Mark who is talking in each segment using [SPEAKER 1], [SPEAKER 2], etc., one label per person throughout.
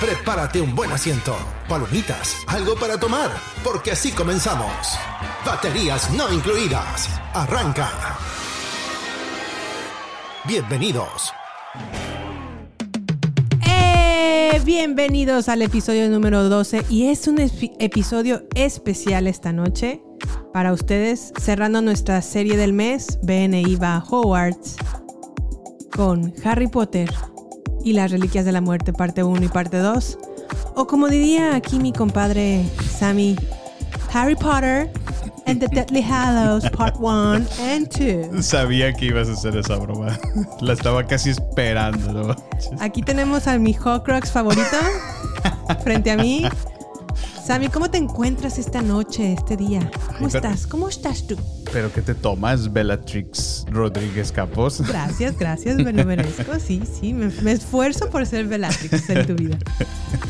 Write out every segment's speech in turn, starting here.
[SPEAKER 1] Prepárate un buen asiento, palomitas, algo para tomar, porque así comenzamos. Baterías no incluidas. Arranca. Bienvenidos.
[SPEAKER 2] ¡Eh! Bienvenidos al episodio número 12 y es un espi- episodio especial esta noche para ustedes, cerrando nuestra serie del mes, BNI va Hogwarts, con Harry Potter y las Reliquias de la Muerte, parte 1 y parte 2, o como diría aquí mi compadre Sammy, Harry Potter and the Deadly Hallows, part 1 and 2.
[SPEAKER 3] Sabía que ibas a hacer esa broma. La estaba casi esperando. ¿no? manches.
[SPEAKER 2] Aquí tenemos a mi Hawkrox favorito frente a mí. Sammy, ¿cómo te encuentras esta noche, este día? ¿Cómo
[SPEAKER 3] Ay, pero-
[SPEAKER 2] estás? ¿Cómo estás tú?
[SPEAKER 3] Pero ¿qué te tomas, Bellatrix Rodríguez Capos?
[SPEAKER 2] Gracias, gracias, me lo merezco. Sí, sí, me, me esfuerzo por ser Bellatrix en tu vida.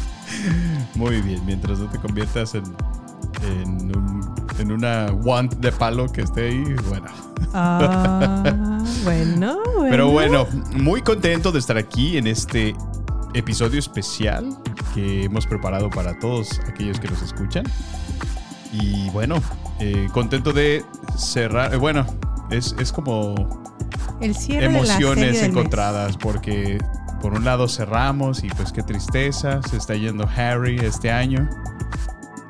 [SPEAKER 3] Muy bien, mientras no te conviertas en, en, un- en una want de palo que esté ahí, bueno.
[SPEAKER 2] Ah, bueno, bueno.
[SPEAKER 3] Pero bueno, muy contento de estar aquí en este episodio especial que hemos preparado para todos aquellos que nos escuchan. Y bueno, eh, contento de cerrar. eh, bueno, es, es como
[SPEAKER 2] El cierre de la serie del
[SPEAKER 3] emociones
[SPEAKER 2] mes.
[SPEAKER 3] encontradas porque por un lado cerramos y pues qué tristeza, se está yendo Harry este año.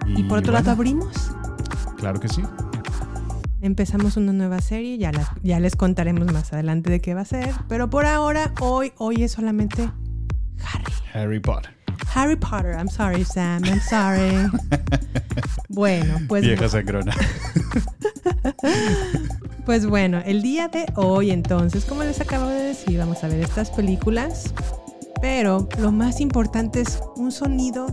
[SPEAKER 2] Y por otro lado
[SPEAKER 3] bueno,
[SPEAKER 2] abrimos.
[SPEAKER 3] Claro que sí.
[SPEAKER 2] Empezamos una nueva serie, ya, la- ya les contaremos más adelante de qué va a ser. Pero por ahora, hoy, hoy es solamente Harry.
[SPEAKER 3] Harry Potter.
[SPEAKER 2] Harry Potter, I'm sorry, Sam, I'm sorry. bueno, pues,
[SPEAKER 3] Vieja sangrona.
[SPEAKER 2] pues bueno, el día de hoy entonces, como les acabo de decir, vamos a ver estas películas, pero lo más importante es un sonido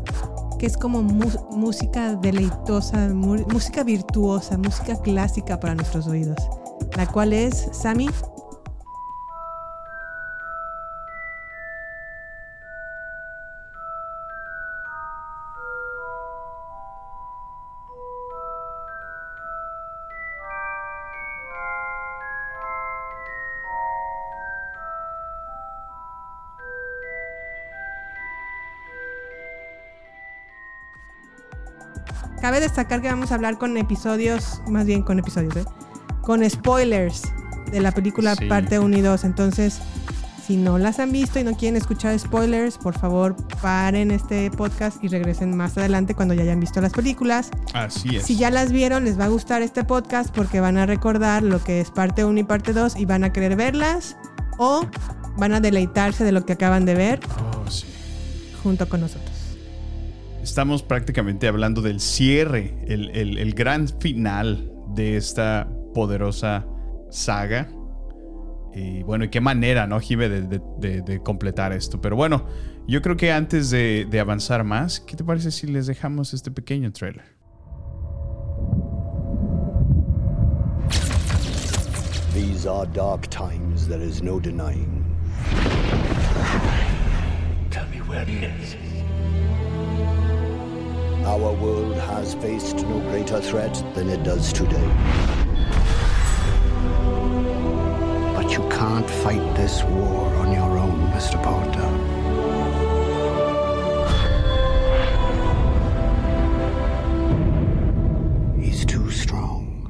[SPEAKER 2] que es como mu- música deleitosa, mu- música virtuosa, música clásica para nuestros oídos, la cual es, Sammy, Cabe destacar que vamos a hablar con episodios, más bien con episodios, ¿eh? con spoilers de la película
[SPEAKER 3] Sí.
[SPEAKER 2] parte 1 y 2. Entonces, si no las han visto y no quieren escuchar spoilers, por favor paren este podcast y regresen más adelante cuando ya hayan visto las películas.
[SPEAKER 3] Así es.
[SPEAKER 2] Si ya las vieron, les va a gustar este podcast porque van a recordar lo que es parte 1 y parte 2 y van a querer verlas o van a deleitarse de lo que acaban de ver
[SPEAKER 3] Oh, sí.
[SPEAKER 2] junto con nosotros.
[SPEAKER 3] Estamos prácticamente hablando del cierre, el, el- el gran final de esta poderosa saga. Y bueno, y qué manera, ¿no, Jime, de, de- de- de completar esto. Pero bueno, yo creo que antes de, de avanzar más, ¿qué te parece si les dejamos este pequeño trailer?
[SPEAKER 4] These are dark times, there is no denying. Tell me where he is. Our world has faced no greater threat than it does today. But you can't fight this war on your own, Mr. Potter. He's too strong.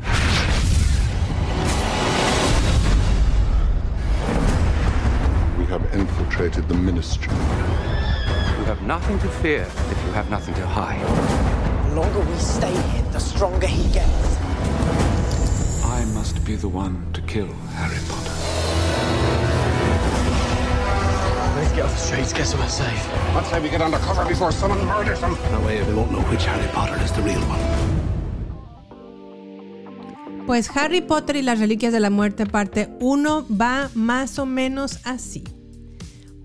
[SPEAKER 5] We have infiltrated the ministry.
[SPEAKER 6] You have nothing to fear if you have nothing to hide.
[SPEAKER 7] The longer we stay here, the stronger he gets.
[SPEAKER 6] must be the one to kill Harry Potter.
[SPEAKER 4] Let's get off the streets, get somewhere safe.
[SPEAKER 5] I'd say we get under cover before someone murders him.
[SPEAKER 4] That way we won't know which Harry Potter is the real one.
[SPEAKER 2] Pues Harry Potter y las Reliquias de la Muerte parte 1 va más o menos así.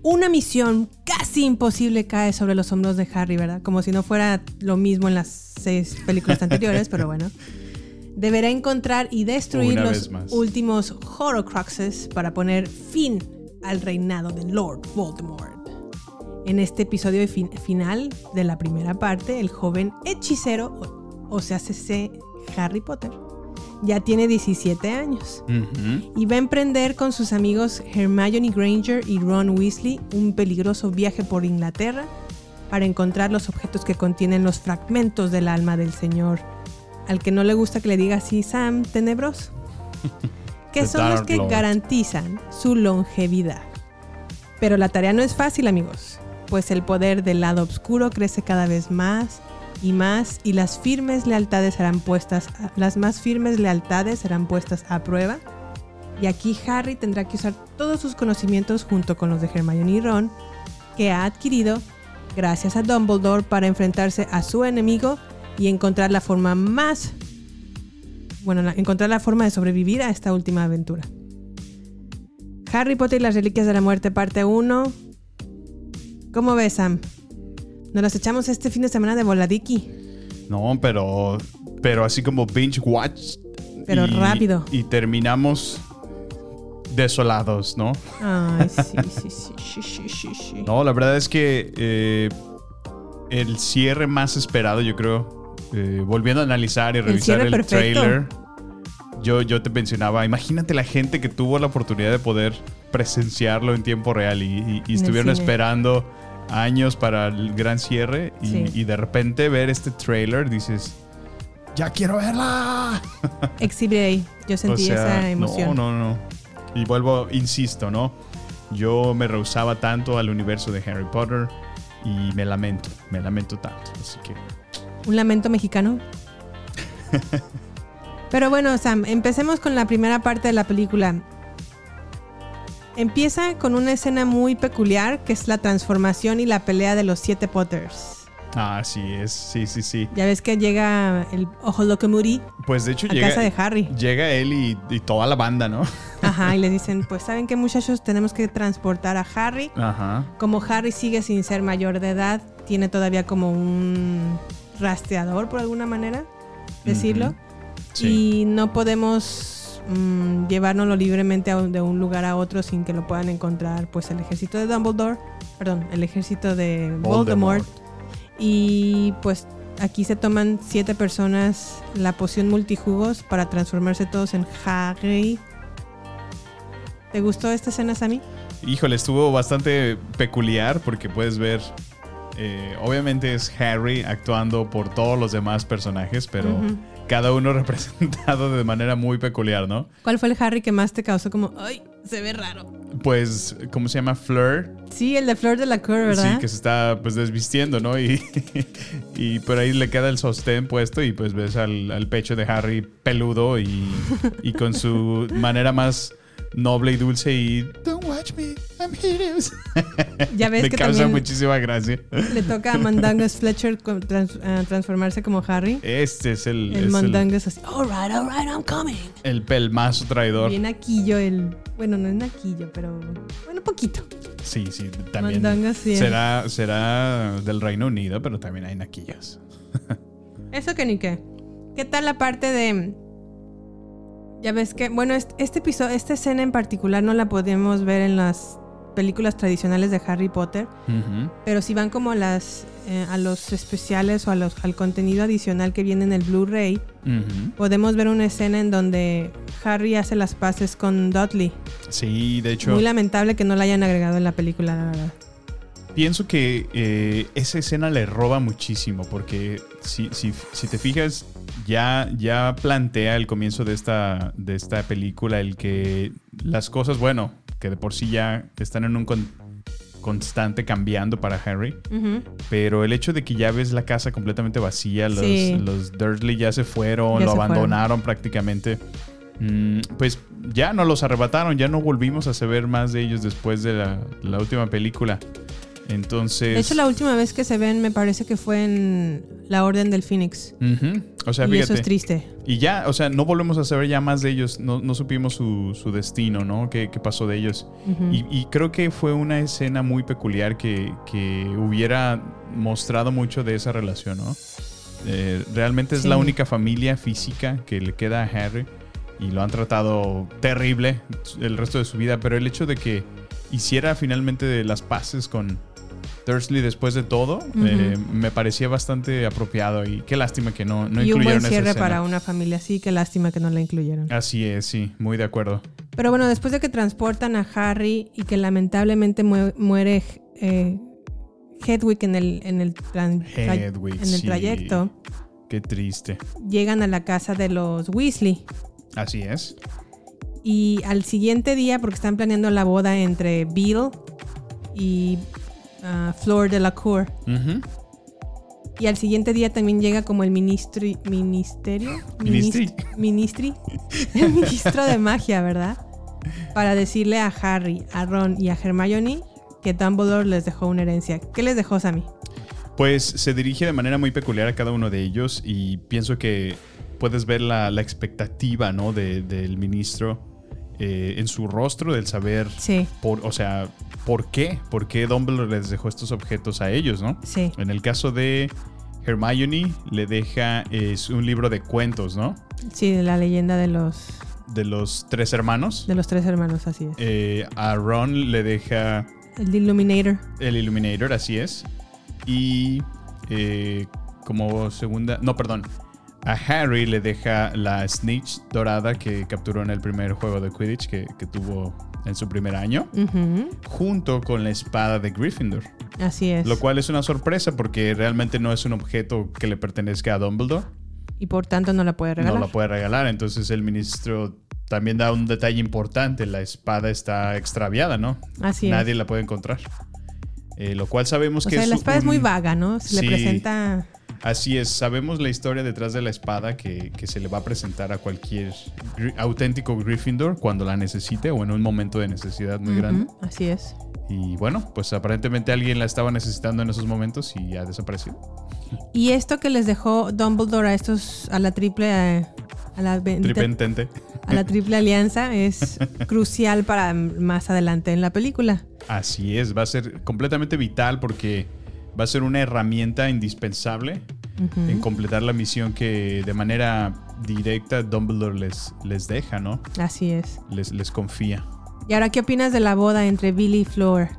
[SPEAKER 2] Una misión casi imposible cae sobre los hombros de Harry, ¿verdad? Como si no fuera lo mismo en las seis películas anteriores, pero bueno. Deberá encontrar y destruir
[SPEAKER 3] Una
[SPEAKER 2] los
[SPEAKER 3] vez más.
[SPEAKER 2] últimos Horrocruxes para poner fin al reinado de Lord Voldemort. En este episodio fin- final de la primera parte, el joven hechicero, o, o sea, CC Harry Potter, ya tiene 17 años
[SPEAKER 3] Mm. Ujú.
[SPEAKER 2] y va a emprender con sus amigos Hermione Granger y Ron Weasley un peligroso viaje por Inglaterra para encontrar los objetos que contienen los fragmentos del alma del señor, al que no le gusta que le diga así Sam Tenebroso, que
[SPEAKER 3] The
[SPEAKER 2] son los
[SPEAKER 3] Dark
[SPEAKER 2] que
[SPEAKER 3] Lord.
[SPEAKER 2] garantizan su longevidad. Pero la tarea no es fácil, amigos, pues el poder del lado oscuro crece cada vez más y más y las firmes lealtades serán puestas a- las más firmes lealtades serán puestas a prueba. Y aquí Harry tendrá que usar todos sus conocimientos junto con los de Hermione y Ron que ha adquirido gracias a Dumbledore para enfrentarse a su enemigo y encontrar la forma más bueno, la- encontrar la forma de sobrevivir a esta última aventura. Harry Potter y las Reliquias de la Muerte, parte 1. ¿Cómo ves, Sam? Nos las echamos este fin de semana de voladiki.
[SPEAKER 3] No, pero, pero así como binge watch.
[SPEAKER 2] Pero rápido.
[SPEAKER 3] Y terminamos desolados, ¿no?
[SPEAKER 2] Ay, sí, sí, sí, sí, sí, sí, sí.
[SPEAKER 3] No, la verdad es que eh, el cierre más esperado, yo creo, eh, volviendo a analizar y revisar
[SPEAKER 2] cierre
[SPEAKER 3] el,
[SPEAKER 2] perfecto.
[SPEAKER 3] trailer, yo, yo te mencionaba, imagínate la gente que tuvo la oportunidad de poder presenciarlo en tiempo real y, y- y
[SPEAKER 2] el
[SPEAKER 3] estuvieron
[SPEAKER 2] cine.
[SPEAKER 3] esperando años para el gran cierre y,
[SPEAKER 2] Sí.
[SPEAKER 3] y de repente ver este trailer dices, ya quiero verla.
[SPEAKER 2] Exhibit A. Yo sentí esa emoción.
[SPEAKER 3] No, no, no. Y vuelvo, insisto, ¿no? Yo me rehusaba tanto al universo de Harry Potter y me lamento, me lamento tanto. Así que
[SPEAKER 2] Un lamento mexicano. Pero bueno, Sam, empecemos con la primera parte de la película. Empieza con una escena muy peculiar que es la transformación y la pelea de los siete Potters.
[SPEAKER 3] ah, así es, sí, sí, sí.
[SPEAKER 2] Ya ves que llega el Ojo Loco Muri
[SPEAKER 3] Pues de hecho
[SPEAKER 2] a
[SPEAKER 3] llega,
[SPEAKER 2] casa de Harry.
[SPEAKER 3] llega él y, y toda la banda, ¿no?
[SPEAKER 2] Ajá, y le dicen, pues saben que muchachos tenemos que transportar a Harry.
[SPEAKER 3] Ajá.
[SPEAKER 2] Como Harry sigue sin ser mayor de edad, tiene todavía como un rastreador por alguna manera, decirlo.
[SPEAKER 3] Sí.
[SPEAKER 2] y no podemos mm, llevárnoslo libremente a un- de un lugar a otro sin que lo puedan encontrar pues el ejército de Dumbledore, perdón, el ejército de Voldemort.
[SPEAKER 3] Voldemort.
[SPEAKER 2] Y pues aquí se toman siete personas la poción multijugos para transformarse todos en Harry. ¿Te gustó esta escena, Sammy?
[SPEAKER 3] Híjole, estuvo bastante peculiar porque puedes ver. eh, obviamente es Harry actuando por todos los demás personajes, pero cada uno representado de manera muy peculiar, ¿no?
[SPEAKER 2] ¿Cuál fue el Harry que más te causó como, ay, se ve raro?
[SPEAKER 3] Pues, ¿cómo se llama? Fleur,
[SPEAKER 2] Sí, el de Flor de la Cor, ¿verdad?
[SPEAKER 3] Sí, que se está pues desvistiendo, ¿no? Y, y por ahí le queda el sostén puesto y pues ves al, al pecho de Harry peludo y, y con su manera más noble y dulce y... Don't watch me, I'm hideous.
[SPEAKER 2] Ya ves
[SPEAKER 3] me
[SPEAKER 2] que
[SPEAKER 3] causa
[SPEAKER 2] también-
[SPEAKER 3] muchísima gracia.
[SPEAKER 2] Le toca a Mandangas Fletcher con- trans- eh, transformarse como Harry.
[SPEAKER 3] Este es el,
[SPEAKER 2] El
[SPEAKER 3] es el,
[SPEAKER 2] Mandangas así, alright, alright, I'm coming.
[SPEAKER 3] el pelmazo traidor.
[SPEAKER 2] Bien naquillo el. Bueno, no es naquillo, pero. Bueno, poquito.
[SPEAKER 3] Sí, sí, también.
[SPEAKER 2] Mandanga, sí.
[SPEAKER 3] será, será del Reino Unido, pero también hay naquillas.
[SPEAKER 2] Eso que ni qué. ¿Qué tal la parte de. Ya ves que. Bueno, est- este episodio, esta escena en particular no la podemos ver en las películas tradicionales de Harry Potter.
[SPEAKER 3] Ujú.
[SPEAKER 2] Pero si van como a las. eh, a los especiales o a los, al contenido adicional que viene en el Blu-ray,
[SPEAKER 3] Ujú.
[SPEAKER 2] podemos ver una escena en donde Harry hace las paces con Dudley.
[SPEAKER 3] Sí, de hecho...
[SPEAKER 2] Muy lamentable que no la hayan agregado en la película, la verdad.
[SPEAKER 3] Pienso que eh, esa escena le roba muchísimo, porque si, si- si te fijas, ya, ya plantea el comienzo de esta, de esta película el que las cosas, bueno, que de por sí ya están en un con- constante cambiando para Harry,
[SPEAKER 2] Ujú.
[SPEAKER 3] pero el hecho de que ya ves la casa completamente vacía, los,
[SPEAKER 2] Sí.
[SPEAKER 3] los Dursley ya se fueron,
[SPEAKER 2] Ya
[SPEAKER 3] lo
[SPEAKER 2] se fueron.
[SPEAKER 3] abandonaron prácticamente. Mm, pues ya nos los arrebataron, ya no volvimos a saber más de ellos después de la, la última película. Entonces.
[SPEAKER 2] De hecho, la última vez que se ven me parece que fue en La Orden del Phoenix.
[SPEAKER 3] Ujú. O sea,
[SPEAKER 2] y eso
[SPEAKER 3] fíjate.
[SPEAKER 2] es triste.
[SPEAKER 3] Y ya, o sea, no volvemos a saber ya más de ellos, no, no supimos su, su destino, ¿no? ¿Qué, qué pasó de ellos? y, y creo que fue una escena muy peculiar que, que hubiera mostrado mucho de esa relación, ¿no? Eh, realmente es la
[SPEAKER 2] Sí.
[SPEAKER 3] única familia física que le queda a Harry y lo han tratado terrible el resto de su vida, pero el hecho de que hiciera finalmente las paces con Dursley después de todo, eh, me parecía bastante apropiado y qué lástima que no, no
[SPEAKER 2] y un
[SPEAKER 3] incluyeron Ah.
[SPEAKER 2] buen
[SPEAKER 3] esa
[SPEAKER 2] cierre
[SPEAKER 3] escena.
[SPEAKER 2] para una familia así, qué lástima que no la incluyeron.
[SPEAKER 3] Así es, sí, muy de acuerdo.
[SPEAKER 2] Pero bueno, después de que transportan a Harry y que lamentablemente mue- muere eh, Hedwig en el, en el, tran- tra-
[SPEAKER 3] Hedwig,
[SPEAKER 2] en el
[SPEAKER 3] sí.
[SPEAKER 2] trayecto,
[SPEAKER 3] Qué triste.
[SPEAKER 2] llegan a la casa de los Weasley.
[SPEAKER 3] Así es.
[SPEAKER 2] Y al siguiente día, porque están planeando la boda entre Bill y ah, Flor de la Cour.
[SPEAKER 3] Ujú.
[SPEAKER 2] Y al siguiente día también llega como el ministri, ministerio.
[SPEAKER 3] Ministri.
[SPEAKER 2] Minist- Ministri. El ministro de magia, ¿verdad? Para decirle a Harry, a Ron y a Hermione que Dumbledore les dejó una herencia. ¿Qué les dejó, Sammy?
[SPEAKER 3] Pues se dirige de manera muy peculiar a cada uno de ellos y pienso que puedes ver la, la expectativa ¿no? de- del ministro eh, en su rostro del saber,
[SPEAKER 2] Sí.
[SPEAKER 3] por, o sea, ¿por qué? ¿Por qué Dumbledore les dejó estos objetos a ellos, no?
[SPEAKER 2] Sí.
[SPEAKER 3] En el caso de Hermione, le deja es un libro de cuentos, ¿no?
[SPEAKER 2] Sí, de la leyenda de los,
[SPEAKER 3] De los tres hermanos.
[SPEAKER 2] de los tres hermanos, así es.
[SPEAKER 3] Eh, a Ron le deja
[SPEAKER 2] El de Illuminator.
[SPEAKER 3] El Illuminator, así es. Y eh, como segunda... No, perdón. A Harry le deja la Snitch dorada que capturó en el primer juego de Quidditch que, que tuvo en su primer año,
[SPEAKER 2] Ujú,
[SPEAKER 3] junto con la espada de Gryffindor.
[SPEAKER 2] Así es.
[SPEAKER 3] Lo cual es una sorpresa porque realmente no es un objeto que le pertenezca a Dumbledore.
[SPEAKER 2] Y por tanto no la puede regalar.
[SPEAKER 3] No la puede regalar. Entonces el ministro también da un detalle importante. La espada está extraviada, ¿no?
[SPEAKER 2] Así es.
[SPEAKER 3] Nadie la puede encontrar. Eh, lo cual sabemos
[SPEAKER 2] o
[SPEAKER 3] que
[SPEAKER 2] sea,
[SPEAKER 3] es
[SPEAKER 2] la espada es muy
[SPEAKER 3] un-
[SPEAKER 2] vaga, ¿no? Se
[SPEAKER 3] Sí.
[SPEAKER 2] le presenta
[SPEAKER 3] Así es, sabemos la historia detrás de la espada que, que se le va a presentar a cualquier gri- auténtico Gryffindor cuando la necesite o en un momento de necesidad muy grande.
[SPEAKER 2] Ujú, Así es.
[SPEAKER 3] Y bueno, pues aparentemente alguien la estaba necesitando en esos momentos y ha desaparecido.
[SPEAKER 2] Y esto que les dejó Dumbledore a estos, a la triple, eh, a la, bendita-
[SPEAKER 3] Triple entente.
[SPEAKER 2] a la triple alianza es crucial para más adelante en la película.
[SPEAKER 3] Así es, va a ser completamente vital porque va a ser una herramienta indispensable en completar la misión que de manera directa Dumbledore les, les deja, ¿no?
[SPEAKER 2] Así es.
[SPEAKER 3] Les, les confía.
[SPEAKER 2] Y ahora, ¿qué opinas de la boda entre Billy y Flor?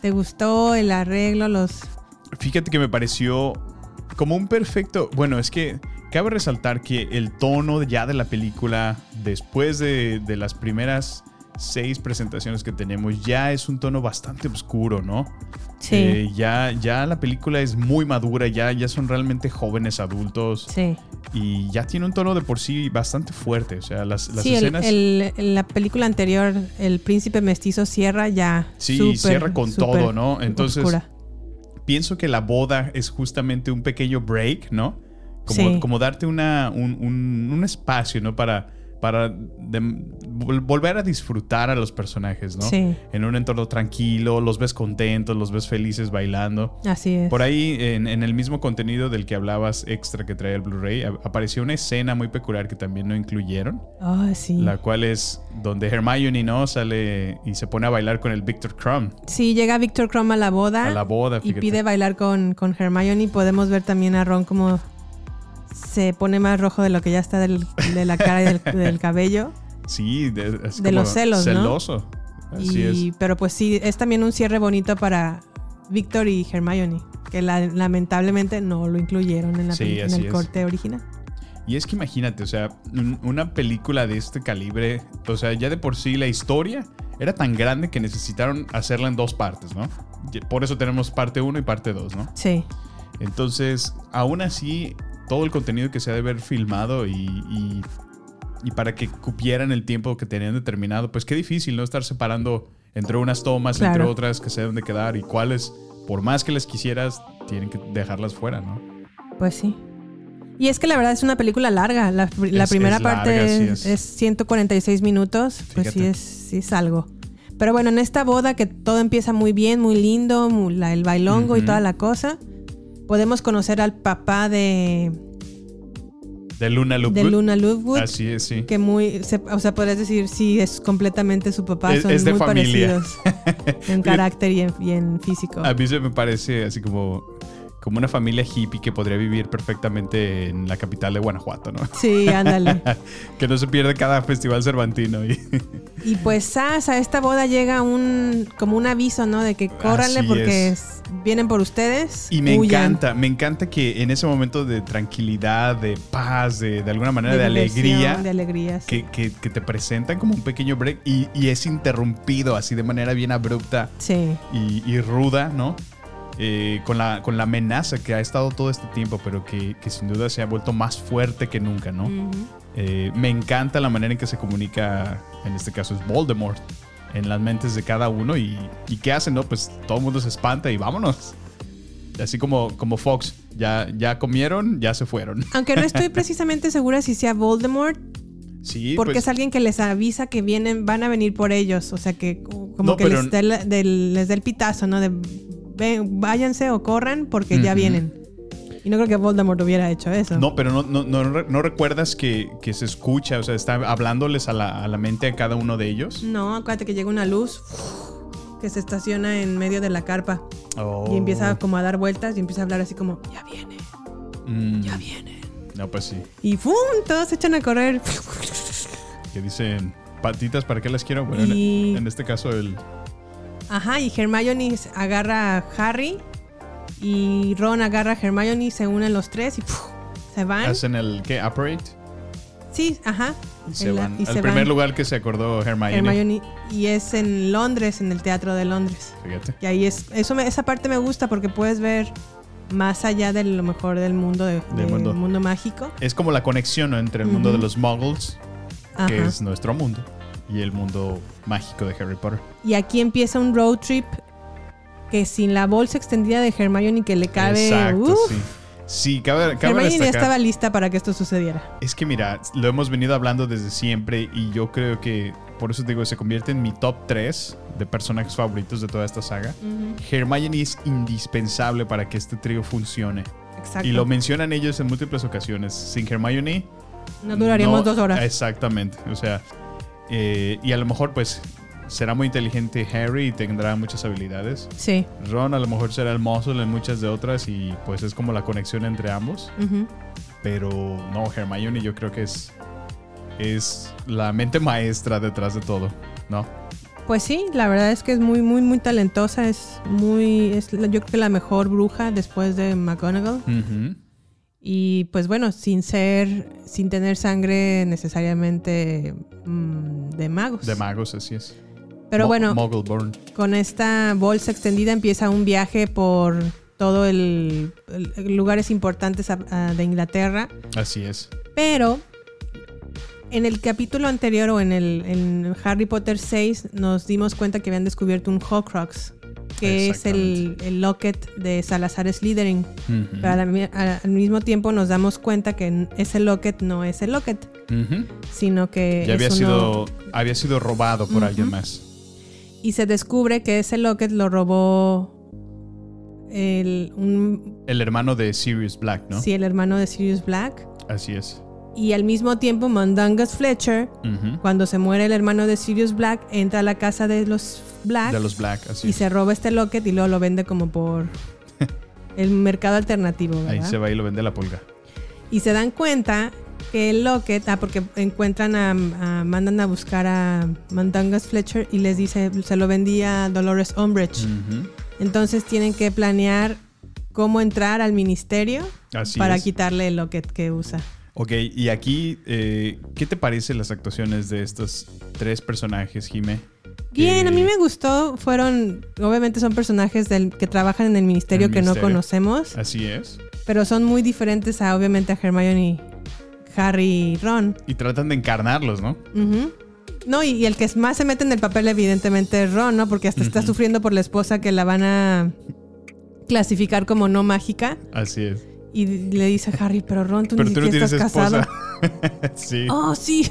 [SPEAKER 2] ¿Te gustó el arreglo, los
[SPEAKER 3] Fíjate que me pareció como un perfecto. Bueno, es que cabe resaltar que el tono ya de la película, después de, de las primeras seis presentaciones que tenemos, ya es un tono bastante oscuro, ¿no?
[SPEAKER 2] Sí.
[SPEAKER 3] Eh, ya, ya la película es muy madura, ya, ya son realmente jóvenes adultos
[SPEAKER 2] Sí.
[SPEAKER 3] y ya tiene un tono de por sí bastante fuerte. O sea, las, las
[SPEAKER 2] sí, el-
[SPEAKER 3] escenas.
[SPEAKER 2] el- en la película anterior, el príncipe mestizo cierra ya.
[SPEAKER 3] Sí,
[SPEAKER 2] súper,
[SPEAKER 3] cierra con
[SPEAKER 2] súper
[SPEAKER 3] todo, ¿no? Entonces,
[SPEAKER 2] oscura.
[SPEAKER 3] pienso que la boda es justamente un pequeño break, ¿no? Como,
[SPEAKER 2] Sí.
[SPEAKER 3] como darte una, un, un- un espacio, ¿no? Para, para de- vol- volver a disfrutar a los personajes, ¿no?
[SPEAKER 2] Sí.
[SPEAKER 3] En un entorno tranquilo, los ves contentos, los ves felices bailando.
[SPEAKER 2] Así es.
[SPEAKER 3] Por ahí, en, en el mismo contenido del que hablabas extra que trae el Blu-ray, a- apareció una escena muy peculiar que también no incluyeron,
[SPEAKER 2] Ah, sí.
[SPEAKER 3] la cual es donde Hermione, ¿no? Sale y se pone a bailar con el Victor Crumb.
[SPEAKER 2] Sí, llega Víctor Crumb a la boda.
[SPEAKER 3] A la boda,
[SPEAKER 2] Y
[SPEAKER 3] fíjate.
[SPEAKER 2] pide bailar con, con Hermione. Y podemos ver también a Ron como se pone más rojo de lo que ya está del- de la cara y del, del cabello.
[SPEAKER 3] Sí, de, es
[SPEAKER 2] De
[SPEAKER 3] como
[SPEAKER 2] los celos, ¿no?
[SPEAKER 3] Celoso. Así
[SPEAKER 2] Y-
[SPEAKER 3] es.
[SPEAKER 2] Pero pues sí, es también un cierre bonito para Víctor y Hermione. Que la- lamentablemente no lo incluyeron en, la
[SPEAKER 3] Sí,
[SPEAKER 2] peli- en
[SPEAKER 3] así
[SPEAKER 2] el
[SPEAKER 3] es.
[SPEAKER 2] corte original.
[SPEAKER 3] Y es que imagínate, o sea, un- una película de este calibre, o sea, ya de por sí la historia era tan grande que necesitaron hacerla en dos partes, ¿no? Y Por eso tenemos parte 1 y parte 2, ¿no?
[SPEAKER 2] Sí.
[SPEAKER 3] Entonces, aún así, todo el contenido que se ha de ver filmado y, y- y para que cupieran el tiempo que tenían determinado, pues qué difícil, ¿no? Estar separando entre unas tomas, entre
[SPEAKER 2] Claro.
[SPEAKER 3] otras, que se deben de quedar y cuáles, por más que les quisieras, tienen que dejarlas fuera, ¿no?
[SPEAKER 2] Pues sí. Y es que la verdad es una película larga. La, la
[SPEAKER 3] Es-
[SPEAKER 2] primera
[SPEAKER 3] es
[SPEAKER 2] parte
[SPEAKER 3] larga,
[SPEAKER 2] es,
[SPEAKER 3] sí es.
[SPEAKER 2] 146 minutos. Pues sí
[SPEAKER 3] Fíjate.
[SPEAKER 2] es, sí es algo. Pero bueno, en esta boda que todo empieza muy bien, muy lindo, mu- la- el bailongo y
[SPEAKER 3] Ujú.
[SPEAKER 2] toda la cosa, podemos conocer al papá de,
[SPEAKER 3] De Luna Lovegood.
[SPEAKER 2] de Luna Lovegood.
[SPEAKER 3] Así es, Ah, sí.
[SPEAKER 2] Que muy, se- o sea, podrías decir, sí, es completamente su papá,
[SPEAKER 3] Es-
[SPEAKER 2] son
[SPEAKER 3] es de
[SPEAKER 2] muy
[SPEAKER 3] familia. Ah.
[SPEAKER 2] parecidos en carácter y en, y en físico.
[SPEAKER 3] A mí se me parece así como, como una familia hippie que podría vivir perfectamente en la capital de Guanajuato, ¿no?
[SPEAKER 2] Sí, ándale.
[SPEAKER 3] que no se pierde cada festival cervantino. Y
[SPEAKER 2] Y pues sas, a esta boda llega un como un aviso, ¿no? De que córranle
[SPEAKER 3] Así
[SPEAKER 2] porque
[SPEAKER 3] es.
[SPEAKER 2] es- vienen por ustedes.
[SPEAKER 3] Y me
[SPEAKER 2] huyan.
[SPEAKER 3] encanta, me encanta que en ese momento de tranquilidad, de paz, de, de alguna manera de,
[SPEAKER 2] diversión,
[SPEAKER 3] alegría,
[SPEAKER 2] De alegría. sí.
[SPEAKER 3] que, que- que te presentan como un pequeño break y, y es interrumpido así de manera bien abrupta
[SPEAKER 2] Sí.
[SPEAKER 3] y, y ruda, ¿no? Eh, con, la, con la amenaza que ha estado todo este tiempo, pero que, que sin duda se ha vuelto más fuerte que nunca, ¿no? Eh, me encanta la manera en que se comunica, en este caso es Voldemort, en las mentes de cada uno y, y qué hacen, ¿no? Pues todo el mundo se espanta y vámonos. Así como, como Fox, ya, ya comieron, ya se fueron.
[SPEAKER 2] Aunque no estoy precisamente segura si sea Voldemort,
[SPEAKER 3] Sí,
[SPEAKER 2] porque
[SPEAKER 3] pues,
[SPEAKER 2] es alguien que les avisa que vienen, van a venir por ellos. O sea que como
[SPEAKER 3] No,
[SPEAKER 2] que
[SPEAKER 3] pero-
[SPEAKER 2] les da, el, del- les da el pitazo, ¿no? De "Ven, váyanse o corran porque ya
[SPEAKER 3] Ujú.
[SPEAKER 2] vienen. Y no creo que Voldemort hubiera hecho eso.
[SPEAKER 3] No, pero no, no, no re- no recuerdas que, que se escucha, o sea, está hablándoles a la, a la mente a cada uno de ellos.
[SPEAKER 2] No, acuérdate que llega una luz que se estaciona en medio de la carpa.
[SPEAKER 3] Oh,
[SPEAKER 2] Y empieza como a dar vueltas y empieza a hablar así como, ya viene,
[SPEAKER 3] Mm,
[SPEAKER 2] ya viene.
[SPEAKER 3] no, pues sí.
[SPEAKER 2] Y ¡fum! Todos se echan a correr.
[SPEAKER 3] Que dicen, patitas, ¿para qué las quiero? Bueno,
[SPEAKER 2] Y-
[SPEAKER 3] en, en este caso el...
[SPEAKER 2] Ajá, y Hermione agarra a Harry y Ron agarra a Hermione y se unen los tres y ¡fuf! se van.
[SPEAKER 3] Hacen el, ¿qué? Operate.
[SPEAKER 2] Sí, ajá.
[SPEAKER 3] Y se
[SPEAKER 2] El-
[SPEAKER 3] van.
[SPEAKER 2] y
[SPEAKER 3] al
[SPEAKER 2] se
[SPEAKER 3] primer
[SPEAKER 2] van.
[SPEAKER 3] lugar que se acordó Hermione.
[SPEAKER 2] Hermione y es en Londres, en el Teatro de Londres.
[SPEAKER 3] Fíjate.
[SPEAKER 2] Y ahí es, eso me- esa parte me gusta porque puedes ver más allá de lo mejor del mundo, de-
[SPEAKER 3] Del
[SPEAKER 2] del
[SPEAKER 3] mundo.
[SPEAKER 2] mundo mágico.
[SPEAKER 3] Es como la conexión ¿no? entre el mundo de los muggles,
[SPEAKER 2] Ajá.
[SPEAKER 3] que es nuestro mundo, y el mundo mágico de Harry Potter.
[SPEAKER 2] Y aquí empieza un road trip que sin la bolsa extendida de Hermione que le cabe.
[SPEAKER 3] Exacto,
[SPEAKER 2] ¡uf!
[SPEAKER 3] sí. Sí, cabe, cabe
[SPEAKER 2] Hermione ya
[SPEAKER 3] destacar-
[SPEAKER 2] estaba lista para que esto sucediera.
[SPEAKER 3] Es que mira, lo hemos venido hablando desde siempre y yo creo que por eso te digo, se convierte en mi top 3 de personajes favoritos de toda esta saga. Hermione es indispensable para que este trío funcione.
[SPEAKER 2] Exacto.
[SPEAKER 3] Y lo mencionan ellos en múltiples ocasiones. Sin Hermione...
[SPEAKER 2] no duraríamos
[SPEAKER 3] no-
[SPEAKER 2] dos horas.
[SPEAKER 3] Exactamente. O sea, eh, y a lo mejor pues será muy inteligente Harry y tendrá muchas habilidades.
[SPEAKER 2] Sí.
[SPEAKER 3] Ron a lo mejor será el Muzzle en muchas de otras y pues es como la conexión entre ambos.
[SPEAKER 2] Ujú.
[SPEAKER 3] Pero no, Hermione yo creo que es, es la mente maestra detrás de todo, ¿no?
[SPEAKER 2] Pues sí, la verdad es que es muy, muy, muy talentosa. Es muy. Es, la- yo creo que la mejor bruja después de McGonagall. Y pues bueno, sin ser. Sin tener sangre necesariamente mm, de magos.
[SPEAKER 3] De magos, así es.
[SPEAKER 2] Pero
[SPEAKER 3] Mo-
[SPEAKER 2] bueno.
[SPEAKER 3] Muggleborn.
[SPEAKER 2] Con esta bolsa extendida empieza un viaje por todo el, el- lugares importantes a- a- de Inglaterra,
[SPEAKER 3] Así es.
[SPEAKER 2] pero en el capítulo anterior o en el en Harry Potter 6 nos dimos cuenta que habían descubierto un Horcrux, que es el, el locket de Salazar Slytherin.
[SPEAKER 3] Ujú.
[SPEAKER 2] Pero al, mi- a- al mismo tiempo nos damos cuenta que n- ese locket no es el locket,
[SPEAKER 3] Ujú.
[SPEAKER 2] sino que
[SPEAKER 3] Ya había
[SPEAKER 2] es uno-
[SPEAKER 3] sido, había sido robado por alguien más.
[SPEAKER 2] y se descubre que ese locket lo robó el, un,
[SPEAKER 3] El hermano de Sirius Black, ¿no?
[SPEAKER 2] sí, el hermano de Sirius Black.
[SPEAKER 3] Así es.
[SPEAKER 2] Y al mismo tiempo, Mandangas Fletcher,
[SPEAKER 3] Ujú.
[SPEAKER 2] cuando se muere el hermano de Sirius Black, entra a la casa de los Black
[SPEAKER 3] De los Black, así
[SPEAKER 2] y
[SPEAKER 3] es.
[SPEAKER 2] se roba este locket y luego lo vende como por el mercado alternativo.
[SPEAKER 3] Ahí
[SPEAKER 2] ¿verdad?
[SPEAKER 3] se va y lo vende la pulga.
[SPEAKER 2] Y se dan cuenta que el locket, ah, porque encuentran a, a- mandan a buscar a Mandangas Fletcher y les dice, se lo vendía a Dolores Umbridge.
[SPEAKER 3] Ujú.
[SPEAKER 2] Entonces tienen que planear cómo entrar al ministerio
[SPEAKER 3] Así
[SPEAKER 2] para
[SPEAKER 3] es.
[SPEAKER 2] quitarle el locket que usa.
[SPEAKER 3] Ok, y aquí, eh, ¿qué te parecen las actuaciones de estos tres personajes, Jime?
[SPEAKER 2] Bien,
[SPEAKER 3] Eh,
[SPEAKER 2] a mí me gustó. Fueron, obviamente son personajes del, que trabajan en el ministerio
[SPEAKER 3] El
[SPEAKER 2] que
[SPEAKER 3] ministerio. Ah.
[SPEAKER 2] no conocemos,
[SPEAKER 3] Así es.
[SPEAKER 2] pero son muy diferentes a obviamente a Hermione, Harry y Ron.
[SPEAKER 3] Y tratan de encarnarlos, ¿no?
[SPEAKER 2] Ujú. No, y, y el que es- más se mete en el papel evidentemente es Ron, ¿no? Porque hasta está sufriendo por la esposa que la van a clasificar como no mágica.
[SPEAKER 3] Así es.
[SPEAKER 2] Y le dice a Harry, pero Ron, tú
[SPEAKER 3] Pero
[SPEAKER 2] ni
[SPEAKER 3] tú no
[SPEAKER 2] siquiera
[SPEAKER 3] tienes
[SPEAKER 2] estás
[SPEAKER 3] esposa.
[SPEAKER 2] casado.
[SPEAKER 3] sí.
[SPEAKER 2] Oh, sí.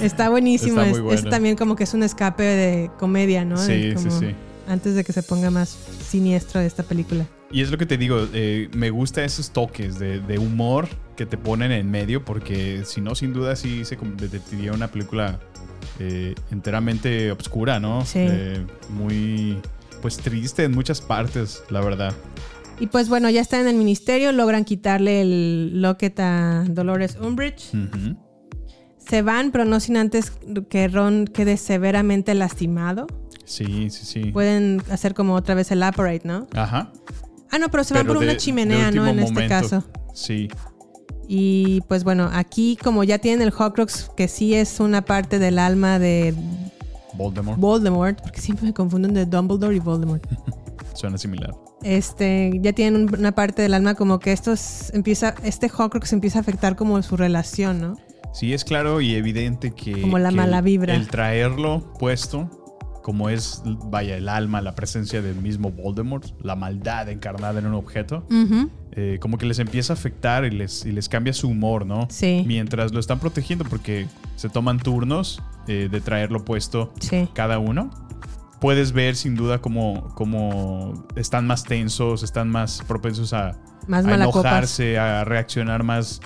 [SPEAKER 2] Está buenísimo.
[SPEAKER 3] Está
[SPEAKER 2] Es,
[SPEAKER 3] muy bueno.
[SPEAKER 2] es también como que es un escape de comedia, ¿no?
[SPEAKER 3] Sí,
[SPEAKER 2] De
[SPEAKER 3] sí,
[SPEAKER 2] como-
[SPEAKER 3] sí.
[SPEAKER 2] Antes de que se ponga más siniestro de esta película.
[SPEAKER 3] Y es lo que te digo, eh, me gusta esos toques de, de humor que te ponen en medio, porque si no, sin duda sí se convertiría en una película eh, enteramente obscura, ¿no?
[SPEAKER 2] Sí.
[SPEAKER 3] Eh, muy, pues triste en muchas partes, la verdad.
[SPEAKER 2] Y pues bueno, ya está en el ministerio, logran quitarle el locket a Dolores Umbridge.
[SPEAKER 3] Ujú.
[SPEAKER 2] Se van, pero no sin antes que Ron quede severamente lastimado.
[SPEAKER 3] Sí, sí, sí.
[SPEAKER 2] Pueden hacer como otra vez el apparate, ¿no?
[SPEAKER 3] Ajá.
[SPEAKER 2] Ah, no, pero se van
[SPEAKER 3] Pero
[SPEAKER 2] por
[SPEAKER 3] de-
[SPEAKER 2] una
[SPEAKER 3] de
[SPEAKER 2] chimenea, ¿no?
[SPEAKER 3] último
[SPEAKER 2] En este
[SPEAKER 3] momento.
[SPEAKER 2] caso.
[SPEAKER 3] Sí.
[SPEAKER 2] Y pues bueno, aquí como ya tienen el Horcrux, que sí es una parte del alma de
[SPEAKER 3] Voldemort.
[SPEAKER 2] Voldemort, porque siempre me confunden de Dumbledore y Voldemort.
[SPEAKER 3] Suena similar.
[SPEAKER 2] Este, ya tienen un- una parte del alma como que estos empieza, este Horcrux empieza a afectar como su relación, ¿no?
[SPEAKER 3] Sí, es claro y evidente que.
[SPEAKER 2] Como la
[SPEAKER 3] que
[SPEAKER 2] mala
[SPEAKER 3] el-
[SPEAKER 2] vibra.
[SPEAKER 3] El traerlo puesto, como es, vaya, el alma, la presencia del mismo Voldemort, la maldad encarnada en un objeto, eh, como que les empieza a afectar y les, y les cambia su humor, ¿no?
[SPEAKER 2] Sí.
[SPEAKER 3] Mientras lo están protegiendo, porque se toman turnos eh, de traerlo puesto
[SPEAKER 2] Sí.
[SPEAKER 3] cada uno. Puedes ver sin duda cómo, cómo están más tensos, están más propensos a,
[SPEAKER 2] Más
[SPEAKER 3] a
[SPEAKER 2] malacopas.
[SPEAKER 3] enojarse, a reaccionar más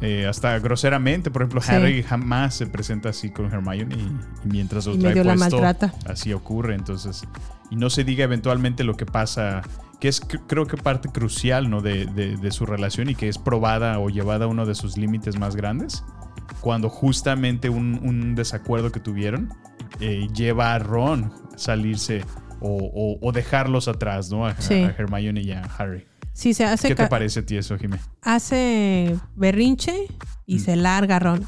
[SPEAKER 3] eh, hasta groseramente. Por ejemplo,
[SPEAKER 2] Sí.
[SPEAKER 3] Harry jamás se presenta así con Hermione y, y mientras lo
[SPEAKER 2] Y
[SPEAKER 3] trae
[SPEAKER 2] medio la
[SPEAKER 3] puesto,
[SPEAKER 2] maltrata.
[SPEAKER 3] así ocurre. Entonces, y no se diga eventualmente lo que pasa, que es cr- creo que parte crucial ¿no? de, de- de su relación y que es probada o llevada a uno de sus límites más grandes, cuando justamente un, un desacuerdo que tuvieron eh, lleva a Ron a salirse o, o- o dejarlos atrás, ¿no? A,
[SPEAKER 2] Sí.
[SPEAKER 3] a Hermione y a Harry.
[SPEAKER 2] Sí, se hace,
[SPEAKER 3] ¿Qué te
[SPEAKER 2] ca-
[SPEAKER 3] parece a ti eso, Jimé?
[SPEAKER 2] hace berrinche
[SPEAKER 3] Mm.
[SPEAKER 2] y se larga Ron.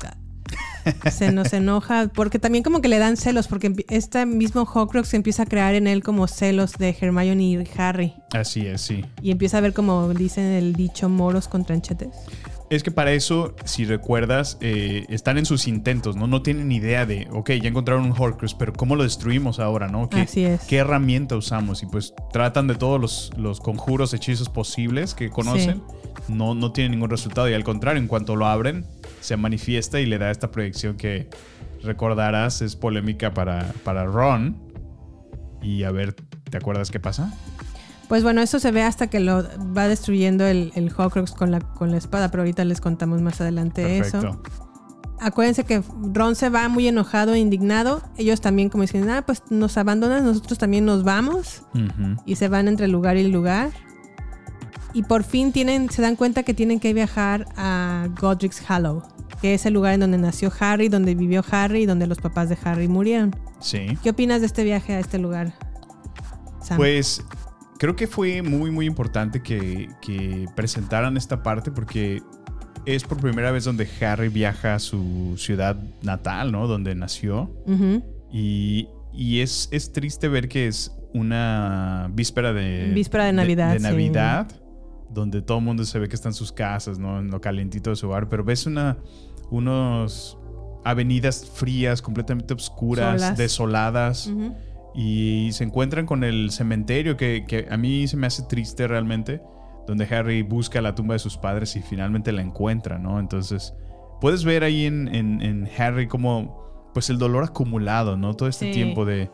[SPEAKER 2] Se nos enoja, porque también como que le dan celos, porque empie- este mismo Horcrux empieza a crear en él como celos de Hermione y Harry.
[SPEAKER 3] Así es, sí.
[SPEAKER 2] Y empieza a ver como dicen el dicho moros con tranchetes.
[SPEAKER 3] Es que para eso, si recuerdas, eh, están en sus intentos, ¿no? No tienen idea de, ok, ya encontraron un Horcrux, pero ¿cómo lo destruimos ahora, no? ¿Qué,
[SPEAKER 2] Así es.
[SPEAKER 3] ¿Qué herramienta usamos? Y pues tratan de todos los, los conjuros, hechizos posibles que conocen. No, no tienen ningún resultado y al contrario, en cuanto lo abren, se manifiesta y le da esta proyección que recordarás es polémica para, para Ron. Y a ver, ¿te acuerdas qué pasa?
[SPEAKER 2] Pues bueno, eso se ve hasta que lo va destruyendo el, el Horcrux con la, con la espada, pero ahorita les contamos más adelante eso. Acuérdense que Ron se va muy enojado e indignado. Ellos también como dicen, ah, pues nos abandonas, nosotros también nos vamos.
[SPEAKER 3] Ujú.
[SPEAKER 2] Y se van entre lugar y lugar. Y por fin tienen, se dan cuenta que tienen que viajar a Godric's Hollow, que es el lugar en donde nació Harry, donde vivió Harry y donde los papás de Harry murieron.
[SPEAKER 3] Sí.
[SPEAKER 2] ¿Qué opinas de este viaje a este lugar? Sam?
[SPEAKER 3] Pues creo que fue muy, muy importante que, que presentaran esta parte porque es por primera vez donde Harry viaja a su ciudad natal, ¿no? Donde nació.
[SPEAKER 2] Ujú.
[SPEAKER 3] Y, y es, es triste ver que es una víspera de...
[SPEAKER 2] Víspera de Navidad,
[SPEAKER 3] De,
[SPEAKER 2] sí.
[SPEAKER 3] Navidad, donde todo el mundo se ve que está en sus casas, ¿no? En lo calentito de su hogar, pero ves una... unos avenidas frías, completamente oscuras,
[SPEAKER 2] Solas.
[SPEAKER 3] desoladas
[SPEAKER 2] Ujú.
[SPEAKER 3] y se encuentran con el cementerio que, que a mí se me hace triste realmente, donde Harry busca la tumba de sus padres y finalmente la encuentra, ¿no? Entonces, puedes ver ahí en, en- en Harry como, pues el dolor acumulado, ¿no? Todo este
[SPEAKER 2] Sí.
[SPEAKER 3] tiempo de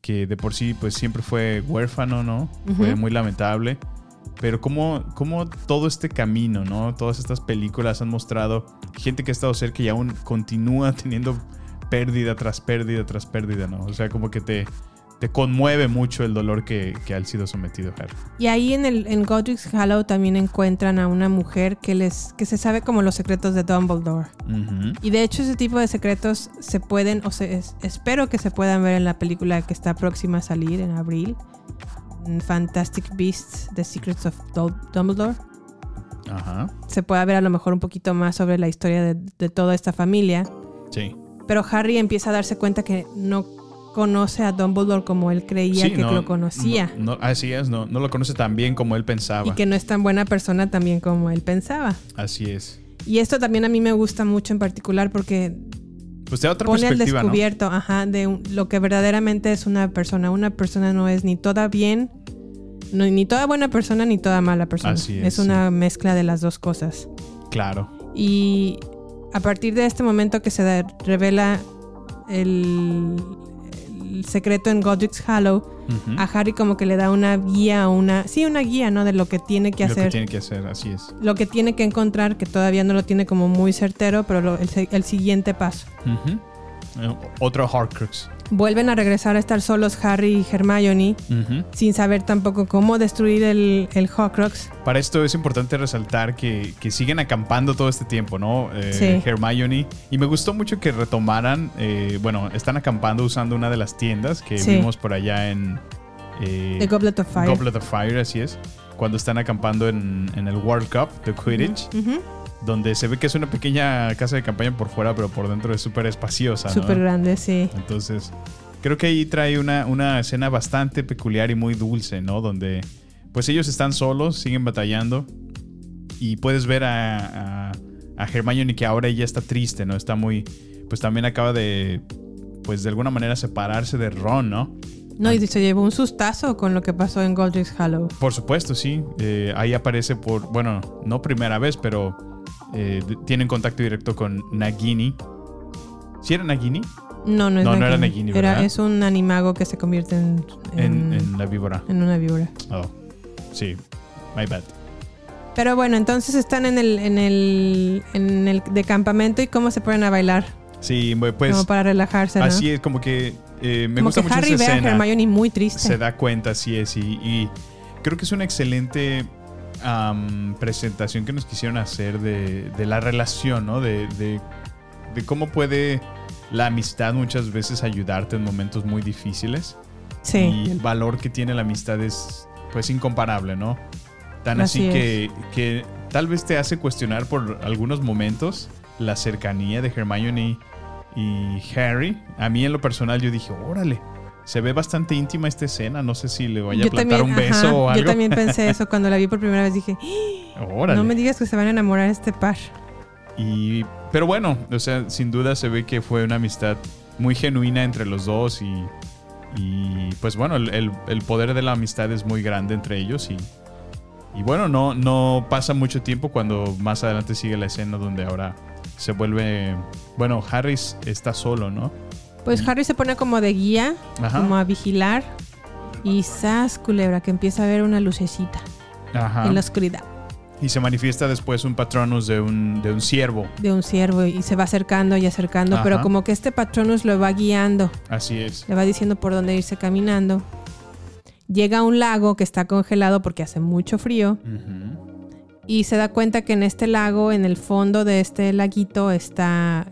[SPEAKER 3] que de por sí, pues siempre fue huérfano, ¿no? Fue
[SPEAKER 2] Ujú.
[SPEAKER 3] muy lamentable. Pero como todo este camino, ¿no? Todas estas películas han mostrado gente que ha estado cerca y aún continúa teniendo pérdida tras pérdida tras pérdida, ¿no? O sea, como que te, te conmueve mucho el dolor que, que ha sido sometido Harry.
[SPEAKER 2] Y ahí en el en Godric's Hollow también encuentran a una mujer que les que se sabe como los secretos de Dumbledore. Y de hecho ese tipo de secretos se pueden o se es- espero que se puedan ver en la película que está próxima a salir en abril, en Fantastic Beasts: The Secrets of Dol- Dumbledore.
[SPEAKER 3] Ajá.
[SPEAKER 2] Se pueda ver a lo mejor un poquito más sobre la historia de, de toda esta familia.
[SPEAKER 3] Sí.
[SPEAKER 2] Pero Harry empieza a darse cuenta que no conoce a Dumbledore como él creía
[SPEAKER 3] Sí,
[SPEAKER 2] que
[SPEAKER 3] no-
[SPEAKER 2] lo conocía.
[SPEAKER 3] no- no- así es, no, no lo conoce tan bien como él pensaba.
[SPEAKER 2] y que no es tan buena persona también como él pensaba.
[SPEAKER 3] Así es.
[SPEAKER 2] Y esto también a mí me gusta mucho en particular porque
[SPEAKER 3] Pues te da otra
[SPEAKER 2] pone al
[SPEAKER 3] perspectiva, ¿no?
[SPEAKER 2] descubierto ajá, de un- lo que verdaderamente es una persona. Una persona no es ni toda bien No, ni toda buena persona ni toda mala persona.
[SPEAKER 3] Así
[SPEAKER 2] es
[SPEAKER 3] es,
[SPEAKER 2] una mezcla de las dos cosas.
[SPEAKER 3] Claro.
[SPEAKER 2] Y a partir de este momento que se da- revela el, el secreto en Godric's Hollow, a Harry como que le da una guía, una sí, una guía, ¿no? De lo que tiene que
[SPEAKER 3] Lo que
[SPEAKER 2] hacer,
[SPEAKER 3] tiene que hacer, así es.
[SPEAKER 2] lo que tiene que encontrar, que todavía no lo tiene como muy certero, pero lo- el, se- el siguiente paso.
[SPEAKER 3] Ujú. Eh, Otro Horcrux.
[SPEAKER 2] Vuelven a regresar a estar solos Harry y Hermione,
[SPEAKER 3] Ujú.
[SPEAKER 2] sin saber tampoco cómo destruir el, el Horcrux.
[SPEAKER 3] Para esto es importante resaltar que, que siguen acampando todo este tiempo, ¿no? Eh,
[SPEAKER 2] Sí.
[SPEAKER 3] Hermione. Y me gustó mucho que retomaran, eh, bueno, están acampando usando una de las tiendas que
[SPEAKER 2] Sí.
[SPEAKER 3] vimos por allá en... eh,
[SPEAKER 2] The Goblet of Fire.
[SPEAKER 3] Goblet of Fire, así es. Cuando están acampando en, en el World Cup de Quidditch,
[SPEAKER 2] Ujú.
[SPEAKER 3] donde se ve que es una pequeña casa de campaña por fuera, pero por dentro es súper espaciosa. ¿no?
[SPEAKER 2] Súper grande, sí.
[SPEAKER 3] Entonces, creo que ahí trae una, una escena bastante peculiar y muy dulce, ¿no? Donde pues ellos están solos, siguen batallando y puedes ver a, a, a Hermione que ahora ella está triste, ¿no? Está muy, pues también acaba de, pues de alguna manera separarse de Ron, ¿no?
[SPEAKER 2] No, y se llevó un sustazo con lo que pasó en Godric's Hollow.
[SPEAKER 3] Por supuesto, sí. Eh, ahí aparece por, bueno, no primera vez, pero eh, d- tienen contacto directo con Nagini. ¿Sí era Nagini?
[SPEAKER 2] No, no es
[SPEAKER 3] No, no era
[SPEAKER 2] Nagini.
[SPEAKER 3] Nagini, ¿verdad?
[SPEAKER 2] es un animago que se convierte en, en,
[SPEAKER 3] En, en la víbora.
[SPEAKER 2] en una víbora.
[SPEAKER 3] Oh, sí. My bad.
[SPEAKER 2] Pero bueno, entonces están en el, en el, en el de campamento y cómo se ponen a bailar.
[SPEAKER 3] Sí, bu- pues
[SPEAKER 2] como para relajarse, ¿no?
[SPEAKER 3] así es como que eh, me
[SPEAKER 2] como
[SPEAKER 3] gusta
[SPEAKER 2] que
[SPEAKER 3] mucho
[SPEAKER 2] Harry
[SPEAKER 3] esa
[SPEAKER 2] ve a
[SPEAKER 3] escena.
[SPEAKER 2] Hermione muy triste.
[SPEAKER 3] Se da cuenta, así es, y, y creo que es una excelente am, presentación que nos quisieron hacer de, de la relación, ¿no? De, de- de cómo puede la amistad muchas veces ayudarte en momentos muy difíciles.
[SPEAKER 2] sí.
[SPEAKER 3] Y el valor que tiene la amistad es pues incomparable, ¿no? Tan así,
[SPEAKER 2] Así
[SPEAKER 3] que, que tal vez te hace cuestionar por algunos momentos la cercanía de Hermione y Harry. A mí en lo personal yo dije, órale, se ve bastante íntima esta escena, no sé si le vaya a plantar un
[SPEAKER 2] ajá,
[SPEAKER 3] beso o algo.
[SPEAKER 2] yo también pensé eso cuando la vi por primera vez. Dije, "¡Ah!
[SPEAKER 3] Órale.
[SPEAKER 2] no me digas que se van a enamorar este par.
[SPEAKER 3] Y, pero bueno, o sea, sin duda se ve que fue una amistad muy genuina entre los dos y, y, pues bueno, el, el- el poder de la amistad es muy grande entre ellos y, y bueno, no, no pasa mucho tiempo cuando más adelante sigue la escena donde ahora se vuelve, bueno, Harris está solo, ¿no?
[SPEAKER 2] Pues Harry se pone como de guía,
[SPEAKER 3] Mm. Ajá.
[SPEAKER 2] como a vigilar. Y sas, culebra, que empieza a ver una lucecita
[SPEAKER 3] Ajá.
[SPEAKER 2] en la oscuridad.
[SPEAKER 3] Y se manifiesta después un patronus de un, de un ciervo,
[SPEAKER 2] de un ciervo y se va acercando y acercando,
[SPEAKER 3] Ajá.
[SPEAKER 2] pero como que este Patronus lo va guiando,
[SPEAKER 3] así es.
[SPEAKER 2] le va diciendo por dónde irse caminando. Llega a un lago que está congelado porque hace mucho frío
[SPEAKER 3] Ujú.
[SPEAKER 2] y se da cuenta que en este lago, en el fondo de este laguito está,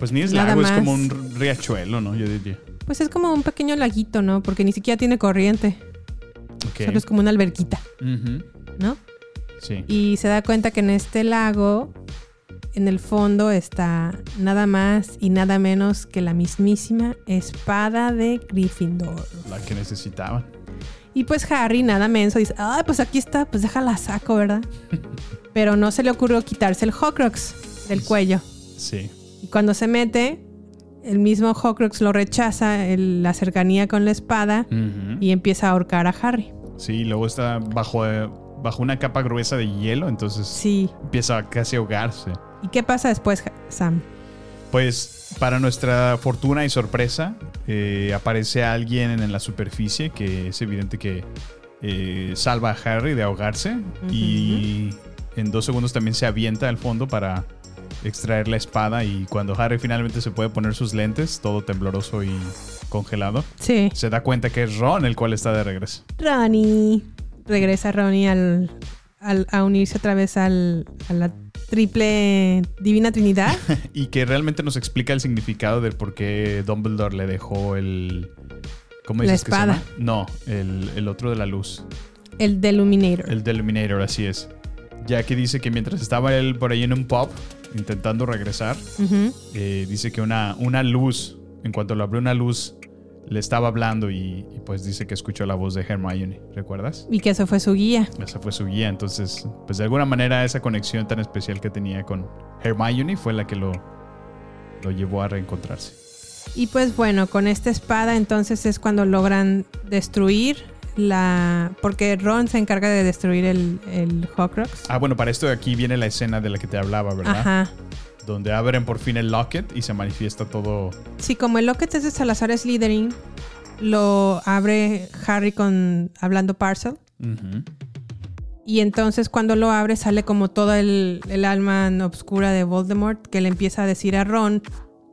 [SPEAKER 3] Pues ni es
[SPEAKER 2] Nada
[SPEAKER 3] lago, es
[SPEAKER 2] más.
[SPEAKER 3] como un riachuelo, ¿no? Yo diría.
[SPEAKER 2] pues es como un pequeño laguito, ¿no? Porque ni siquiera tiene corriente,
[SPEAKER 3] Ok.
[SPEAKER 2] solo es como una alberquita,
[SPEAKER 3] Ujú.
[SPEAKER 2] ¿no?
[SPEAKER 3] Sí.
[SPEAKER 2] Y se da cuenta que en este lago, en el fondo, está nada más y nada menos que la mismísima espada de Gryffindor.
[SPEAKER 3] La que necesitaban.
[SPEAKER 2] Y pues Harry, nada menso, dice, ah, pues aquí está, pues déjala saco, ¿verdad? Pero no se le ocurrió quitarse el Horcrux del cuello.
[SPEAKER 3] Sí.
[SPEAKER 2] Y cuando se mete, el mismo Horcrux lo rechaza, el- la cercanía con la espada, y empieza a ahorcar a Harry.
[SPEAKER 3] Sí, luego está bajo, eh, bajo una capa gruesa de hielo, entonces
[SPEAKER 2] Sí.
[SPEAKER 3] empieza a casi ahogarse.
[SPEAKER 2] ¿Y qué pasa después, Ja- Sam?
[SPEAKER 3] Pues para nuestra fortuna y sorpresa, eh, aparece alguien en la superficie que es evidente que eh, salva a Harry de ahogarse y en dos segundos también se avienta al fondo para extraer la espada y cuando Harry finalmente se puede poner sus lentes, todo tembloroso y congelado,
[SPEAKER 2] Sí.
[SPEAKER 3] se da cuenta que es Ron el cual está de regreso.
[SPEAKER 2] Ronnie. Regresa Ronnie al, al- a unirse otra vez al, a la triple divina trinidad.
[SPEAKER 3] Y que realmente nos explica el significado del por qué Dumbledore le dejó el. ¿Cómo
[SPEAKER 2] La
[SPEAKER 3] dices que se
[SPEAKER 2] espada.
[SPEAKER 3] llama? No, el, el otro de la luz.
[SPEAKER 2] El Deluminator.
[SPEAKER 3] El Deluminator, así es. Ya que dice que mientras estaba él por ahí en un pub intentando regresar,
[SPEAKER 2] Ujú.
[SPEAKER 3] eh, dice que una, una luz, en cuanto lo abrió una luz, le estaba hablando y, y pues dice que escuchó la voz de Hermione, ¿recuerdas?
[SPEAKER 2] Y que eso fue su guía.
[SPEAKER 3] Esa fue su guía, entonces, pues de alguna manera esa conexión tan especial que tenía con Hermione fue la que lo, lo llevó a reencontrarse.
[SPEAKER 2] Y pues bueno, con esta espada entonces es cuando logran destruir la. Porque Ron se encarga de destruir el, el Horcrux.
[SPEAKER 3] Ah, bueno, para esto de aquí viene la escena de la que te hablaba, ¿verdad?
[SPEAKER 2] Ajá.
[SPEAKER 3] Donde abren por fin el locket y se manifiesta todo.
[SPEAKER 2] Sí, como el locket es de Salazar Slytherin, lo abre Harry con hablando Parcel.
[SPEAKER 3] Ujú.
[SPEAKER 2] Y entonces cuando lo abre sale como todo el, el alma en obscura de Voldemort que le empieza a decir a Ron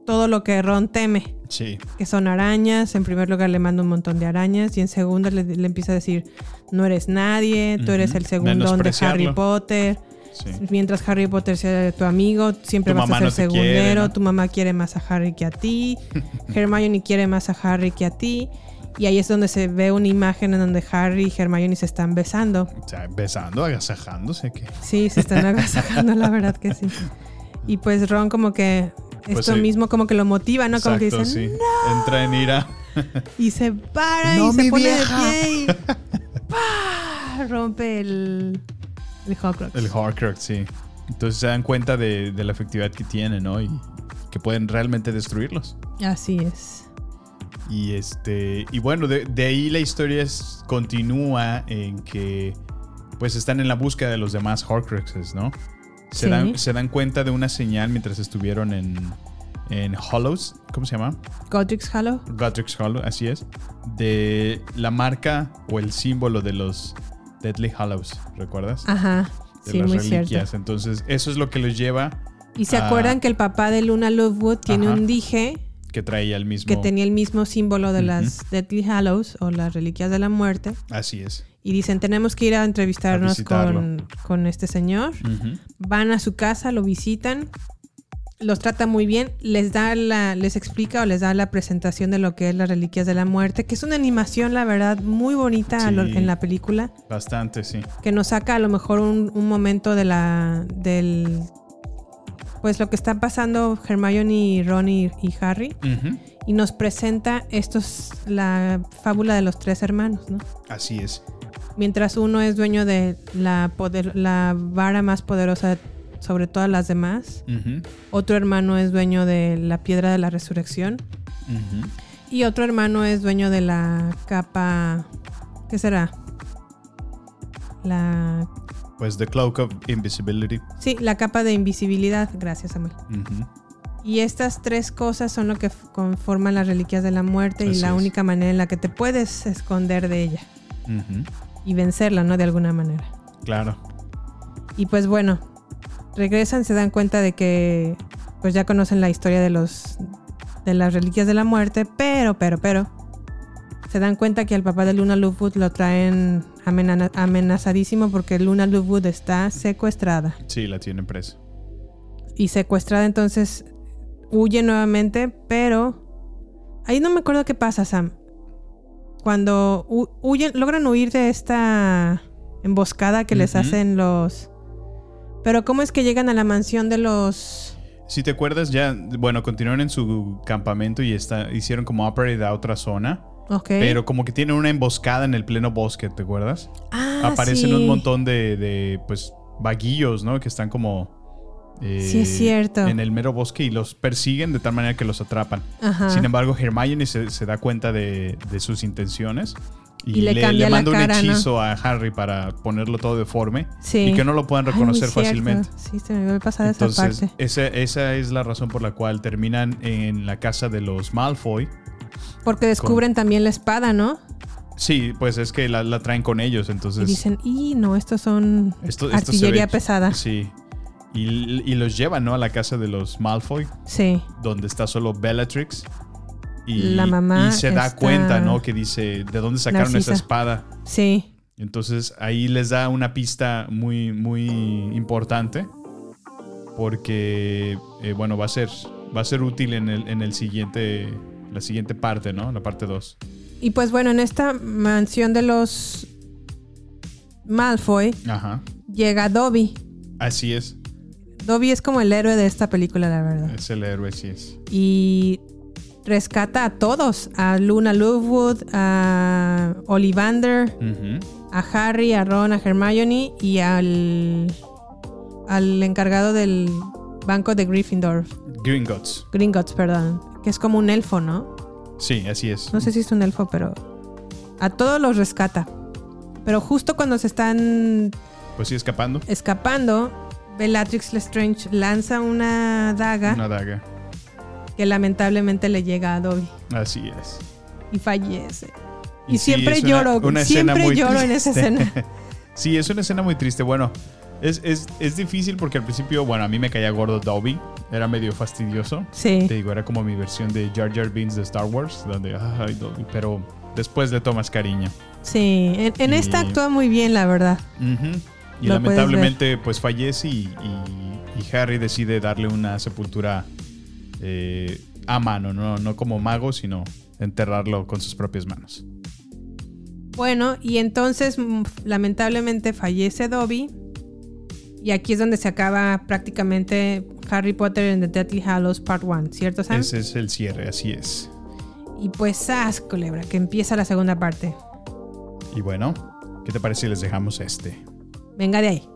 [SPEAKER 2] todo lo que Ron teme.
[SPEAKER 3] Sí.
[SPEAKER 2] que son arañas. En primer lugar le manda un montón de arañas y en segundo le, le empieza a decir, no eres nadie, tú eres
[SPEAKER 3] Ujú.
[SPEAKER 2] el segundo de
[SPEAKER 3] Menospreciarlo.
[SPEAKER 2] Harry Potter.
[SPEAKER 3] Sí.
[SPEAKER 2] Mientras Harry Potter sea tu amigo, siempre
[SPEAKER 3] Tu
[SPEAKER 2] vas a
[SPEAKER 3] mamá
[SPEAKER 2] ser
[SPEAKER 3] no te
[SPEAKER 2] segundero.
[SPEAKER 3] quiere, ¿no?
[SPEAKER 2] Tu mamá quiere más a Harry que a ti. Hermione quiere más a Harry que a ti. Y ahí es donde se ve una imagen en donde Harry y Hermione se están besando.
[SPEAKER 3] O sea, besando, agasajándose. Que,
[SPEAKER 2] Sí, se están agasajando, la verdad que sí. Y pues Ron como que
[SPEAKER 3] Pues
[SPEAKER 2] esto
[SPEAKER 3] sí.
[SPEAKER 2] mismo como que lo motiva, ¿no? Como que
[SPEAKER 3] exacto,
[SPEAKER 2] dicen,
[SPEAKER 3] sí. Entra en ira.
[SPEAKER 2] Y se para
[SPEAKER 3] No,
[SPEAKER 2] y se
[SPEAKER 3] mi
[SPEAKER 2] pone
[SPEAKER 3] vieja.
[SPEAKER 2] de pie y ¡pa! rompe el, el Horcrux.
[SPEAKER 3] El Horcrux, sí. Entonces se dan cuenta de, de la efectividad que tiene, ¿no? Y que pueden realmente destruirlos.
[SPEAKER 2] Así es.
[SPEAKER 3] Y este. Y bueno, de, de ahí la historia es- continúa en que. Pues están en la búsqueda de los demás Horcruxes, ¿no? Se,
[SPEAKER 2] Sí.
[SPEAKER 3] dan, se dan cuenta de una señal mientras estuvieron en. En Hollows. ¿Cómo se llama?
[SPEAKER 2] Godric's Hollow.
[SPEAKER 3] Godric's Hollow, así es. De la marca o el símbolo de los Deadly Hollows, ¿recuerdas?
[SPEAKER 2] Ajá.
[SPEAKER 3] de
[SPEAKER 2] Ah, Sí,
[SPEAKER 3] las
[SPEAKER 2] muy
[SPEAKER 3] reliquias.
[SPEAKER 2] cierto.
[SPEAKER 3] Entonces, eso es lo que los lleva
[SPEAKER 2] Y se
[SPEAKER 3] Ah.
[SPEAKER 2] acuerdan que el papá de Luna Lovewood tiene
[SPEAKER 3] Ajá.
[SPEAKER 2] un dije
[SPEAKER 3] que traía el mismo.
[SPEAKER 2] que tenía el mismo símbolo de
[SPEAKER 3] Ujú.
[SPEAKER 2] las Deadly Hallows o las reliquias de la muerte.
[SPEAKER 3] Así es.
[SPEAKER 2] Y dicen, tenemos que ir a
[SPEAKER 3] A
[SPEAKER 2] entrevistarnos
[SPEAKER 3] visitarlo.
[SPEAKER 2] con, con este señor.
[SPEAKER 3] Ujú.
[SPEAKER 2] van a su casa, lo visitan, los trata muy bien, les da la, les explica o les da la presentación de lo que es las reliquias de la muerte, que es una animación, la verdad, muy bonita a lo-
[SPEAKER 3] Sí.
[SPEAKER 2] en la película,
[SPEAKER 3] Bastante, sí.
[SPEAKER 2] que nos saca a lo mejor un, un momento de la del pues lo que está pasando Hermione y Ron y, y Harry
[SPEAKER 3] Ujú.
[SPEAKER 2] y nos presenta estos la fábula de los tres hermanos, ¿no?
[SPEAKER 3] Así es.
[SPEAKER 2] Mientras uno es dueño de la poder- la vara más poderosa sobre todas las demás,
[SPEAKER 3] Ujú.
[SPEAKER 2] otro hermano es dueño de la piedra de la resurrección
[SPEAKER 3] Ujú.
[SPEAKER 2] y otro hermano es dueño de la capa ¿qué será? La
[SPEAKER 3] Pues The Cloak of Invisibility.
[SPEAKER 2] sí, la capa de invisibilidad, gracias Samuel.
[SPEAKER 3] Ujú.
[SPEAKER 2] Y estas tres cosas son lo que f- conforman las reliquias de la muerte y
[SPEAKER 3] Así
[SPEAKER 2] la
[SPEAKER 3] es.
[SPEAKER 2] única manera en la que te puedes esconder de ella
[SPEAKER 3] Ujú.
[SPEAKER 2] y vencerla, ¿no? De alguna manera.
[SPEAKER 3] Claro.
[SPEAKER 2] Y pues bueno, regresan, se dan cuenta de que pues ya conocen la historia de los de las reliquias de la muerte, pero pero pero se dan cuenta que al papá de Luna Lovewood lo traen amena- amenazadísimo porque Luna Lovewood está secuestrada
[SPEAKER 3] Sí, la tienen presa.
[SPEAKER 2] y secuestrada entonces huye nuevamente, pero ahí no me acuerdo qué pasa, Sam. Cuando hu- huyen, logran huir de esta emboscada que les
[SPEAKER 3] Ujú.
[SPEAKER 2] hacen los... Pero ¿cómo es que llegan a la mansión de los...
[SPEAKER 3] Si te acuerdas, ya, bueno, continuaron en su campamento y está, hicieron como upgrade a otra zona.
[SPEAKER 2] Ok.
[SPEAKER 3] Pero como que tienen una emboscada en el pleno bosque, ¿te acuerdas?
[SPEAKER 2] Ah,
[SPEAKER 3] Aparecen
[SPEAKER 2] sí.
[SPEAKER 3] un montón de, de, pues, vaguillos, ¿no? Que están como... eh,
[SPEAKER 2] Sí, es cierto.
[SPEAKER 3] En el mero bosque y los persiguen de tal manera que los atrapan.
[SPEAKER 2] Ajá.
[SPEAKER 3] Sin embargo, Hermione se, se da cuenta de, de sus intenciones y,
[SPEAKER 2] Y le
[SPEAKER 3] le,
[SPEAKER 2] cambia
[SPEAKER 3] le
[SPEAKER 2] la
[SPEAKER 3] manda
[SPEAKER 2] cara,
[SPEAKER 3] un
[SPEAKER 2] ¿no?
[SPEAKER 3] hechizo a Harry para ponerlo todo deforme
[SPEAKER 2] Sí.
[SPEAKER 3] y que no lo puedan
[SPEAKER 2] Ay, muy
[SPEAKER 3] reconocer
[SPEAKER 2] cierto.
[SPEAKER 3] fácilmente.
[SPEAKER 2] Sí, se me había pasado esa
[SPEAKER 3] Entonces,
[SPEAKER 2] parte.
[SPEAKER 3] esa, esa es la razón por la cual terminan en la casa de los Malfoy.
[SPEAKER 2] Porque descubren también la espada, ¿no?
[SPEAKER 3] Sí, pues es que la, la traen con ellos, entonces...
[SPEAKER 2] Y dicen, y no, estos son
[SPEAKER 3] Esto- esto se
[SPEAKER 2] artillería
[SPEAKER 3] ve-
[SPEAKER 2] pesada.
[SPEAKER 3] Sí. Y, y los llevan, ¿no? A la casa de los Malfoy,
[SPEAKER 2] sí.
[SPEAKER 3] donde está solo Bellatrix. Y,
[SPEAKER 2] La mamá
[SPEAKER 3] y se da
[SPEAKER 2] está-
[SPEAKER 3] cuenta, ¿no? Que dice, ¿de dónde sacaron
[SPEAKER 2] Narcisa.
[SPEAKER 3] esa espada?
[SPEAKER 2] Sí.
[SPEAKER 3] Entonces ahí les da una pista muy, muy importante. Porque, eh, bueno, va a ser, va a ser útil en el, en el siguiente, la siguiente parte, ¿no? La parte 2.
[SPEAKER 2] Y pues bueno, en esta mansión de los Malfoy
[SPEAKER 3] Ajá.
[SPEAKER 2] llega Dobby.
[SPEAKER 3] Así es.
[SPEAKER 2] Dobby es como el héroe de esta película, la verdad.
[SPEAKER 3] Es el héroe, así es.
[SPEAKER 2] Y rescata a todos, a Luna Lovewood, a Ollivander,
[SPEAKER 3] Ujú.
[SPEAKER 2] a Harry, a Ron, a Hermione y al al encargado del banco de Gryffindor,
[SPEAKER 3] Gringotts.
[SPEAKER 2] Gringotts, perdón, que es como un elfo, ¿no?
[SPEAKER 3] Sí, así es.
[SPEAKER 2] No sé si es un elfo, pero a todos los rescata. Pero justo cuando se están
[SPEAKER 3] Pues sí, escapando.
[SPEAKER 2] escapando, Bellatrix Lestrange lanza una daga
[SPEAKER 3] Una daga.
[SPEAKER 2] que lamentablemente le llega a Dobby
[SPEAKER 3] Así es.
[SPEAKER 2] y fallece.
[SPEAKER 3] Y
[SPEAKER 2] Y,
[SPEAKER 3] sí,
[SPEAKER 2] siempre
[SPEAKER 3] es una-
[SPEAKER 2] lloro,
[SPEAKER 3] una escena
[SPEAKER 2] siempre
[SPEAKER 3] muy
[SPEAKER 2] lloro en esa
[SPEAKER 3] triste.
[SPEAKER 2] escena.
[SPEAKER 3] Sí, es una escena muy triste. Bueno, es, es- es difícil porque al principio, bueno, a mí me caía gordo Dobby. Era medio fastidioso.
[SPEAKER 2] Sí.
[SPEAKER 3] Te digo, era como mi versión de Jar Jar Beans de Star Wars, donde, ay, Dobby. Pero después le tomas cariño.
[SPEAKER 2] Sí, en, en esta
[SPEAKER 3] Y-
[SPEAKER 2] actúa muy bien, la verdad.
[SPEAKER 3] Ujú. Y
[SPEAKER 2] Lo
[SPEAKER 3] lamentablemente, pues fallece y, y- y Harry decide darle una sepultura eh, a mano, ¿no? no como mago, sino enterrarlo con sus propias manos.
[SPEAKER 2] Bueno, y entonces mm, lamentablemente fallece Dobby. Y aquí es donde se acaba prácticamente Harry Potter and the Deathly Hallows Part 1, ¿cierto, Sam?
[SPEAKER 3] Ese es el cierre, así es.
[SPEAKER 2] Y pues, ¡as, culebra! Que empieza la segunda parte.
[SPEAKER 3] Y bueno, ¿qué te parece si les dejamos este?
[SPEAKER 2] Venga de ahí.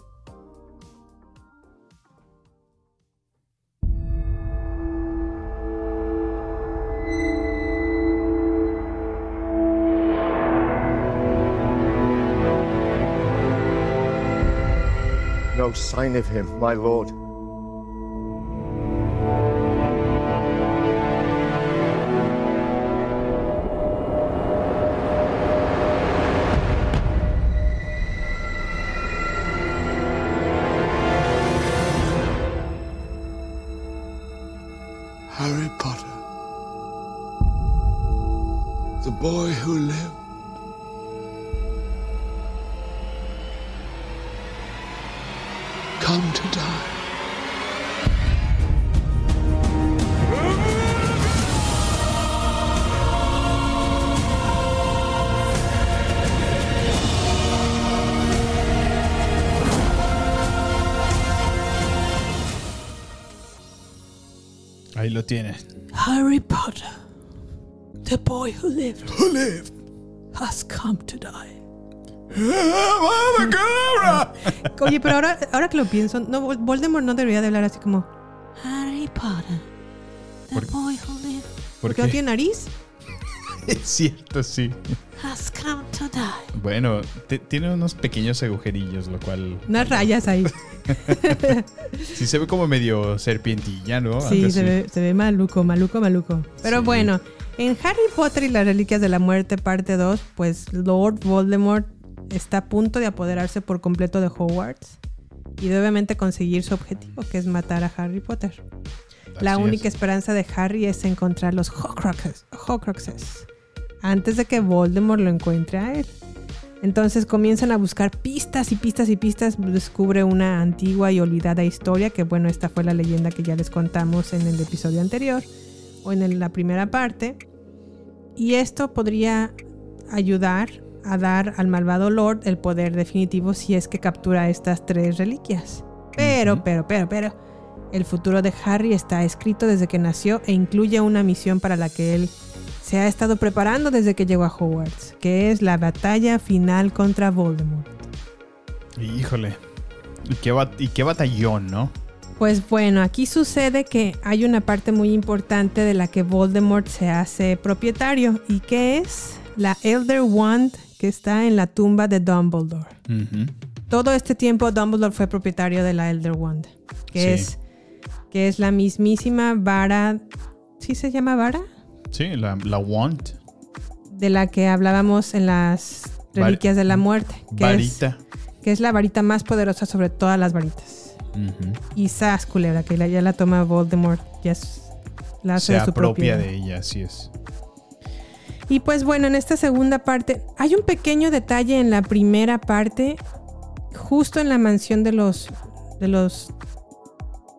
[SPEAKER 7] No sign of him, my lord.
[SPEAKER 5] Harry Potter. The boy who lived. Come to die.
[SPEAKER 3] Ahí lo tienes.
[SPEAKER 2] Harry Potter, the boy who lived, who lived, has come to die. Oye, pero ahora, ahora que lo pienso, no, Vol- Voldemort no debería de hablar así como Harry Potter, the
[SPEAKER 3] ¿Por-
[SPEAKER 2] boy who lived, porque no
[SPEAKER 3] Porque
[SPEAKER 2] tiene nariz,
[SPEAKER 3] es cierto, sí.
[SPEAKER 2] has come to die.
[SPEAKER 3] Bueno, te- tiene unos pequeños agujerillos, lo cual
[SPEAKER 2] Unas rayas ahí.
[SPEAKER 3] sí se ve como medio serpientilla, ¿no? Algo
[SPEAKER 2] Sí,
[SPEAKER 3] así.
[SPEAKER 2] se ve, se ve maluco, maluco, maluco. Pero
[SPEAKER 3] Sí.
[SPEAKER 2] bueno, en Harry Potter y las Reliquias de la Muerte, parte 2, pues Lord Voldemort está a punto de apoderarse por completo de Hogwarts y de obviamente conseguir su objetivo, que es matar a Harry Potter. la
[SPEAKER 3] Así
[SPEAKER 2] única
[SPEAKER 3] es.
[SPEAKER 2] esperanza de Harry es encontrar los Horcruxes, Horcruxes antes de que Voldemort lo encuentre a él. Entonces comienzan a buscar pistas y pistas y pistas. Descubre una antigua y olvidada historia, que bueno, esta fue la leyenda que ya les contamos en el episodio anterior o en el- la primera parte. Y esto podría ayudar a dar al malvado Lord el poder definitivo si es que captura estas tres reliquias. Pero, pero, pero, pero, el futuro de Harry está escrito desde que nació e incluye una misión para la que él se ha estado preparando desde que llegó a Hogwarts, que es la batalla final contra Voldemort.
[SPEAKER 3] Híjole. Y qué, bat- y qué batallón, ¿no?
[SPEAKER 2] Pues bueno, aquí sucede que hay una parte muy importante de la que Voldemort se hace propietario y que es la Elder Wand que está en la tumba de Dumbledore.
[SPEAKER 3] Ujú.
[SPEAKER 2] Todo este tiempo Dumbledore fue propietario de la Elder Wand, que
[SPEAKER 3] Sí.
[SPEAKER 2] es que es la mismísima vara, ¿sí se llama vara?
[SPEAKER 3] Sí, la, la want.
[SPEAKER 2] De la que hablábamos en las
[SPEAKER 3] Vari-
[SPEAKER 2] reliquias de la muerte, que
[SPEAKER 3] Varita.
[SPEAKER 2] es que es la varita más poderosa sobre todas las varitas.
[SPEAKER 3] Ujú.
[SPEAKER 2] Y sas, culebra, que la- ya la toma Voldemort, ya es, la hace
[SPEAKER 3] Se
[SPEAKER 2] de su
[SPEAKER 3] apropia
[SPEAKER 2] propia.
[SPEAKER 3] de ella, así es.
[SPEAKER 2] Y pues bueno, en esta segunda parte hay un pequeño detalle en la primera parte, justo en la mansión de los de los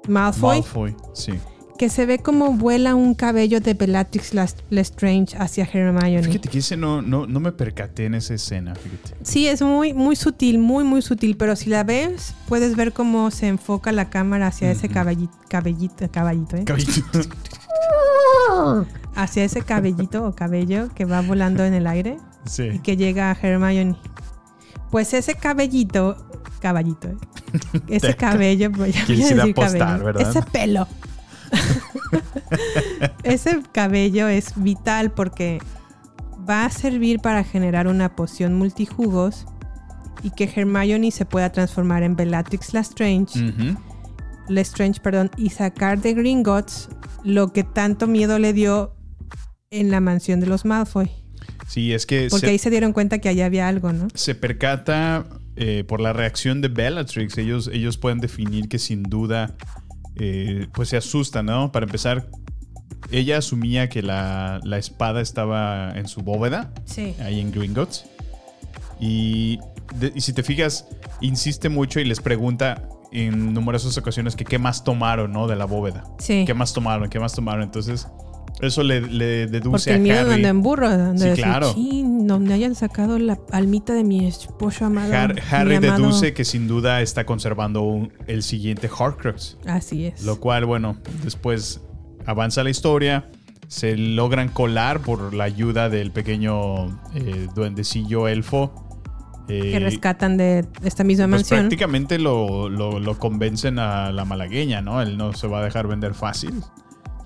[SPEAKER 2] Malfoy,
[SPEAKER 3] Malfoy, sí.
[SPEAKER 2] que se ve como vuela un cabello de Bellatrix Last- Lestrange hacia Hermione.
[SPEAKER 3] Fíjate que ese no, no, no me percaté en esa escena, fíjate.
[SPEAKER 2] Sí, es muy muy sutil, muy muy sutil, pero si la ves puedes ver cómo se enfoca la cámara hacia ese cabellito, cabellito, caballito, ¿eh? hacia ese cabellito o cabello que va volando en el aire y
[SPEAKER 3] sí.
[SPEAKER 2] que llega a Hermione. Pues ese cabellito, caballito, ¿eh? ese cabello, pues ya voy a
[SPEAKER 3] Quisiste
[SPEAKER 2] decir
[SPEAKER 3] apostar,
[SPEAKER 2] cabello,
[SPEAKER 3] ¿verdad?
[SPEAKER 2] ese pelo, ese cabello es vital porque va a servir para generar una poción multijugos y que Hermione se pueda transformar en Bellatrix Lestrange,
[SPEAKER 3] Ujú.
[SPEAKER 2] Lestrange, perdón, y sacar de Gringotts lo que tanto miedo le dio en la mansión de los Malfoy.
[SPEAKER 3] Sí, es que
[SPEAKER 2] Porque
[SPEAKER 3] se,
[SPEAKER 2] ahí se dieron cuenta que allá había algo, ¿no?
[SPEAKER 3] se percata eh, por la reacción de Bellatrix. Ellos, ellos pueden definir que sin duda eh, pues se asusta, ¿no? Para empezar, ella asumía que la, la espada estaba en su bóveda,
[SPEAKER 2] Sí.
[SPEAKER 3] ahí en Gringotts. Y, de- y si te fijas, insiste mucho y les pregunta en numerosas ocasiones que qué más tomaron, ¿no? De la bóveda.
[SPEAKER 2] Sí.
[SPEAKER 3] ¿Qué más tomaron? ¿Qué más tomaron? Entonces, eso le, le deduce
[SPEAKER 2] Porque el
[SPEAKER 3] a
[SPEAKER 2] miedo
[SPEAKER 3] Harry.
[SPEAKER 2] donde en burro, donde
[SPEAKER 3] Sí,
[SPEAKER 2] decir,
[SPEAKER 3] claro.
[SPEAKER 2] "Chin, donde hayan sacado la almita de mi esposo amado.
[SPEAKER 3] Har-
[SPEAKER 2] mi
[SPEAKER 3] Harry
[SPEAKER 2] amado".
[SPEAKER 3] deduce que sin duda está conservando un- el siguiente Horcrux,
[SPEAKER 2] Así es.
[SPEAKER 3] lo cual, bueno, después avanza la historia, se logran colar por la ayuda del pequeño eh, duendecillo elfo. eh,
[SPEAKER 2] que rescatan de esta misma
[SPEAKER 3] pues
[SPEAKER 2] mansión.
[SPEAKER 3] prácticamente lo, lo- lo convencen a la malagueña, ¿no? Él no se va a dejar vender fácil.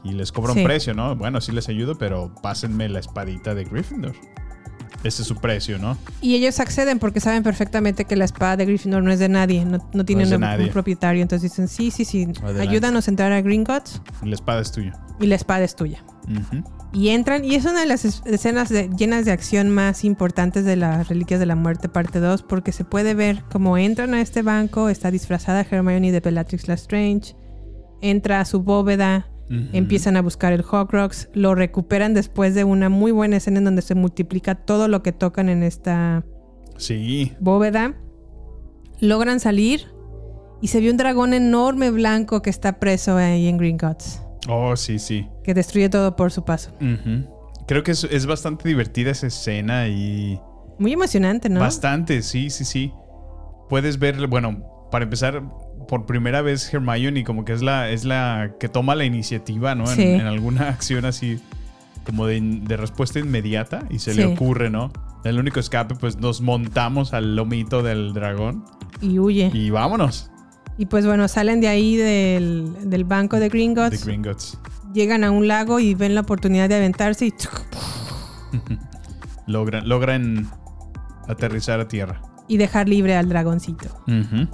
[SPEAKER 3] Y les cobra un
[SPEAKER 2] Sí.
[SPEAKER 3] precio, ¿no? Bueno, sí les ayudo, pero pásenme la espadita de Gryffindor. Ese es su precio, ¿no?
[SPEAKER 2] Y ellos acceden porque saben perfectamente que la espada de Gryffindor no es de nadie, no, no tienen
[SPEAKER 3] de
[SPEAKER 2] un-
[SPEAKER 3] nadie.
[SPEAKER 2] un propietario. Entonces dicen, sí, sí, sí,
[SPEAKER 3] Adelante.
[SPEAKER 2] ayúdanos a entrar a Gringotts
[SPEAKER 3] Y la espada es tuya.
[SPEAKER 2] y la espada es tuya.
[SPEAKER 3] Ujú.
[SPEAKER 2] Y entran, y es una de las es- escenas de- llenas de acción más importantes de las Reliquias de la Muerte, parte 2, porque se puede ver cómo entran a este banco, está disfrazada Hermione de Bellatrix Lestrange, entra a su bóveda, empiezan a buscar el Horcrux, lo recuperan después de una muy buena escena en donde se multiplica todo lo que tocan en esta
[SPEAKER 3] Sí,
[SPEAKER 2] bóveda, logran salir y se vio un dragón enorme blanco que está preso ahí en Gringotts,
[SPEAKER 3] Oh, sí, sí.
[SPEAKER 2] que destruye todo por su paso.
[SPEAKER 3] Creo que es, es bastante divertida esa escena y...
[SPEAKER 2] Muy emocionante, ¿no?
[SPEAKER 3] Bastante, sí, sí, sí. Puedes ver, bueno, para empezar, por primera vez Hermione como que es la, es la que toma la iniciativa, ¿no? En-
[SPEAKER 2] Sí.
[SPEAKER 3] En, alguna acción así como de, in- de respuesta inmediata y se le
[SPEAKER 2] Sí.
[SPEAKER 3] ocurre, ¿no? El único escape, pues nos montamos al lomito del dragón
[SPEAKER 2] Y huye.
[SPEAKER 3] y vámonos
[SPEAKER 2] Y pues bueno, salen de ahí del, del banco de
[SPEAKER 3] de
[SPEAKER 2] Gringotts,
[SPEAKER 3] Gringotts.
[SPEAKER 2] llegan a un lago y ven la oportunidad de aventarse y
[SPEAKER 3] Logran, logran aterrizar a tierra.
[SPEAKER 2] y dejar libre al dragoncito.
[SPEAKER 3] Ujú.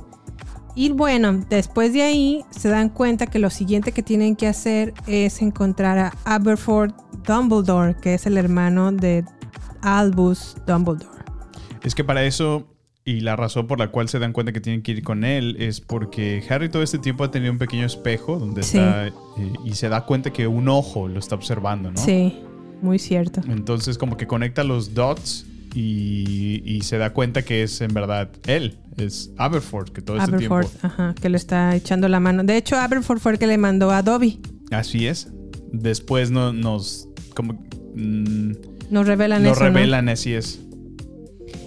[SPEAKER 2] Y bueno, después de ahí se dan cuenta que lo siguiente que tienen que hacer es encontrar a Aberford Dumbledore, que es el hermano de Albus Dumbledore.
[SPEAKER 3] Es que para eso, y la razón por la cual se dan cuenta que tienen que ir con él, es porque Harry todo este tiempo ha tenido un pequeño espejo donde
[SPEAKER 2] Sí.
[SPEAKER 3] está eh, y se da cuenta que un ojo lo está observando, ¿no?
[SPEAKER 2] Sí, muy cierto.
[SPEAKER 3] Entonces como que conecta los dots y, y se da cuenta que es en verdad él, es Aberford, que todo este
[SPEAKER 2] Aberford,
[SPEAKER 3] tiempo...
[SPEAKER 2] ajá, que le está echando la mano. De hecho, Aberford fue el que le mandó a Dobby.
[SPEAKER 3] Así es. Después no, nos... Como, mm,
[SPEAKER 2] Nos revelan
[SPEAKER 3] nos
[SPEAKER 2] eso. ¿no?
[SPEAKER 3] revelan, así es.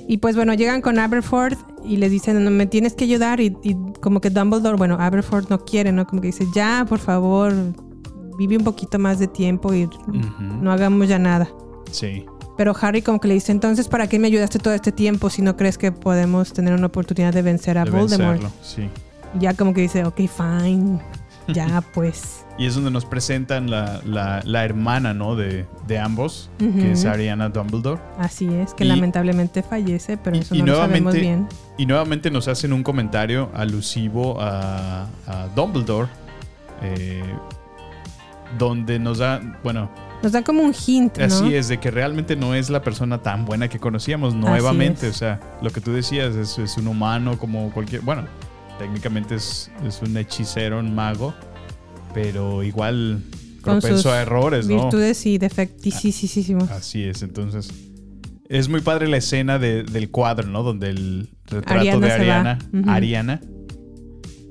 [SPEAKER 2] Y pues bueno, llegan con Aberford y les dicen, "No, me tienes que ayudar. Y, y como que Dumbledore, bueno, Aberford no quiere, ¿no? Como que dice, ya, por favor, vive un poquito más de tiempo y no hagamos ya nada.
[SPEAKER 3] Sí.
[SPEAKER 2] Pero Harry como que le dice, entonces, ¿para qué me ayudaste todo este tiempo si no crees que podemos tener una oportunidad de vencer a
[SPEAKER 3] de
[SPEAKER 2] Voldemort?
[SPEAKER 3] vencerlo, sí.
[SPEAKER 2] Ya como que dice, ok, fine, ya pues.
[SPEAKER 3] Y es donde nos presentan la, la- la hermana, ¿no? De, de ambos, que es Ariana Dumbledore.
[SPEAKER 2] Así es, que
[SPEAKER 3] Y-
[SPEAKER 2] lamentablemente fallece, pero
[SPEAKER 3] Y-
[SPEAKER 2] eso
[SPEAKER 3] y
[SPEAKER 2] no lo sabemos
[SPEAKER 3] nuevamente-
[SPEAKER 2] bien.
[SPEAKER 3] Y nuevamente nos hacen un comentario alusivo a, a Dumbledore, eh, donde nos da, bueno,
[SPEAKER 2] Nos dan como un hint, ¿no?
[SPEAKER 3] así es, de que realmente no es la persona tan buena que conocíamos nuevamente. O sea, lo que tú decías es, es un humano como cualquier, bueno, técnicamente es, es un hechicero, un mago, pero igual
[SPEAKER 2] Con sus
[SPEAKER 3] propenso a errores, pues, ¿no?
[SPEAKER 2] Virtudes y defectisísimos.
[SPEAKER 3] Así es, entonces. Es muy padre la escena de- del cuadro, ¿no? Donde el retrato
[SPEAKER 2] Ariana
[SPEAKER 3] de
[SPEAKER 2] se va.
[SPEAKER 3] Ariana.
[SPEAKER 2] Ujú.
[SPEAKER 3] Ariana.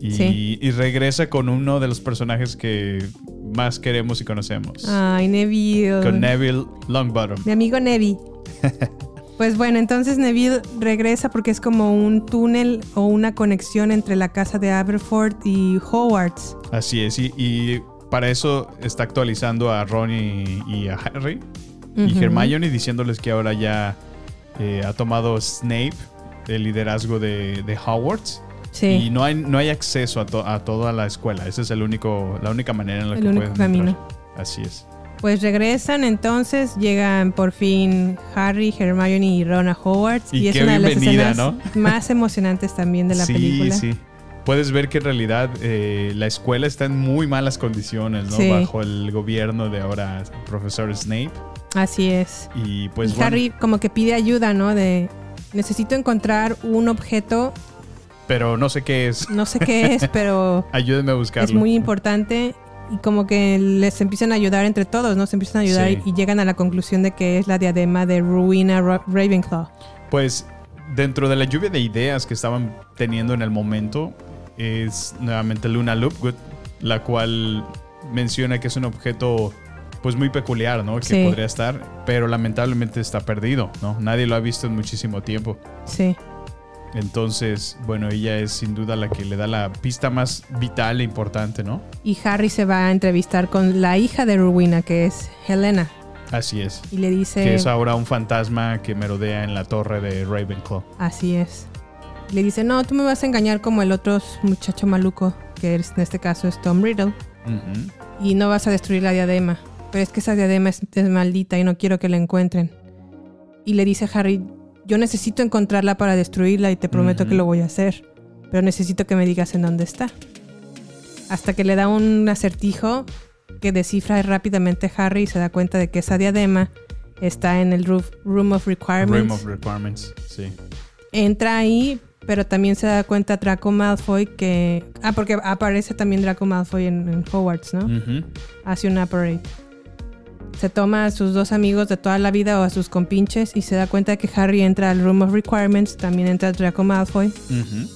[SPEAKER 3] Y,
[SPEAKER 2] Sí.
[SPEAKER 3] y regresa con uno de los personajes que más queremos y conocemos.
[SPEAKER 2] Ay, Neville.
[SPEAKER 3] Con Neville Longbottom.
[SPEAKER 2] Mi amigo Neville. pues bueno, entonces Neville regresa porque es como un túnel o una conexión entre la casa de Aberford y Hogwarts.
[SPEAKER 3] Así es, y, y para eso está actualizando a Ron y, y a Harry. Y Hermione diciéndoles que ahora ya eh, ha tomado Snape el liderazgo de, de Hogwarts. Y
[SPEAKER 2] Sí,
[SPEAKER 3] no hay, no hay acceso a, to- a toda la escuela. Esa es el único, la única manera en la
[SPEAKER 2] El
[SPEAKER 3] que
[SPEAKER 2] único
[SPEAKER 3] pueden entrar.
[SPEAKER 2] camino.
[SPEAKER 3] Así es.
[SPEAKER 2] Pues regresan entonces, llegan por fin Harry, Hermione y Rona Howard.
[SPEAKER 3] Y
[SPEAKER 2] Y, es
[SPEAKER 3] qué
[SPEAKER 2] una de las
[SPEAKER 3] bienvenida,
[SPEAKER 2] escenas
[SPEAKER 3] ¿no?
[SPEAKER 2] más emocionantes también de la
[SPEAKER 3] sí,
[SPEAKER 2] película.
[SPEAKER 3] sí. Puedes ver que en realidad eh, la escuela está en muy malas condiciones, ¿no?
[SPEAKER 2] Sí.
[SPEAKER 3] Bajo el gobierno de ahora profesor Snape.
[SPEAKER 2] Así es.
[SPEAKER 3] Y pues
[SPEAKER 2] y
[SPEAKER 3] bueno,
[SPEAKER 2] Harry como que pide ayuda, ¿no? De necesito encontrar un objeto,
[SPEAKER 3] pero no sé qué es.
[SPEAKER 2] no sé qué es, pero
[SPEAKER 3] Ayúdenme a buscarlo.
[SPEAKER 2] es muy importante. Y como que les empiezan a ayudar entre todos, ¿no? Se empiezan a ayudar
[SPEAKER 3] Sí.
[SPEAKER 2] y, y llegan a la conclusión de que es la diadema de Rowena Ra- Ravenclaw.
[SPEAKER 3] Pues dentro de la lluvia de ideas que estaban teniendo en el momento es nuevamente Luna Lovegood, la cual menciona que es un objeto pues muy peculiar, ¿no? Que
[SPEAKER 2] Sí.
[SPEAKER 3] podría estar, pero lamentablemente está perdido, ¿no? Nadie lo ha visto en muchísimo tiempo.
[SPEAKER 2] Sí.
[SPEAKER 3] Entonces, bueno, ella es sin duda la que le da la pista más vital e importante, ¿no?
[SPEAKER 2] Y Harry se va a entrevistar con la hija de Rowena, que es Helena.
[SPEAKER 3] Así es.
[SPEAKER 2] Y le
[SPEAKER 3] Que
[SPEAKER 2] dice...
[SPEAKER 3] es ahora un fantasma que merodea en la torre de Ravenclaw.
[SPEAKER 2] Así es. Le dice, no, tú me vas a engañar como el otro muchacho maluco, que es- en este caso es Tom Riddle,
[SPEAKER 3] Ujú.
[SPEAKER 2] y no vas a destruir la diadema. Pero es que esa diadema es, es maldita y no quiero que la encuentren. Y le dice Harry, yo necesito encontrarla para destruirla y te prometo
[SPEAKER 3] Ujú.
[SPEAKER 2] que lo voy a hacer, pero necesito que me digas en dónde está. Hasta que le da un acertijo que descifra rápidamente Harry y se da cuenta de que esa diadema está en el roof- Room of Requirements
[SPEAKER 3] Room of Requirements, sí.
[SPEAKER 2] entra ahí, pero también se da cuenta Draco Malfoy que... Ah, porque aparece también Draco Malfoy en, en Hogwarts, ¿no?
[SPEAKER 3] Ujú.
[SPEAKER 2] Hace una parade. Se toma a sus dos amigos de toda la vida o a sus compinches y se da cuenta que Harry entra al Room of Requirements, también entra Draco Malfoy
[SPEAKER 3] Ujú.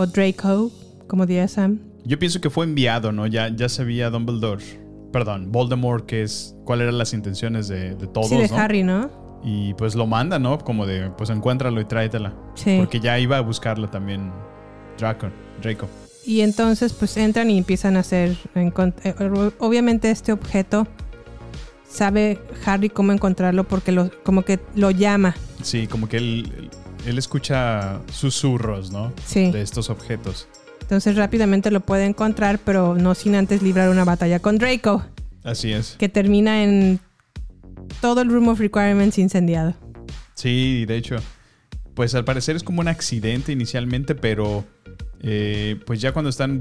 [SPEAKER 2] o Draco, como diría Sam.
[SPEAKER 3] Yo pienso que fue enviado, ¿no? Ya, ya sabía Dumbledore. Perdón, Voldemort, que es. ¿Cuáles eran las intenciones de, de todos?
[SPEAKER 2] sí, de
[SPEAKER 3] ¿no?
[SPEAKER 2] Harry, ¿no?
[SPEAKER 3] Y pues lo manda, ¿no? Como de, pues encuéntralo y tráetela.
[SPEAKER 2] Sí.
[SPEAKER 3] Porque ya iba a buscarla también Draco. Draco.
[SPEAKER 2] Y entonces pues entran y empiezan a hacer... encon- eh, Obviamente este objeto sabe Harry cómo encontrarlo porque lo, como que lo llama.
[SPEAKER 3] Sí, como que él, él, él escucha susurros, ¿no?
[SPEAKER 2] Sí.
[SPEAKER 3] De estos objetos.
[SPEAKER 2] Entonces rápidamente lo puede encontrar, pero no sin antes librar una batalla con Draco,
[SPEAKER 3] Así es.
[SPEAKER 2] que termina en todo el Room of Requirements incendiado.
[SPEAKER 3] Sí, de hecho. Pues al parecer es como un accidente inicialmente, pero eh, pues ya cuando están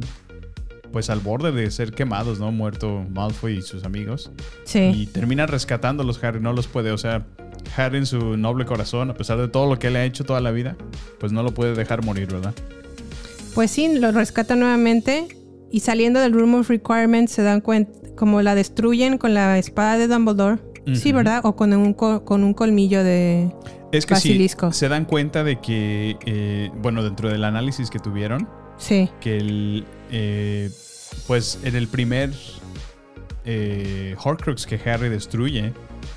[SPEAKER 3] pues al borde de ser quemados, ¿no? Muerto Malfoy y sus amigos. Y
[SPEAKER 2] Sí,
[SPEAKER 3] termina rescatándolos Harry, no los puede, o sea, Harry en su noble corazón, a pesar de todo lo que le ha hecho toda la vida, pues no lo puede dejar morir, ¿verdad?
[SPEAKER 2] pues sí, lo rescata nuevamente y saliendo del Room of Requirements se dan cuenta como la destruyen con la espada de Dumbledore. Sí,
[SPEAKER 3] Ujú.
[SPEAKER 2] ¿verdad? O con un, co- con un colmillo de...
[SPEAKER 3] Es que
[SPEAKER 2] Basilisco.
[SPEAKER 3] sí, se dan cuenta de que, eh, bueno, dentro del análisis que tuvieron,
[SPEAKER 2] Sí,
[SPEAKER 3] que el, eh, pues en el primer eh, Horcrux que Harry destruye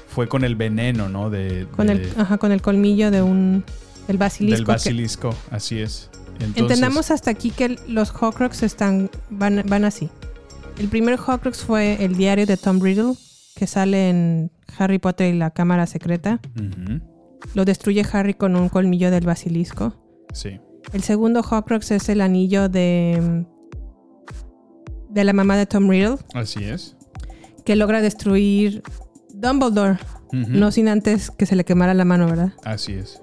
[SPEAKER 3] fue con el veneno, ¿no? De,
[SPEAKER 2] con el,
[SPEAKER 3] de-
[SPEAKER 2] ajá, con el colmillo de un... Del basilisco.
[SPEAKER 3] Eh, del
[SPEAKER 2] que-
[SPEAKER 3] basilisco, así es. Entonces,
[SPEAKER 2] Entendamos hasta aquí que el- los Horcrux están, van, van así. El primer Horcrux fue el diario de Tom Riddle, que sale en Harry Potter y la Cámara Secreta.
[SPEAKER 3] Ujú,
[SPEAKER 2] Lo destruye Harry con un colmillo del basilisco.
[SPEAKER 3] sí.
[SPEAKER 2] El segundo Horcrux es el anillo de, mm, de la mamá de Tom Riddle,
[SPEAKER 3] Así es.
[SPEAKER 2] que logra destruir Dumbledore,
[SPEAKER 3] Ujú,
[SPEAKER 2] no sin antes que se le quemara la mano, ¿verdad?
[SPEAKER 3] Así es.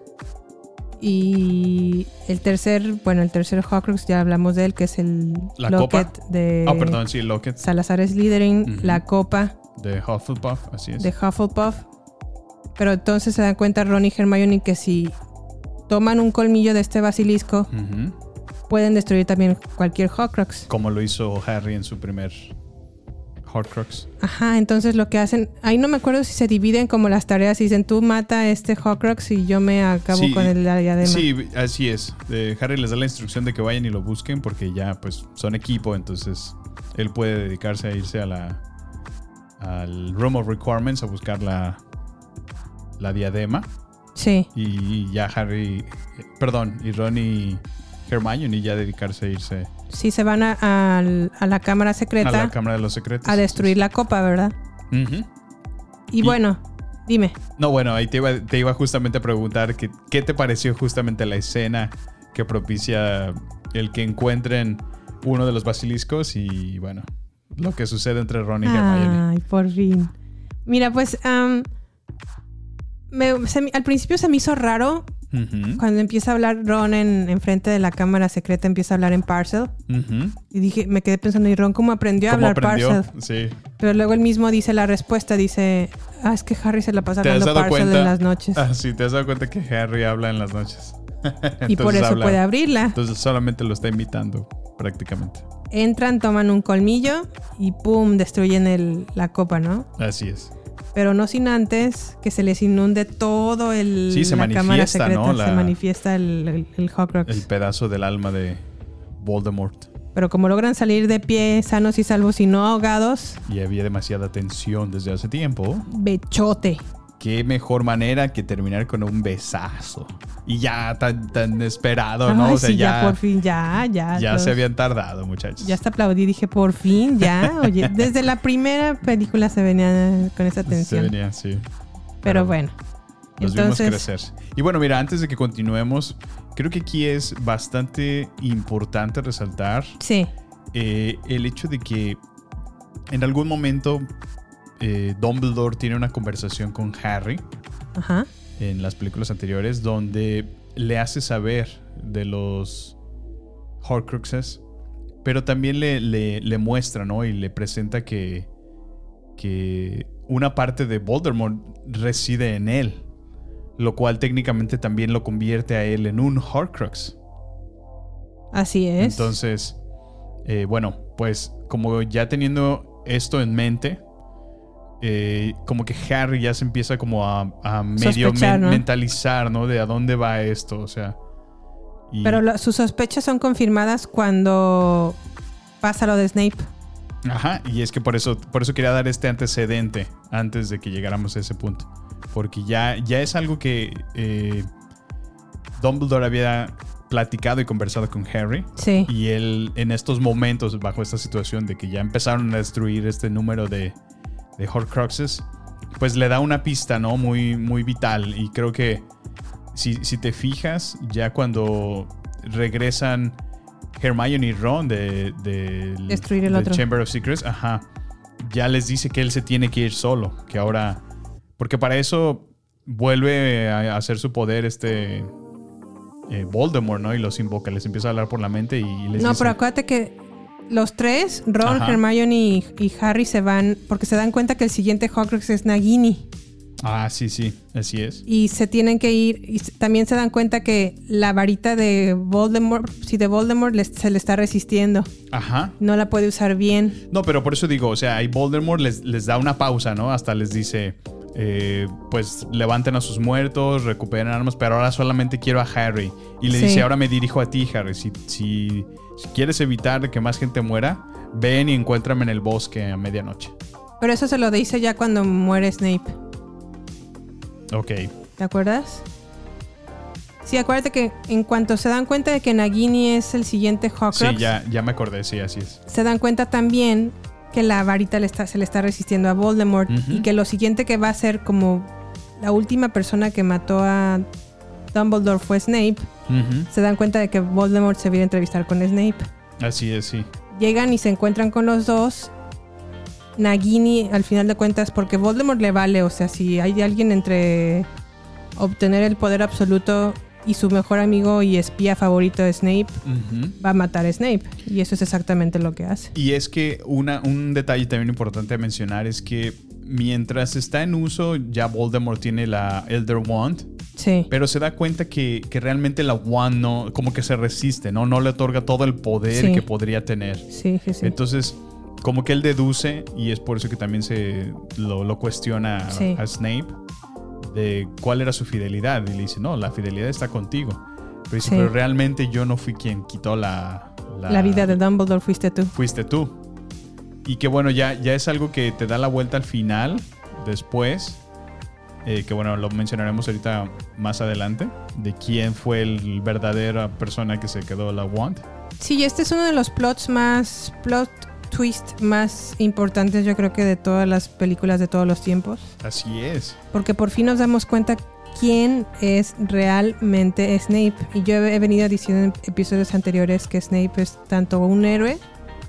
[SPEAKER 2] Y el tercer, bueno, el tercer Horcrux ya hablamos de él, que es el
[SPEAKER 3] La
[SPEAKER 2] locket de...
[SPEAKER 3] Ah, perdón, sí, Locket
[SPEAKER 2] Salazar Slytherin,
[SPEAKER 3] Ujú.
[SPEAKER 2] la copa
[SPEAKER 3] de Hufflepuff, así es.
[SPEAKER 2] de Hufflepuff. Pero entonces se dan cuenta Ron y Hermione que si toman un colmillo de este basilisco,
[SPEAKER 3] Ujú.
[SPEAKER 2] pueden destruir también cualquier Horcrux.
[SPEAKER 3] Como lo hizo Harry en su primer Horcrux.
[SPEAKER 2] Ajá, entonces lo que hacen, ahí no me acuerdo si se dividen como las tareas, y dicen tú mata a este Horcrux y yo me acabo
[SPEAKER 3] Sí,
[SPEAKER 2] con el diadema.
[SPEAKER 3] Sí, así es. Eh, Harry les da la instrucción de que vayan y lo busquen porque ya pues son equipo, entonces él puede dedicarse a irse a la al Room of Requirements a buscar la la diadema
[SPEAKER 2] Sí,
[SPEAKER 3] y ya Harry, eh, perdón, y Ron y Hermione ya dedicarse a irse
[SPEAKER 2] sí se van a, al- a la cámara secreta
[SPEAKER 3] a
[SPEAKER 2] a,
[SPEAKER 3] la Cámara de los Secretos.
[SPEAKER 2] destruir la copa, ¿verdad?
[SPEAKER 3] Ujú.
[SPEAKER 2] Y,
[SPEAKER 3] Y-
[SPEAKER 2] bueno, dime.
[SPEAKER 3] No, bueno, ahí te iba, te iba justamente a preguntar que, qué te pareció justamente la escena que propicia el que encuentren uno
[SPEAKER 2] Ah.
[SPEAKER 3] de los basiliscos y bueno, lo que sucede entre Ron y Hermione.
[SPEAKER 2] Ay, por fin. Mira, pues am, me- se me- al principio se me hizo raro
[SPEAKER 3] Ujú,
[SPEAKER 2] cuando empieza a hablar Ron en, en frente de la cámara secreta, empieza a hablar en Parcel.
[SPEAKER 3] ujú.
[SPEAKER 2] Y dije, me quedé pensando, ¿y Ron cómo aprendió a
[SPEAKER 3] ¿Cómo
[SPEAKER 2] hablar
[SPEAKER 3] aprendió?
[SPEAKER 2] Parcel?
[SPEAKER 3] Sí.
[SPEAKER 2] Pero luego él mismo dice la respuesta, dice, ah, es que Harry se la pasa
[SPEAKER 3] ¿Te has
[SPEAKER 2] hablando
[SPEAKER 3] dado
[SPEAKER 2] Parcel
[SPEAKER 3] cuenta?
[SPEAKER 2] en las noches.
[SPEAKER 3] Ah, sí, te has dado cuenta que Harry habla en las noches.
[SPEAKER 2] y por
[SPEAKER 3] Entonces
[SPEAKER 2] eso
[SPEAKER 3] habla-
[SPEAKER 2] puede abrirla.
[SPEAKER 3] Entonces solamente lo está imitando, prácticamente.
[SPEAKER 2] Entran, toman un colmillo y pum, destruyen el- la copa, ¿no?
[SPEAKER 3] Así es.
[SPEAKER 2] Pero no sin antes que se les inunde todo el
[SPEAKER 3] Sí, se
[SPEAKER 2] la cámara
[SPEAKER 3] manifiesta,
[SPEAKER 2] secreta,
[SPEAKER 3] ¿no? La-
[SPEAKER 2] se manifiesta el, el, el Horcrux.
[SPEAKER 3] El pedazo del alma de Voldemort.
[SPEAKER 2] Pero como logran salir de pie sanos y salvos y no ahogados,
[SPEAKER 3] Y había demasiada tensión desde hace tiempo.
[SPEAKER 2] bechote.
[SPEAKER 3] Qué mejor manera que terminar con un besazo. Y ya tan, tan esperado, ¿no?
[SPEAKER 2] Ay,
[SPEAKER 3] o sea,
[SPEAKER 2] sí, ya,
[SPEAKER 3] ya,
[SPEAKER 2] por fin, ya, ya.
[SPEAKER 3] ya
[SPEAKER 2] los-
[SPEAKER 3] se habían tardado, muchachos.
[SPEAKER 2] Ya hasta aplaudí, dije, por fin, ya. Oye, desde la primera película se venía con esa
[SPEAKER 3] Se
[SPEAKER 2] tensión.
[SPEAKER 3] venía, sí.
[SPEAKER 2] pero bueno.
[SPEAKER 3] Los
[SPEAKER 2] Entonces-
[SPEAKER 3] vimos crecer. Y bueno, mira, antes de que continuemos, creo que aquí es bastante importante resaltar
[SPEAKER 2] Sí,
[SPEAKER 3] eh, el hecho de que en algún momento eh, Dumbledore tiene una conversación con Harry
[SPEAKER 2] ajá.
[SPEAKER 3] en las películas anteriores donde le hace saber de los Horcruxes, pero también le, le- le muestra, ¿no? Y le presenta que, que una parte de Voldemort reside en él, lo cual técnicamente también lo convierte a él en un Horcrux.
[SPEAKER 2] Así es.
[SPEAKER 3] Entonces, eh, bueno, pues como ya teniendo esto en mente, eh, como que Harry ya se empieza como a, a medio
[SPEAKER 2] Sospechar,
[SPEAKER 3] men-
[SPEAKER 2] ¿no?
[SPEAKER 3] mentalizar, ¿no? De a dónde va esto, o sea. y-
[SPEAKER 2] pero lo- sus sospechas son confirmadas cuando pasa lo de Snape.
[SPEAKER 3] Ajá, y es que por eso, por eso quería dar este antecedente antes de que llegáramos a ese punto. Porque ya, ya es algo que eh, Dumbledore había platicado y conversado con Harry.
[SPEAKER 2] Sí.
[SPEAKER 3] Y él, en estos momentos, bajo esta situación de que ya empezaron a destruir este número de, de Horcruxes, pues le da una pista, ¿no? Muy, muy vital. Y creo que si, si te fijas, ya cuando regresan Hermione y Ron de, de-
[SPEAKER 2] Destruir el
[SPEAKER 3] de
[SPEAKER 2] otro.
[SPEAKER 3] Chamber of Secrets, ajá, ya les dice que él se tiene que ir solo, que ahora... Porque para eso vuelve a hacer su poder este eh, Voldemort, ¿no? Y los invoca, les empieza a hablar por la mente y les
[SPEAKER 2] No,
[SPEAKER 3] dice...
[SPEAKER 2] pero acuérdate que los tres, Ron,
[SPEAKER 3] Ajá.
[SPEAKER 2] Hermione y, y Harry, se van porque se dan cuenta que el siguiente Horcrux es Nagini.
[SPEAKER 3] ah, sí, sí, así es.
[SPEAKER 2] Y se tienen que ir. Y se- también se dan cuenta que la varita de Voldemort, si de Voldemort les- se le está resistiendo.
[SPEAKER 3] Ajá.
[SPEAKER 2] No la puede usar bien.
[SPEAKER 3] No, pero por eso digo, o sea, ahí Voldemort les, les da una pausa, ¿no? Hasta les dice, eh, pues levanten a sus muertos, recuperen armas, pero ahora solamente quiero a Harry. Y le
[SPEAKER 2] Sí.
[SPEAKER 3] dice, ahora me dirijo a ti, Harry. Si, si, si quieres evitar que más gente muera, ven y encuéntrame en el bosque a medianoche.
[SPEAKER 2] Pero eso se lo dice ya cuando muere Snape.
[SPEAKER 3] Ok.
[SPEAKER 2] ¿Te acuerdas? Sí, acuérdate que en cuanto se dan cuenta de que Nagini es el siguiente Horcrux,
[SPEAKER 3] Sí, ya, ya me acordé, sí, así es.
[SPEAKER 2] se dan cuenta también que la varita le está, se le está resistiendo a Voldemort
[SPEAKER 3] Ujú.
[SPEAKER 2] y que lo siguiente que va a ser como la última persona que mató a Dumbledore fue Snape,
[SPEAKER 3] Ujú.
[SPEAKER 2] se dan cuenta de que Voldemort se viene a entrevistar con Snape.
[SPEAKER 3] Así es, sí.
[SPEAKER 2] Llegan y se encuentran con los dos. Nagini, al final de cuentas, porque Voldemort le vale, o sea, si hay alguien entre obtener el poder absoluto y su mejor amigo y espía favorito de Snape,
[SPEAKER 3] Ujú.
[SPEAKER 2] va a matar a Snape. Y eso es exactamente lo que hace.
[SPEAKER 3] Y es que una, un detalle también importante a mencionar es que mientras está en uso, ya Voldemort tiene la Elder Wand,
[SPEAKER 2] Sí.
[SPEAKER 3] pero se da cuenta que, que realmente la Wand no, como que se resiste, ¿no? No le otorga todo el poder
[SPEAKER 2] Sí.
[SPEAKER 3] que podría tener.
[SPEAKER 2] Sí, sí, sí.
[SPEAKER 3] Entonces, como que él deduce, y es por eso que también se lo, lo cuestiona a-
[SPEAKER 2] Sí.
[SPEAKER 3] a Snape, de cuál era su fidelidad. Y le dice, no, la fidelidad está contigo. Pero dice,
[SPEAKER 2] Sí.
[SPEAKER 3] pero realmente yo no fui quien quitó la...
[SPEAKER 2] la vida de Dumbledore fuiste tú.
[SPEAKER 3] fuiste tú. Y que bueno, ya, ya es algo que te da la vuelta al final, después, eh, que bueno, lo mencionaremos ahorita más adelante, de quién fue el verdadera persona que se quedó la Wand.
[SPEAKER 2] Sí, y este es uno de los plots más. plot twist más importantes, yo creo que de todas las películas de todos los tiempos.
[SPEAKER 3] Así es.
[SPEAKER 2] porque por fin nos damos cuenta quién es realmente Snape. Y yo he venido diciendo en episodios anteriores que Snape es tanto un héroe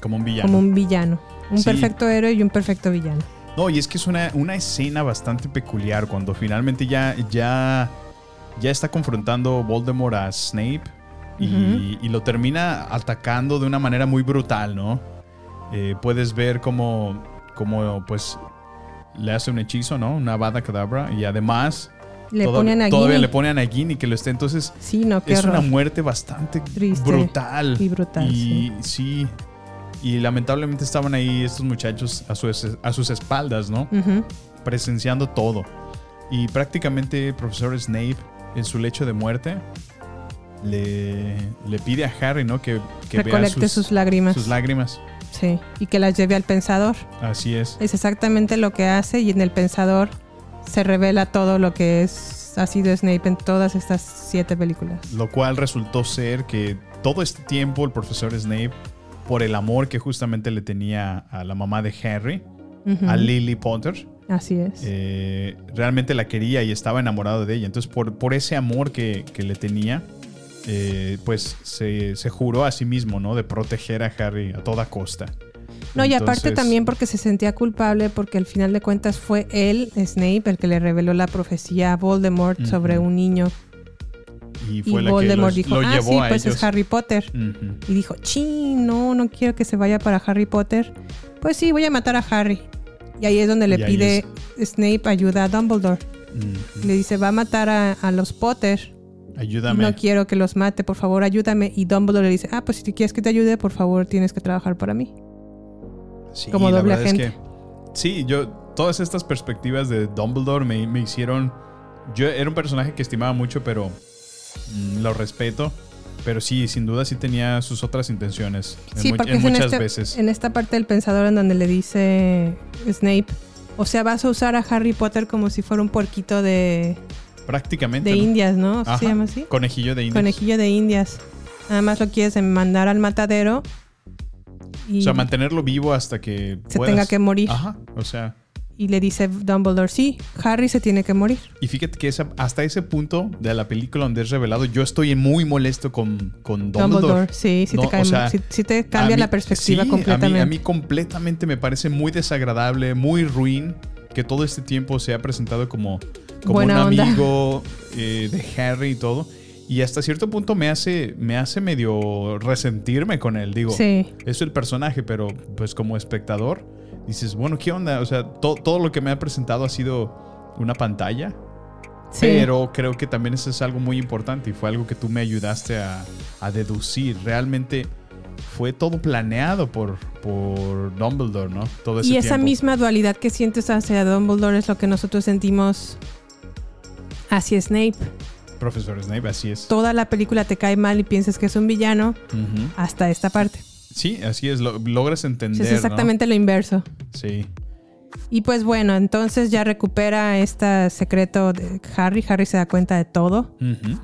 [SPEAKER 3] Como un villano.
[SPEAKER 2] como un villano. Un
[SPEAKER 3] Sí.
[SPEAKER 2] perfecto héroe y un perfecto villano.
[SPEAKER 3] No, y es que es una, una escena bastante peculiar cuando finalmente ya, ya, ya está confrontando Voldemort a Snape y, y lo termina atacando de una manera muy brutal, ¿no? Eh, puedes ver cómo, cómo, pues, le hace un hechizo, ¿no? Una bada cadabra y además...
[SPEAKER 2] Le
[SPEAKER 3] toda-
[SPEAKER 2] ponen a
[SPEAKER 3] Todavía
[SPEAKER 2] Ginny.
[SPEAKER 3] le ponen a Ginny que lo esté. Entonces,
[SPEAKER 2] Sí, no, qué
[SPEAKER 3] es una
[SPEAKER 2] horror.
[SPEAKER 3] muerte bastante
[SPEAKER 2] Triste
[SPEAKER 3] brutal.
[SPEAKER 2] y brutal,
[SPEAKER 3] Y sí. Y lamentablemente estaban ahí estos muchachos a sus, a sus espaldas, ¿no?
[SPEAKER 2] Ujú.
[SPEAKER 3] Presenciando todo. Y prácticamente profesor Snape, en su lecho de muerte, le, le pide a Harry, ¿no? Que, que vea
[SPEAKER 2] Recolecte
[SPEAKER 3] sus,
[SPEAKER 2] sus lágrimas.
[SPEAKER 3] sus lágrimas.
[SPEAKER 2] Sí, y que las lleve al pensador.
[SPEAKER 3] Así es.
[SPEAKER 2] Es exactamente lo que hace y en el pensador se revela todo lo que es, ha sido Snape en todas estas siete películas.
[SPEAKER 3] Lo cual resultó ser que todo este tiempo el profesor Snape, por el amor que justamente le tenía a la mamá de Harry,
[SPEAKER 2] Ujú.
[SPEAKER 3] a Lily Potter,
[SPEAKER 2] Así es.
[SPEAKER 3] eh, realmente la quería y estaba enamorado de ella. Entonces, por, por ese amor que, que le tenía, eh, pues se, se juró a sí mismo, ¿no? De proteger a Harry a toda costa.
[SPEAKER 2] No, y aparte
[SPEAKER 3] Entonces,
[SPEAKER 2] también porque se sentía culpable porque al final de cuentas fue él, Snape, el que le reveló la profecía a Voldemort
[SPEAKER 3] Ujú.
[SPEAKER 2] sobre un niño.
[SPEAKER 3] Y
[SPEAKER 2] Y
[SPEAKER 3] fue la que
[SPEAKER 2] Voldemort
[SPEAKER 3] los-
[SPEAKER 2] dijo,
[SPEAKER 3] lo
[SPEAKER 2] ah,
[SPEAKER 3] llevó
[SPEAKER 2] sí,
[SPEAKER 3] a
[SPEAKER 2] pues
[SPEAKER 3] ellos.
[SPEAKER 2] es Harry Potter.
[SPEAKER 3] Ujú.
[SPEAKER 2] Y dijo, ching, no, no quiero que se vaya para Harry Potter. Pues sí, voy a matar a Harry. Y ahí es donde le
[SPEAKER 3] Y ahí
[SPEAKER 2] pide Snape ayuda a Dumbledore.
[SPEAKER 3] Ujú.
[SPEAKER 2] Le dice, va a matar a, a los Potter.
[SPEAKER 3] Ayúdame.
[SPEAKER 2] No quiero que los mate, por favor, ayúdame. Y Dumbledore le dice, ah, pues si te quieres que te ayude, por favor, tienes que trabajar para mí.
[SPEAKER 3] Sí,
[SPEAKER 2] como
[SPEAKER 3] la
[SPEAKER 2] doble
[SPEAKER 3] verdad es
[SPEAKER 2] agente.
[SPEAKER 3] que- sí, yo. Todas estas perspectivas de Dumbledore me, me hicieron. Yo era un personaje que estimaba mucho, pero mm, lo respeto. Pero sí, sin duda sí tenía sus otras intenciones. en
[SPEAKER 2] Sí,
[SPEAKER 3] mu-
[SPEAKER 2] porque
[SPEAKER 3] en
[SPEAKER 2] es en,
[SPEAKER 3] muchas
[SPEAKER 2] este-
[SPEAKER 3] veces.
[SPEAKER 2] en esta parte del pensador en donde le dice Snape, o sea, vas a usar a Harry Potter como si fuera un puerquito de,
[SPEAKER 3] prácticamente.
[SPEAKER 2] de
[SPEAKER 3] ¿no?
[SPEAKER 2] indias, ¿no?
[SPEAKER 3] Ajá,
[SPEAKER 2] ¿Se llama así?
[SPEAKER 3] Conejillo de indias.
[SPEAKER 2] Conejillo de indias. Nada más lo quieres mandar al matadero y,
[SPEAKER 3] O sea, mantenerlo vivo hasta que
[SPEAKER 2] Se
[SPEAKER 3] puedas.
[SPEAKER 2] tenga que morir.
[SPEAKER 3] Ajá. O sea,
[SPEAKER 2] y le dice Dumbledore, sí, Harry se tiene que morir.
[SPEAKER 3] y fíjate que esa- hasta ese punto de la película donde es revelado, yo estoy muy molesto con, con Dumbledore.
[SPEAKER 2] Dumbledore, sí, sí,
[SPEAKER 3] No,
[SPEAKER 2] te, cae-
[SPEAKER 3] o sea,
[SPEAKER 2] sí- sí te
[SPEAKER 3] a
[SPEAKER 2] cambia
[SPEAKER 3] mí-
[SPEAKER 2] la perspectiva
[SPEAKER 3] sí, a mí-
[SPEAKER 2] completamente.
[SPEAKER 3] A mí, completamente me parece muy desagradable, muy ruin que todo este tiempo se ha presentado como, como un
[SPEAKER 2] Buena onda.
[SPEAKER 3] amigo eh, de Harry y todo. Y hasta cierto punto me hace, me hace medio resentirme con él. Digo,
[SPEAKER 2] Sí.
[SPEAKER 3] es el personaje, pero pues como espectador, dices, bueno, ¿qué onda? O sea, to- todo lo que me ha presentado ha sido una pantalla.
[SPEAKER 2] Sí.
[SPEAKER 3] Pero creo que también eso es algo muy importante y fue algo que tú me ayudaste a, a deducir. Realmente fue todo planeado por, por Dumbledore, ¿no? Todo ese
[SPEAKER 2] Y esa
[SPEAKER 3] tiempo.
[SPEAKER 2] misma dualidad que sientes hacia Dumbledore es lo que nosotros sentimos hacia Snape.
[SPEAKER 3] Profesor Snape, así es.
[SPEAKER 2] Toda la película te cae mal y piensas que es un villano
[SPEAKER 3] Ujú.
[SPEAKER 2] hasta esta parte.
[SPEAKER 3] Sí, así es. lo- logras
[SPEAKER 2] O
[SPEAKER 3] entender.
[SPEAKER 2] sea, es
[SPEAKER 3] ¿no?
[SPEAKER 2] exactamente lo inverso.
[SPEAKER 3] Sí.
[SPEAKER 2] Y pues bueno, entonces ya recupera este secreto de Harry. Harry se da cuenta de todo.
[SPEAKER 3] Ujú.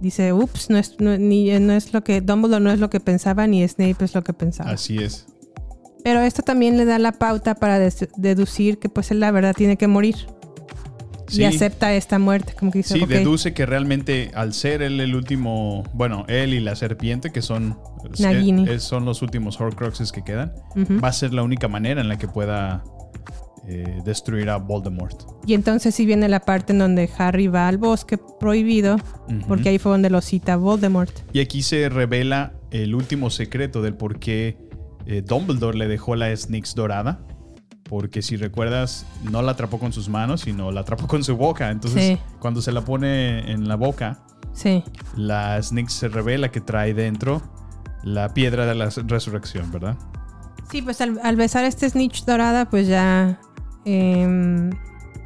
[SPEAKER 2] Dice, ups, no es, no, ni- no es lo que Dumbledore no es lo que pensaba ni Snape es lo que pensaba.
[SPEAKER 3] Así es.
[SPEAKER 2] Pero esto también le da la pauta para des- deducir que pues él la verdad tiene que morir.
[SPEAKER 3] Sí.
[SPEAKER 2] Y acepta esta muerte, como que dice,
[SPEAKER 3] Sí,
[SPEAKER 2] "Ok".
[SPEAKER 3] deduce que realmente al ser él el último, bueno, él y la serpiente, que son,
[SPEAKER 2] Nagini.
[SPEAKER 3] es- son los últimos Horcruxes que quedan,
[SPEAKER 2] Ujú.
[SPEAKER 3] va a ser la única manera en la que pueda eh, destruir a Voldemort.
[SPEAKER 2] Y entonces sí viene la parte en donde Harry va al bosque prohibido, porque ahí fue donde lo cita Voldemort.
[SPEAKER 3] Y aquí se revela el último secreto del por qué eh, Dumbledore le dejó la Snicks dorada. Porque si recuerdas, no la atrapó con sus manos, sino la atrapó con su boca. Entonces,
[SPEAKER 2] Sí.
[SPEAKER 3] cuando se la pone en la boca,
[SPEAKER 2] Sí,
[SPEAKER 3] la Snicks se revela que trae dentro la piedra de la resurrección, ¿verdad?
[SPEAKER 2] sí pues al, al besar esta snitch dorada, pues ya em,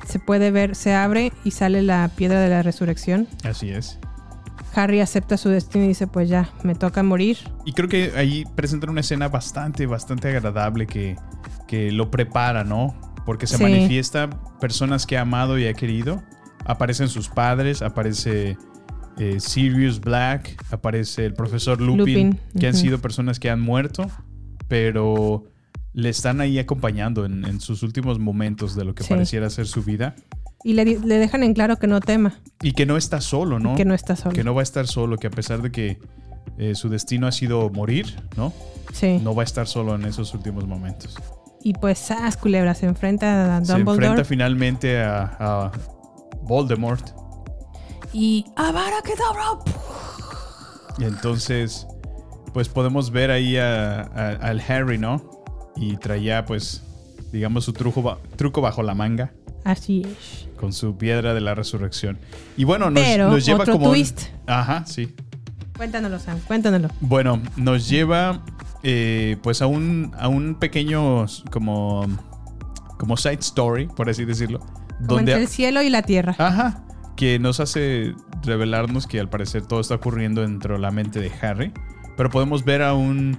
[SPEAKER 2] se puede ver, se abre y sale la piedra de la resurrección.
[SPEAKER 3] Así es.
[SPEAKER 2] Harry acepta su destino y dice, pues ya, me toca morir.
[SPEAKER 3] Y creo que ahí presentan una escena bastante, bastante agradable que, que lo prepara, ¿no? Porque se
[SPEAKER 2] Sí.
[SPEAKER 3] manifiesta personas que ha amado y ha querido. Aparecen sus padres, aparece eh, Sirius Black, aparece el profesor Lupin,
[SPEAKER 2] Lupin,
[SPEAKER 3] que han
[SPEAKER 2] ujú.
[SPEAKER 3] sido personas que han muerto, pero le están ahí acompañando en, en sus últimos momentos de lo que
[SPEAKER 2] Sí.
[SPEAKER 3] pareciera ser su vida.
[SPEAKER 2] Y le, di- le dejan en claro que no tema,
[SPEAKER 3] Y que no está solo, ¿no?
[SPEAKER 2] que no está solo.
[SPEAKER 3] Que no va a estar solo, que a pesar de que eh, su destino ha sido morir, ¿no?
[SPEAKER 2] sí.
[SPEAKER 3] no va a estar solo en esos últimos momentos.
[SPEAKER 2] y pues ¡zas! Culebra se enfrenta a
[SPEAKER 3] Se enfrenta
[SPEAKER 2] Dumbledore
[SPEAKER 3] finalmente a, a Voldemort.
[SPEAKER 2] y "¡Ah, ¡Avada Kedavra! ¡Puf!
[SPEAKER 3] Y entonces, pues podemos ver ahí a- a- al Harry, ¿no? Y traía, pues, digamos, su truco, ba- truco bajo la manga
[SPEAKER 2] Así es.
[SPEAKER 3] con su piedra de la resurrección. Y bueno, nos,
[SPEAKER 2] Pero,
[SPEAKER 3] nos lleva
[SPEAKER 2] otro
[SPEAKER 3] como.
[SPEAKER 2] twist.
[SPEAKER 3] Ajá, sí.
[SPEAKER 2] Cuéntanoslo, Sam, cuéntanoslo.
[SPEAKER 3] Bueno, nos lleva eh, pues a un, a un pequeño como, como side story, por así decirlo.
[SPEAKER 2] Como entre el
[SPEAKER 3] Donde, Ah,
[SPEAKER 2] cielo y la tierra.
[SPEAKER 3] ajá, que nos hace revelarnos que al parecer todo está ocurriendo dentro de la mente de Harry. Pero podemos ver a un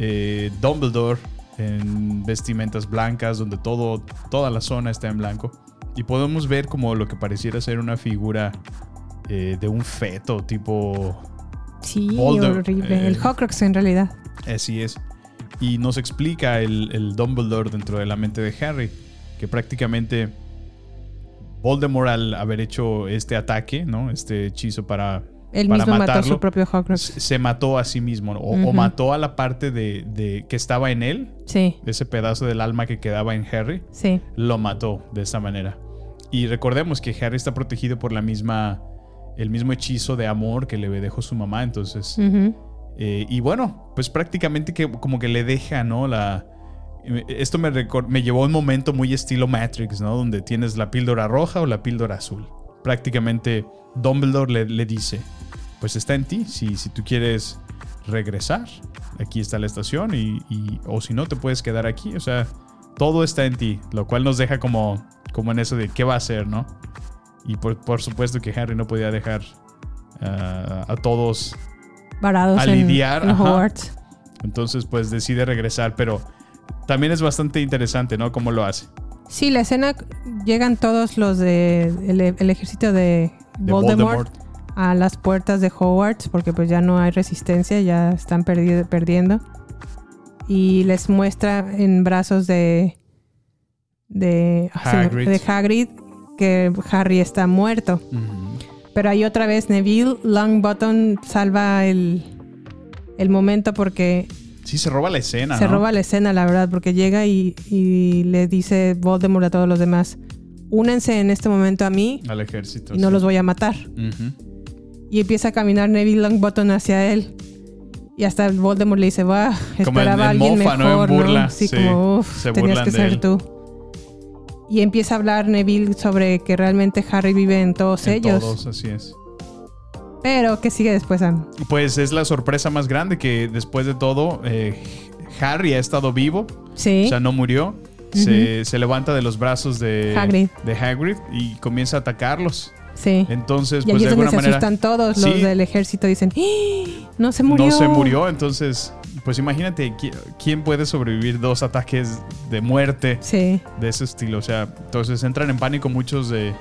[SPEAKER 3] eh, Dumbledore en vestimentas blancas, donde todo, toda la zona está en blanco. Y podemos ver como lo que pareciera ser una figura eh, de un feto, tipo
[SPEAKER 2] sí,
[SPEAKER 3] Voldemort,
[SPEAKER 2] horrible.
[SPEAKER 3] eh,
[SPEAKER 2] el Horcrux en realidad.
[SPEAKER 3] Así es. Y nos explica el, el Dumbledore dentro de la mente de Harry, que prácticamente Voldemort al haber hecho este ataque, ¿no? Este hechizo para,
[SPEAKER 2] Él
[SPEAKER 3] para
[SPEAKER 2] mismo mató a
[SPEAKER 3] matarlo,
[SPEAKER 2] su propio Horcrux.
[SPEAKER 3] se se mató a sí mismo, ¿no? o, o
[SPEAKER 2] Ujú.
[SPEAKER 3] mató a la parte de, de que estaba en él,
[SPEAKER 2] Sí,
[SPEAKER 3] ese pedazo del alma que quedaba en Harry,
[SPEAKER 2] sí.
[SPEAKER 3] lo mató de esta manera. Y recordemos que Harry está protegido por la misma, el mismo hechizo de amor que le dejó su mamá, entonces...
[SPEAKER 2] Ujú.
[SPEAKER 3] Eh, y bueno, pues prácticamente que como que le deja, ¿no? La, eh, esto me, recor- me llevó a un momento muy estilo Matrix, ¿no? Donde tienes la píldora roja o la píldora azul. Prácticamente Dumbledore le, le dice, pues está en ti, si, si tú quieres regresar, aquí está la estación, y, y- o si no, te puedes quedar aquí, o sea, todo está en ti, lo cual nos deja como, como en eso de qué va a hacer, ¿no? Y por, por supuesto que Harry no podía dejar ah, a todos
[SPEAKER 2] Varados
[SPEAKER 3] A
[SPEAKER 2] en,
[SPEAKER 3] lidiar,
[SPEAKER 2] en
[SPEAKER 3] ajá.
[SPEAKER 2] Hogwarts.
[SPEAKER 3] entonces, pues decide regresar, pero también es bastante interesante, ¿no? Cómo lo hace.
[SPEAKER 2] Sí, la escena llegan todos los de el, el ejército de
[SPEAKER 3] De
[SPEAKER 2] Voldemort, a las puertas de Hogwarts porque pues ya no hay resistencia, ya están perdi- perdiendo. Y les muestra en brazos de de ah, se me-
[SPEAKER 3] Hagrid.
[SPEAKER 2] de Hagrid que Harry está muerto. Pero ahí otra vez Neville Longbottom salva el el momento porque
[SPEAKER 3] Sí, se roba la escena,
[SPEAKER 2] se
[SPEAKER 3] Ah, ¿no?
[SPEAKER 2] roba la escena, la verdad, porque llega y, y le dice Voldemort a todos los demás, únanse en este momento a mí
[SPEAKER 3] al ejército.
[SPEAKER 2] y no
[SPEAKER 3] Ah, sí.
[SPEAKER 2] los voy a matar.
[SPEAKER 3] Ujú.
[SPEAKER 2] Y empieza a caminar Neville Longbottom hacia él. Y hasta Voldemort le dice, va,
[SPEAKER 3] Como en-
[SPEAKER 2] esperaba a
[SPEAKER 3] en
[SPEAKER 2] alguien
[SPEAKER 3] mofa, ¿no? En
[SPEAKER 2] mejor, ¿no?".
[SPEAKER 3] burla,
[SPEAKER 2] Sí,
[SPEAKER 3] sí,
[SPEAKER 2] como, uff,
[SPEAKER 3] se
[SPEAKER 2] tenías
[SPEAKER 3] burlan
[SPEAKER 2] que
[SPEAKER 3] de
[SPEAKER 2] ser
[SPEAKER 3] él.
[SPEAKER 2] tú. Y empieza a hablar Neville sobre que realmente Harry vive en todos
[SPEAKER 3] En
[SPEAKER 2] ellos.
[SPEAKER 3] Todos, así es.
[SPEAKER 2] Pero, ¿qué sigue después, Sam?
[SPEAKER 3] Pues es la sorpresa más grande que después de todo, eh, Harry ha estado vivo,
[SPEAKER 2] Sí.
[SPEAKER 3] o sea, no murió. Se, se levanta de los brazos de
[SPEAKER 2] Hagrid.
[SPEAKER 3] de Hagrid y comienza a atacarlos.
[SPEAKER 2] sí.
[SPEAKER 3] Entonces,
[SPEAKER 2] Y
[SPEAKER 3] pues
[SPEAKER 2] ahí es
[SPEAKER 3] de
[SPEAKER 2] donde
[SPEAKER 3] alguna
[SPEAKER 2] se
[SPEAKER 3] manera.
[SPEAKER 2] asustan todos los
[SPEAKER 3] Sí.
[SPEAKER 2] del ejército. Dicen, "¡Ah! no se murió.
[SPEAKER 3] no se murió. Entonces, pues imagínate qui- quién puede sobrevivir dos ataques de muerte
[SPEAKER 2] Sí.
[SPEAKER 3] de ese estilo. O sea, entonces entran en pánico muchos de,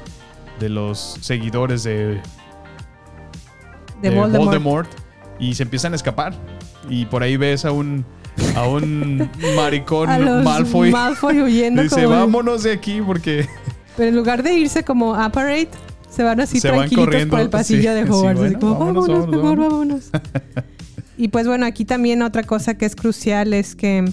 [SPEAKER 3] de los seguidores de,
[SPEAKER 2] de
[SPEAKER 3] de
[SPEAKER 2] Voldemort.
[SPEAKER 3] y se empiezan a escapar. Y por ahí ves a un, a un maricón
[SPEAKER 2] A los
[SPEAKER 3] Malfoy.
[SPEAKER 2] Malfoy huyendo
[SPEAKER 3] Dice,
[SPEAKER 2] como-
[SPEAKER 3] vámonos de aquí porque
[SPEAKER 2] Pero en lugar de irse como apparate, se van así
[SPEAKER 3] Se van
[SPEAKER 2] tranquilitos
[SPEAKER 3] corriendo,
[SPEAKER 2] por el pasillo
[SPEAKER 3] sí,
[SPEAKER 2] de
[SPEAKER 3] sí,
[SPEAKER 2] Hogwarts. así
[SPEAKER 3] bueno,
[SPEAKER 2] como, vámonos,
[SPEAKER 3] vámonos, vámonos,
[SPEAKER 2] mejor, vámonos. y pues bueno, aquí también otra cosa que es crucial es que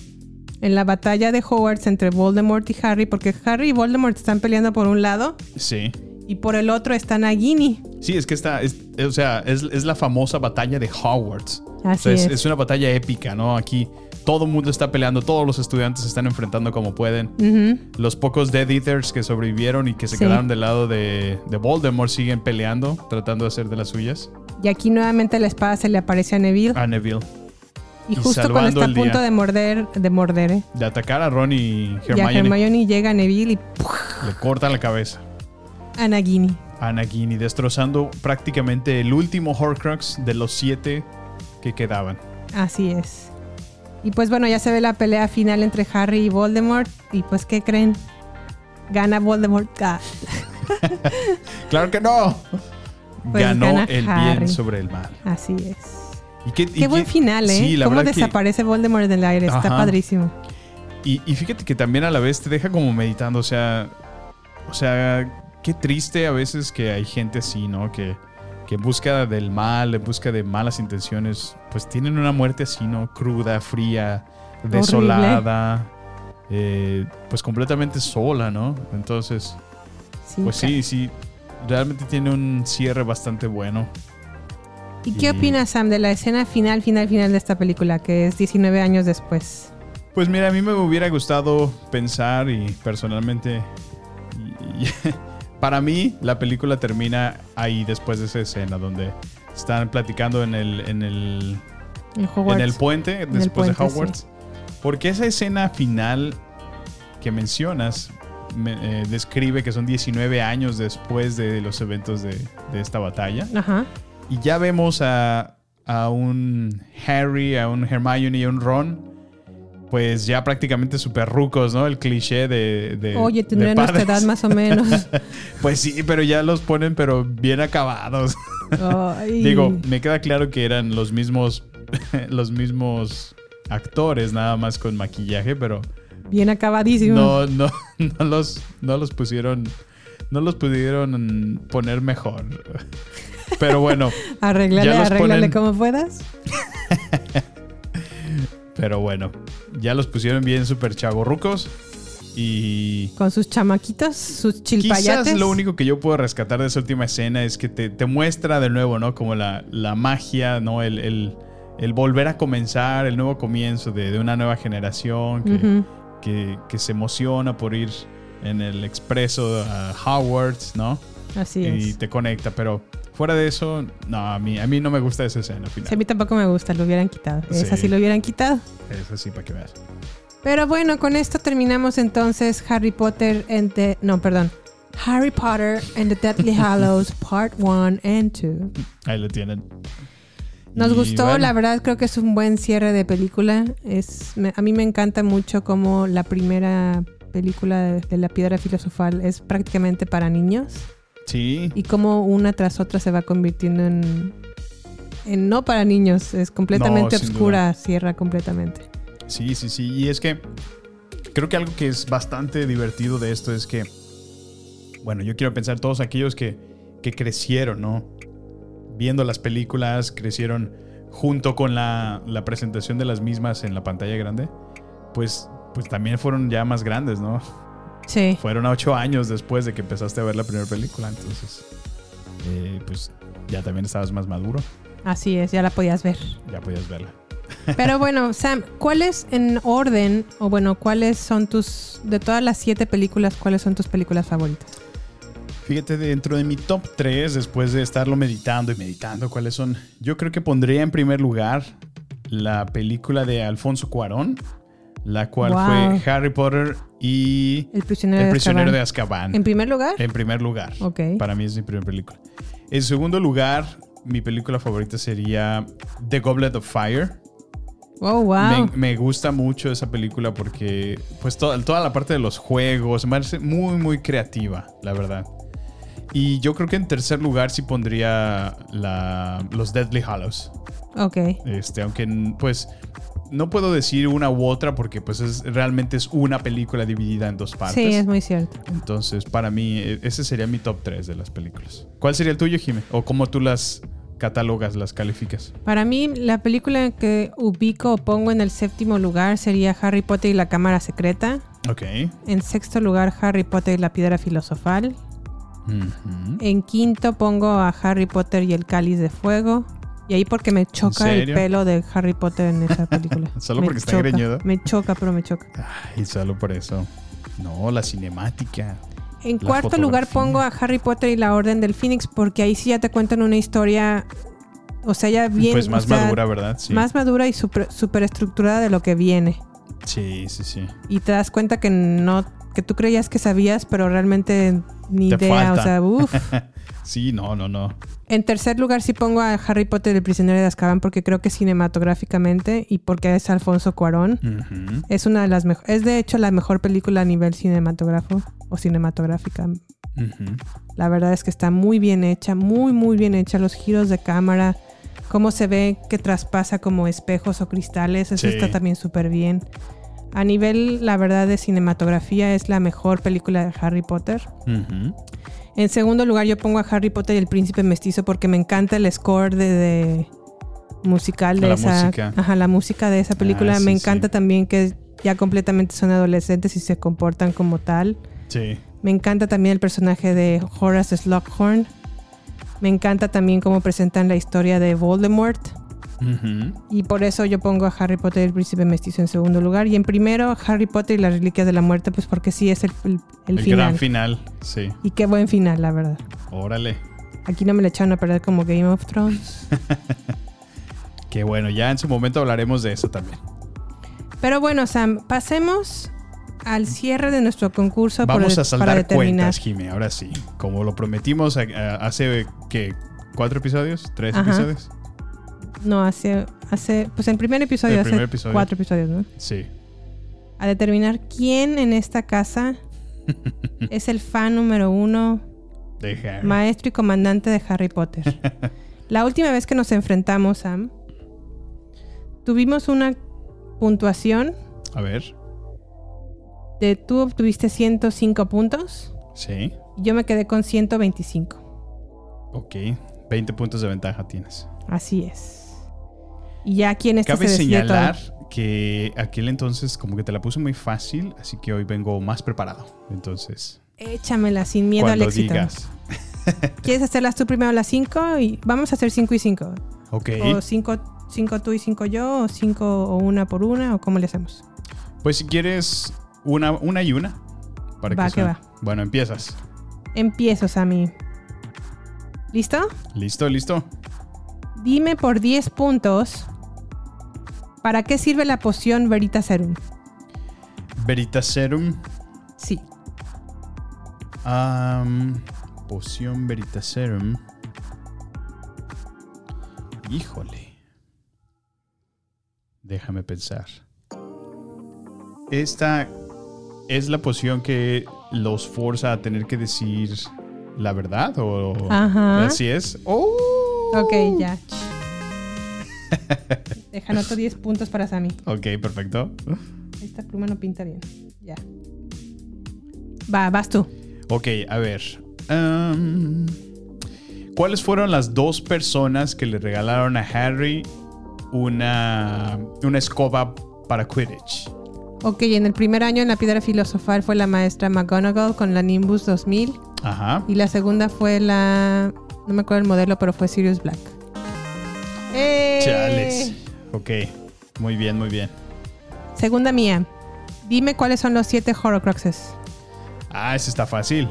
[SPEAKER 2] en la batalla de Hogwarts entre Voldemort y Harry, porque Harry y Voldemort están peleando por un lado
[SPEAKER 3] sí.
[SPEAKER 2] y por el otro está Nagini.
[SPEAKER 3] Sí, es que esta, es- o sea, es, es la famosa batalla de Hogwarts.
[SPEAKER 2] Así
[SPEAKER 3] O sea, es,
[SPEAKER 2] es.
[SPEAKER 3] es una batalla épica, ¿no? Aquí todo el mundo está peleando, todos los estudiantes se están enfrentando como pueden.
[SPEAKER 2] Ujú.
[SPEAKER 3] Los pocos Dead Eaters que sobrevivieron y que se
[SPEAKER 2] Sí.
[SPEAKER 3] quedaron del lado de, de Voldemort siguen peleando, tratando de hacer de las suyas.
[SPEAKER 2] Y aquí nuevamente la espada se le aparece a Neville.
[SPEAKER 3] A Neville.
[SPEAKER 2] y
[SPEAKER 3] y
[SPEAKER 2] justo cuando
[SPEAKER 3] Ah, salvando
[SPEAKER 2] está a
[SPEAKER 3] el día.
[SPEAKER 2] punto de morder, de morder, ¿eh?
[SPEAKER 3] De atacar a Ron y
[SPEAKER 2] Y a
[SPEAKER 3] Hermione,
[SPEAKER 2] Hermione llega Neville y
[SPEAKER 3] le cortan la cabeza.
[SPEAKER 2] a Nagini.
[SPEAKER 3] A Nagini, destrozando prácticamente el último Horcrux de los siete que quedaban.
[SPEAKER 2] Así es. Y pues bueno, ya se ve la pelea final entre Harry y Voldemort. Y pues, ¿qué creen? Gana Voldemort. Ah,
[SPEAKER 3] ¡Claro que no!
[SPEAKER 2] Pues
[SPEAKER 3] Ganó
[SPEAKER 2] gana
[SPEAKER 3] el
[SPEAKER 2] Harry.
[SPEAKER 3] bien sobre el mal.
[SPEAKER 2] así es.
[SPEAKER 3] Y qué, y
[SPEAKER 2] Qué buen
[SPEAKER 3] qué-
[SPEAKER 2] final, ¿eh?
[SPEAKER 3] Sí, la
[SPEAKER 2] Cómo
[SPEAKER 3] verdad que-
[SPEAKER 2] desaparece Voldemort en el aire. Está
[SPEAKER 3] Ajá.
[SPEAKER 2] padrísimo.
[SPEAKER 3] Y, y fíjate que también a la vez te deja como meditando, o sea, o sea, qué triste a veces que hay gente así, ¿no? Que, que en busca del mal, en busca de malas intenciones, pues tienen una muerte así, ¿no? Cruda, fría, desolada. eh, pues completamente sola, ¿no? Entonces,
[SPEAKER 2] Sí,
[SPEAKER 3] pues
[SPEAKER 2] ca-
[SPEAKER 3] sí, sí, realmente tiene un cierre bastante bueno.
[SPEAKER 2] ¿Y qué opinas, Sam, de la escena final, final, final de esta película, que es 19 años después?
[SPEAKER 3] Pues mira, a mí me hubiera gustado pensar y personalmente, y- y- para mí la película termina ahí después de esa escena donde están platicando en el, en el,
[SPEAKER 2] En Hogwarts.
[SPEAKER 3] en el puente después
[SPEAKER 2] puente,
[SPEAKER 3] de Hogwarts. Porque esa escena final que mencionas me- eh, describe que son 19 años después de los eventos de, de esta batalla.
[SPEAKER 2] Ajá.
[SPEAKER 3] Y ya vemos a, a un Harry, a un Hermione y a un Ron. Pues ya prácticamente super rucos, ¿no? El cliché de. de-
[SPEAKER 2] Oye,
[SPEAKER 3] de
[SPEAKER 2] tendría nuestra
[SPEAKER 3] padres.
[SPEAKER 2] edad más o menos.
[SPEAKER 3] Pues sí, pero ya los ponen, pero bien acabados.
[SPEAKER 2] Ay.
[SPEAKER 3] Digo, me queda claro que eran los mismos, los mismos actores, nada más con maquillaje, pero
[SPEAKER 2] Bien acabadísimo.
[SPEAKER 3] no, no, no los, no los pusieron, no los pudieron poner mejor. Pero bueno,
[SPEAKER 2] arréglale,
[SPEAKER 3] ya los
[SPEAKER 2] arréglale
[SPEAKER 3] ponen-
[SPEAKER 2] como puedas.
[SPEAKER 3] pero bueno, ya los pusieron bien súper chavorrucos y
[SPEAKER 2] Con sus chamaquitos, sus chilpayates.
[SPEAKER 3] Quizás lo único que yo puedo rescatar de esa última escena es que te, te muestra de nuevo, ¿no? Como la, la magia, ¿no? El, el- el volver a comenzar, el nuevo comienzo de, de una nueva generación que,
[SPEAKER 2] Ujú.
[SPEAKER 3] que- que se emociona por ir en el expreso a Hogwarts, ¿no?
[SPEAKER 2] Así
[SPEAKER 3] y
[SPEAKER 2] es.
[SPEAKER 3] te conecta, pero fuera de eso, no, a mí, a mí no me gusta esa escena
[SPEAKER 2] Sí, a
[SPEAKER 3] final.
[SPEAKER 2] mí tampoco me gusta, lo hubieran quitado. Es
[SPEAKER 3] Sí.
[SPEAKER 2] así, lo hubieran quitado.
[SPEAKER 3] Es así para que veas.
[SPEAKER 2] Pero bueno, con esto terminamos entonces Harry Potter and the... No, perdón. Harry Potter and the Deadly Hallows Part 1 and 2.
[SPEAKER 3] Ahí lo tienen.
[SPEAKER 2] Nos
[SPEAKER 3] Y
[SPEAKER 2] gustó,
[SPEAKER 3] bueno,
[SPEAKER 2] la verdad creo que es un buen cierre de película. Es, me- a mí me encanta mucho como la primera película de, de la piedra filosofal es prácticamente para niños
[SPEAKER 3] Sí,
[SPEAKER 2] y como una tras otra se va convirtiendo en, en no para niños, es completamente
[SPEAKER 3] No, sin
[SPEAKER 2] oscura, cierra completamente.
[SPEAKER 3] Sí, sí, sí. Y es que creo que algo que es bastante divertido de esto es que, bueno, yo quiero pensar todos aquellos que, que crecieron, ¿no? Viendo las películas, crecieron junto con la, la presentación de las mismas en la pantalla grande, pues, pues también fueron ya más grandes, ¿no?
[SPEAKER 2] Sí,
[SPEAKER 3] Fueron a ocho años después de que empezaste a ver la primera película, entonces, eh, pues ya también estabas más maduro,
[SPEAKER 2] así es, ya la podías ver.
[SPEAKER 3] ya podías verla.
[SPEAKER 2] Pero bueno, Sam, ¿cuáles en orden o bueno, cuáles son tus de todas las siete películas, cuáles son tus películas favoritas?
[SPEAKER 3] Fíjate, dentro de mi top 3, después de estarlo meditando y meditando cuáles son, yo creo que pondría en primer lugar la película de Alfonso Cuarón, la cual
[SPEAKER 2] Wow.
[SPEAKER 3] fue Harry Potter y
[SPEAKER 2] El prisionero,
[SPEAKER 3] El prisionero de
[SPEAKER 2] Azkaban.
[SPEAKER 3] Azkaban.
[SPEAKER 2] En primer lugar.
[SPEAKER 3] En primer lugar.
[SPEAKER 2] Ok.
[SPEAKER 3] Para mí es mi primera película. En segundo lugar, mi película favorita sería The Goblet of Fire.
[SPEAKER 2] Oh, wow.
[SPEAKER 3] Me, me gusta mucho esa película porque, pues, toda, toda la parte de los juegos me parece muy, muy creativa, la verdad. Y yo creo que en tercer lugar sí pondría la- los Deadly Hallows.
[SPEAKER 2] Ok.
[SPEAKER 3] Este, aunque, pues, no puedo decir una u otra porque, pues, es, realmente es una película dividida en dos partes.
[SPEAKER 2] Sí, es muy cierto.
[SPEAKER 3] Entonces, para mí, e- ese sería mi top 3 de las películas. ¿Cuál sería el tuyo, Jimé? ¿O cómo tú las catalogas, las calificas?
[SPEAKER 2] Para mí, la película que ubico o pongo en el séptimo lugar sería Harry Potter y la Cámara Secreta.
[SPEAKER 3] Ok.
[SPEAKER 2] En sexto lugar, Harry Potter y la Piedra Filosofal. En quinto pongo a Harry Potter y el Cáliz de Fuego. Y ahí porque me choca el
[SPEAKER 3] serio?
[SPEAKER 2] pelo de Harry Potter en esa película.
[SPEAKER 3] Solo
[SPEAKER 2] Me
[SPEAKER 3] porque está
[SPEAKER 2] choca.
[SPEAKER 3] greñudo.
[SPEAKER 2] Me choca, pero me choca.
[SPEAKER 3] Y solo por eso. No, la cinemática.
[SPEAKER 2] En
[SPEAKER 3] La
[SPEAKER 2] cuarto lugar
[SPEAKER 3] fotografía.
[SPEAKER 2] pongo a Harry Potter y la Orden del Fénix porque ahí sí ya te cuentan una historia, o sea, ya bien...
[SPEAKER 3] pues
[SPEAKER 2] o
[SPEAKER 3] más
[SPEAKER 2] sea,
[SPEAKER 3] madura, ¿verdad? Sí.
[SPEAKER 2] Más madura y super, estructurada de lo que viene.
[SPEAKER 3] Sí, sí, sí.
[SPEAKER 2] Y te das cuenta que no, que tú creías que sabías, pero realmente ni
[SPEAKER 3] Te
[SPEAKER 2] idea.
[SPEAKER 3] falta.
[SPEAKER 2] O sea, uff.
[SPEAKER 3] Sí, no, no, no.
[SPEAKER 2] en tercer lugar sí pongo a Harry Potter y el prisionero de Azkaban porque creo que cinematográficamente y porque es Alfonso Cuarón.
[SPEAKER 3] Ujú.
[SPEAKER 2] Es una de las mejores, es de hecho la mejor película a nivel cinematógrafo o cinematográfica.
[SPEAKER 3] Ujú.
[SPEAKER 2] La verdad es que está muy bien hecha, muy muy bien hecha. Los giros de cámara, cómo se ve que traspasa como espejos o cristales, eso
[SPEAKER 3] Sí.
[SPEAKER 2] está también súper bien. A nivel, la verdad, de cinematografía es la mejor película de Harry Potter.
[SPEAKER 3] Ujú.
[SPEAKER 2] En segundo lugar, yo pongo a Harry Potter y el príncipe mestizo porque me encanta el score de, de musical de
[SPEAKER 3] La
[SPEAKER 2] esa.
[SPEAKER 3] música.
[SPEAKER 2] Ajá, la música de esa película.
[SPEAKER 3] Ah, sí,
[SPEAKER 2] me encanta
[SPEAKER 3] sí.
[SPEAKER 2] también que ya completamente son adolescentes y se comportan como tal.
[SPEAKER 3] Sí.
[SPEAKER 2] Me encanta también el personaje de Horace Slughorn. Me encanta también cómo presentan la historia de Voldemort.
[SPEAKER 3] Ujú.
[SPEAKER 2] Y por eso yo pongo a Harry Potter y el príncipe mestizo en segundo lugar. Y en primero, Harry Potter y las reliquias de la muerte, pues porque sí es el, el- el
[SPEAKER 3] El gran
[SPEAKER 2] final.
[SPEAKER 3] final. Sí.
[SPEAKER 2] y qué buen final, la verdad.
[SPEAKER 3] Órale.
[SPEAKER 2] Aquí no me le echaron a perder como Game of Thrones.
[SPEAKER 3] Qué bueno. Ya en su momento hablaremos de eso también.
[SPEAKER 2] Pero bueno, Sam, pasemos al cierre de nuestro concurso para
[SPEAKER 3] Vamos
[SPEAKER 2] de- para
[SPEAKER 3] a saldar
[SPEAKER 2] determinar.
[SPEAKER 3] cuentas, Jimmy. Ahora sí. Como lo prometimos a- a- hace, ¿qué? ¿Cuatro episodios? ¿Tres
[SPEAKER 2] Ajá.
[SPEAKER 3] episodios?
[SPEAKER 2] No, hace, hace, pues en primer episodio,
[SPEAKER 3] El
[SPEAKER 2] hace
[SPEAKER 3] primer episodio.
[SPEAKER 2] cuatro episodios, ¿no?
[SPEAKER 3] Sí.
[SPEAKER 2] A determinar quién en esta casa es el fan número uno
[SPEAKER 3] De Harry.
[SPEAKER 2] maestro y comandante de Harry Potter. La última vez que nos enfrentamos, Sam, tuvimos una puntuación
[SPEAKER 3] A ver.
[SPEAKER 2] de tú obtuviste 105 puntos
[SPEAKER 3] Sí.
[SPEAKER 2] y yo me quedé con 125.
[SPEAKER 3] Ok. 20 puntos de ventaja tienes.
[SPEAKER 2] Así es. Y ya aquí en este
[SPEAKER 3] Cabe
[SPEAKER 2] se decide
[SPEAKER 3] señalar
[SPEAKER 2] todo.
[SPEAKER 3] que aquel entonces como que te la puse muy fácil, así que hoy vengo más preparado. Entonces,
[SPEAKER 2] Échamela sin miedo al
[SPEAKER 3] cuando
[SPEAKER 2] éxito.
[SPEAKER 3] digas,
[SPEAKER 2] ¿Quieres hacerlas tú primero las 5? Y vamos a hacer 5 y 5.
[SPEAKER 3] ok,
[SPEAKER 2] O 5 cinco tú y 5 yo, o 5 o una por una, o cómo le hacemos.
[SPEAKER 3] pues si quieres una, una y una. Para
[SPEAKER 2] Va, que
[SPEAKER 3] suene.
[SPEAKER 2] va.
[SPEAKER 3] Bueno, empiezas.
[SPEAKER 2] Empiezo, Sammy. ¿Listo?
[SPEAKER 3] ¿Listo? ¿Listo?
[SPEAKER 2] Dime por 10 puntos. ¿Para qué sirve la poción Veritaserum?
[SPEAKER 3] Veritaserum.
[SPEAKER 2] Sí.
[SPEAKER 3] am, poción Veritaserum. Híjole. Déjame pensar. Esta es la poción que los forza a tener que decir la verdad o
[SPEAKER 2] Ajá.
[SPEAKER 3] así es. ¡Oh!
[SPEAKER 2] Ok, ya. Deja anoto 10 puntos para Sammy.
[SPEAKER 3] Ok, perfecto.
[SPEAKER 2] Esta pluma no pinta bien. Ya. Va, vas tú.
[SPEAKER 3] Ok, a ver. Am, ¿Cuáles fueron las dos personas que le regalaron a Harry una, una escoba para Quidditch?
[SPEAKER 2] Ok, en el primer año en la piedra filosofal fue la maestra McGonagall con la Nimbus 2000
[SPEAKER 3] Ajá.
[SPEAKER 2] y la segunda fue la... No me acuerdo el modelo, pero fue Sirius Black. ¡Eh!
[SPEAKER 3] Chales. Ok, muy bien, muy bien.
[SPEAKER 2] Segunda mía. Dime cuáles son los siete Horrocruxes.
[SPEAKER 3] Ah, ese está fácil.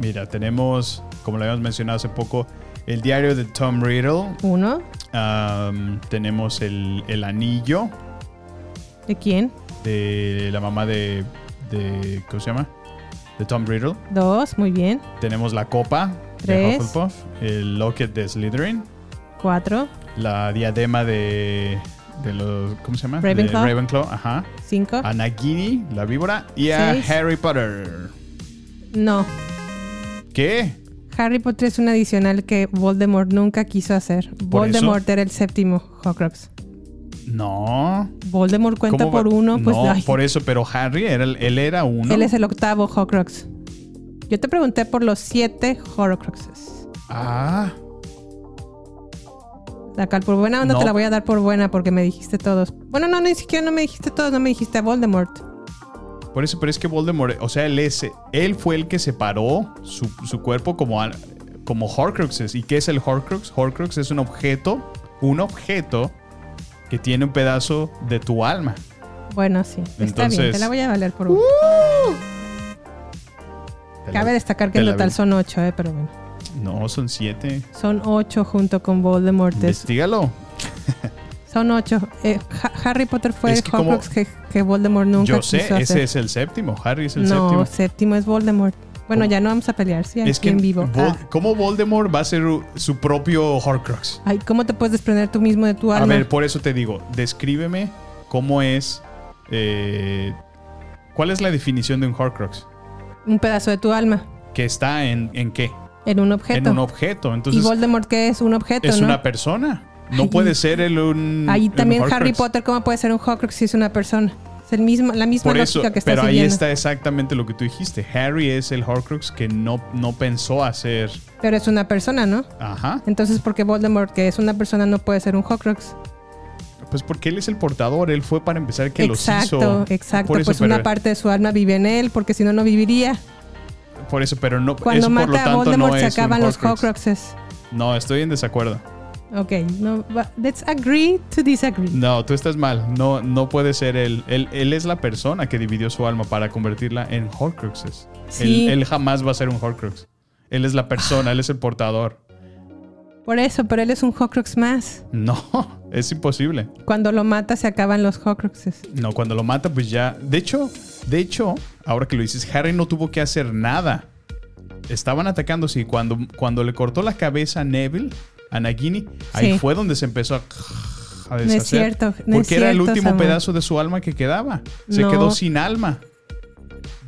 [SPEAKER 3] Mira, tenemos, como lo habíamos mencionado hace poco, el diario de Tom Riddle.
[SPEAKER 2] Uno.
[SPEAKER 3] Am, tenemos el, el anillo
[SPEAKER 2] ¿De quién?
[SPEAKER 3] de la mamá de, de. ¿Cómo se llama? De Tom Riddle.
[SPEAKER 2] Dos. Muy bien.
[SPEAKER 3] Tenemos la copa de
[SPEAKER 2] Tres.
[SPEAKER 3] Hufflepuff, el locket de Slytherin,
[SPEAKER 2] Cuatro.
[SPEAKER 3] la diadema de, de los ¿cómo se llama? De
[SPEAKER 2] Ravenclaw.
[SPEAKER 3] Ravenclaw, ajá.
[SPEAKER 2] Cinco.
[SPEAKER 3] A Nagini, la víbora y a
[SPEAKER 2] Seis.
[SPEAKER 3] Harry Potter.
[SPEAKER 2] No.
[SPEAKER 3] ¿Qué?
[SPEAKER 2] Harry Potter es un adicional que Voldemort nunca quiso hacer.
[SPEAKER 3] Por eso-
[SPEAKER 2] Voldemort era el séptimo Horcrux.
[SPEAKER 3] No.
[SPEAKER 2] Voldemort cuenta
[SPEAKER 3] ¿Cómo va-
[SPEAKER 2] por uno, pues
[SPEAKER 3] no,
[SPEAKER 2] ay,
[SPEAKER 3] por eso, pero Harry era el- él era uno.
[SPEAKER 2] él es el octavo Horcrux. Yo te pregunté por los siete Horcruxes.
[SPEAKER 3] Ah,
[SPEAKER 2] La cal por buena onda
[SPEAKER 3] No.
[SPEAKER 2] te la voy a dar por buena porque me dijiste todos. Bueno, no, ni siquiera no me dijiste todos, no me dijiste a Voldemort.
[SPEAKER 3] por eso, pero es que Voldemort, o sea, él es- él fue el que separó su, su cuerpo como a- como Horcruxes. ¿Y qué es el Horcrux? Horcrux es un objeto, un objeto que tiene un pedazo de tu alma.
[SPEAKER 2] Bueno, sí. Está bien,
[SPEAKER 3] Entonces- uh,
[SPEAKER 2] te la voy a valer por buena.
[SPEAKER 3] Te la-
[SPEAKER 2] Cabe destacar que en
[SPEAKER 3] te la
[SPEAKER 2] total
[SPEAKER 3] vi.
[SPEAKER 2] son ocho, eh, pero bueno.
[SPEAKER 3] No, son siete.
[SPEAKER 2] Son ocho junto con Voldemort. Es-
[SPEAKER 3] Investígalo.
[SPEAKER 2] Son ocho. Eh, Ha- Harry Potter fue
[SPEAKER 3] Es
[SPEAKER 2] el
[SPEAKER 3] que como-
[SPEAKER 2] Horcrux que, que Voldemort nunca
[SPEAKER 3] Yo sé,
[SPEAKER 2] quiso hacer.
[SPEAKER 3] ese es el séptimo. Harry es
[SPEAKER 2] no,
[SPEAKER 3] el séptimo.
[SPEAKER 2] séptimo. es Voldemort. Bueno, ya no vamos a pelear, sí, aquí
[SPEAKER 3] Es que
[SPEAKER 2] en vivo. Ah.
[SPEAKER 3] Vol- ¿Cómo Voldemort va a ser u- su propio Horcrux?
[SPEAKER 2] Ay, ¿cómo te puedes desprender tú mismo de tu alma?
[SPEAKER 3] A ver, por eso te digo, descríbeme cómo es. eh, ¿Cuál es la definición de un Horcrux?
[SPEAKER 2] Un pedazo de tu alma
[SPEAKER 3] Que está en, en qué?
[SPEAKER 2] en un objeto.
[SPEAKER 3] En un objeto.
[SPEAKER 2] ¿Y
[SPEAKER 3] Entonces,
[SPEAKER 2] Voldemort qué es? Un objeto,
[SPEAKER 3] es
[SPEAKER 2] ¿no?
[SPEAKER 3] una persona. No
[SPEAKER 2] Ay.
[SPEAKER 3] puede ser Mm, el un.
[SPEAKER 2] Ahí
[SPEAKER 3] un
[SPEAKER 2] también
[SPEAKER 3] Horcrux.
[SPEAKER 2] Harry Potter, ¿cómo puede ser un Horcrux si es una persona? Es el mismo, la misma
[SPEAKER 3] Por eso,
[SPEAKER 2] lógica que está
[SPEAKER 3] pero ahí
[SPEAKER 2] siguiendo.
[SPEAKER 3] está exactamente lo que tú dijiste. Harry es el Horcrux que no, no pensó hacer.
[SPEAKER 2] Pero es una persona, ¿no?
[SPEAKER 3] Ajá.
[SPEAKER 2] Entonces, ¿por qué Voldemort, que es una persona, no puede ser un Horcrux?
[SPEAKER 3] Pues porque él es el portador, él fue para empezar que
[SPEAKER 2] exacto,
[SPEAKER 3] los hizo. Ah,
[SPEAKER 2] exacto.
[SPEAKER 3] Por eso,
[SPEAKER 2] pues
[SPEAKER 3] pero,
[SPEAKER 2] una parte de su alma vive en él, porque si no, no viviría.
[SPEAKER 3] Por eso, pero no.
[SPEAKER 2] Cuando
[SPEAKER 3] eso, por lo
[SPEAKER 2] mata a
[SPEAKER 3] tanto,
[SPEAKER 2] Voldemort
[SPEAKER 3] no
[SPEAKER 2] se
[SPEAKER 3] es un
[SPEAKER 2] acaban los
[SPEAKER 3] Horcrux.
[SPEAKER 2] Horcruxes.
[SPEAKER 3] No, estoy en desacuerdo.
[SPEAKER 2] Ok, no, but let's agree to disagree.
[SPEAKER 3] No, tú estás mal. No, no puede ser él. Él, él es la persona que dividió su alma para convertirla en Horcruxes.
[SPEAKER 2] Sí.
[SPEAKER 3] Él, él jamás va a ser un Horcrux. Él es la persona, él es el portador.
[SPEAKER 2] Por eso, pero él es un Horcrux más.
[SPEAKER 3] No, es imposible.
[SPEAKER 2] Cuando lo mata, se acaban los Horcruxes.
[SPEAKER 3] No, cuando lo mata, pues ya. De hecho, de hecho, ahora que lo dices, Harry no tuvo que hacer nada. Estaban atacándose y cuando, cuando le cortó la cabeza a Neville, a Nagini, ahí
[SPEAKER 2] Sí.
[SPEAKER 3] fue donde se empezó a, a deshacer.
[SPEAKER 2] No es cierto, no es
[SPEAKER 3] porque era el
[SPEAKER 2] cierto,
[SPEAKER 3] último
[SPEAKER 2] Samuel.
[SPEAKER 3] pedazo de su alma que quedaba. Se
[SPEAKER 2] No.
[SPEAKER 3] quedó sin alma.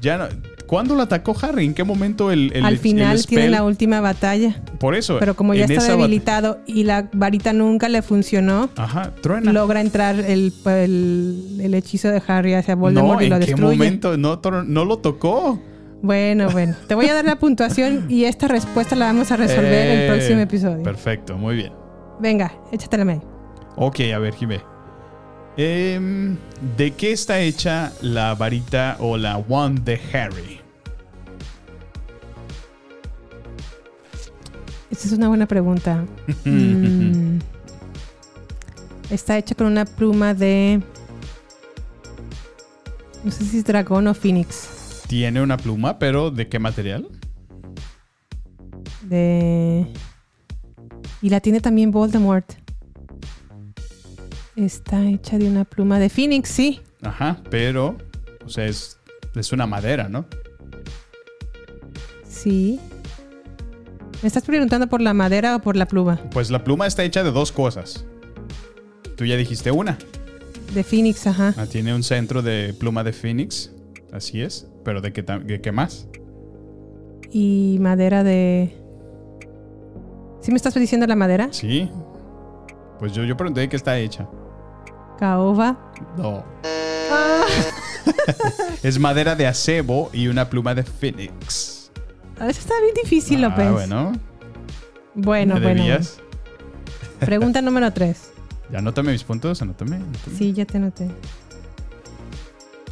[SPEAKER 3] Ya no- ¿Cuándo lo atacó Harry? ¿En qué momento el, el-
[SPEAKER 2] Al
[SPEAKER 3] el
[SPEAKER 2] final tiene
[SPEAKER 3] spell?
[SPEAKER 2] la última batalla.
[SPEAKER 3] Por eso.
[SPEAKER 2] Pero como ya
[SPEAKER 3] Pues, en
[SPEAKER 2] está
[SPEAKER 3] esa bat-
[SPEAKER 2] debilitado y la varita nunca le funcionó,
[SPEAKER 3] Ajá, truena.
[SPEAKER 2] logra entrar el, el- el hechizo de Harry hacia Voldemort
[SPEAKER 3] no,
[SPEAKER 2] y
[SPEAKER 3] ¿en
[SPEAKER 2] lo
[SPEAKER 3] qué
[SPEAKER 2] destruye.
[SPEAKER 3] momento? No, tro- no lo tocó.
[SPEAKER 2] Bueno, bueno. Te voy a dar la puntuación y esta respuesta la vamos a resolver en
[SPEAKER 3] Eh,
[SPEAKER 2] el próximo episodio.
[SPEAKER 3] Perfecto, muy bien.
[SPEAKER 2] Venga, échatela medio.
[SPEAKER 3] Ok, a ver, Jimé. Em, ¿De qué está hecha la varita o la wand de Harry?
[SPEAKER 2] Esa es una buena pregunta. Mm. Está hecha con una pluma de. No sé si es dragón o phoenix.
[SPEAKER 3] Tiene una pluma, pero ¿de qué material?
[SPEAKER 2] De. Y la tiene también Voldemort. Está hecha de una pluma de phoenix, sí.
[SPEAKER 3] Ajá, pero, o sea, es, es una madera, ¿no?
[SPEAKER 2] Sí. ¿Me estás preguntando por la madera o por la pluma?
[SPEAKER 3] Pues la pluma está hecha de dos cosas. Tú ya dijiste una.
[SPEAKER 2] De phoenix, ajá.
[SPEAKER 3] Ah, tiene un centro de pluma de Phoenix, así es, pero ¿de qué, ta- de qué más?
[SPEAKER 2] Y madera de. ¿Sí me estás diciendo la madera?
[SPEAKER 3] Sí. Pues yo, yo pregunté de qué está hecha.
[SPEAKER 2] Caoba.
[SPEAKER 3] No.
[SPEAKER 2] Ah.
[SPEAKER 3] es madera de acebo y una pluma de phoenix.
[SPEAKER 2] Ah, Eso está bien difícil,
[SPEAKER 3] Ah,
[SPEAKER 2] López.
[SPEAKER 3] bueno.
[SPEAKER 2] Bueno,
[SPEAKER 3] ¿Me
[SPEAKER 2] bueno.
[SPEAKER 3] debías?
[SPEAKER 2] Pregunta número 3.
[SPEAKER 3] Ya anótame mis puntos, anótame. anótame.
[SPEAKER 2] Sí, ya te noté.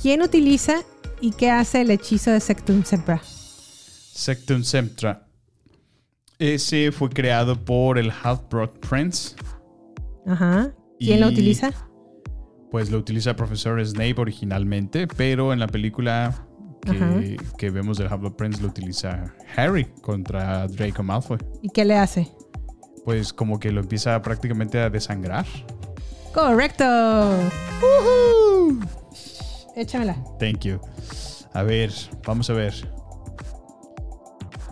[SPEAKER 2] ¿Quién utiliza y qué hace el hechizo de Sectum Sempra?
[SPEAKER 3] Sectum Semptra. Ese fue creado por el Half-Blood Prince.
[SPEAKER 2] Ajá. ¿Quién lo
[SPEAKER 3] Y-
[SPEAKER 2] utiliza?
[SPEAKER 3] Pues lo utiliza el profesor Snape originalmente, pero en la película
[SPEAKER 2] Ajá.
[SPEAKER 3] que, que vemos del Half-Blood Prince lo utiliza Harry contra Draco Malfoy.
[SPEAKER 2] ¿Y qué le hace?
[SPEAKER 3] Pues como que lo empieza prácticamente a desangrar.
[SPEAKER 2] ¡Correcto! Échamela.
[SPEAKER 3] Thank you. A ver, vamos a ver.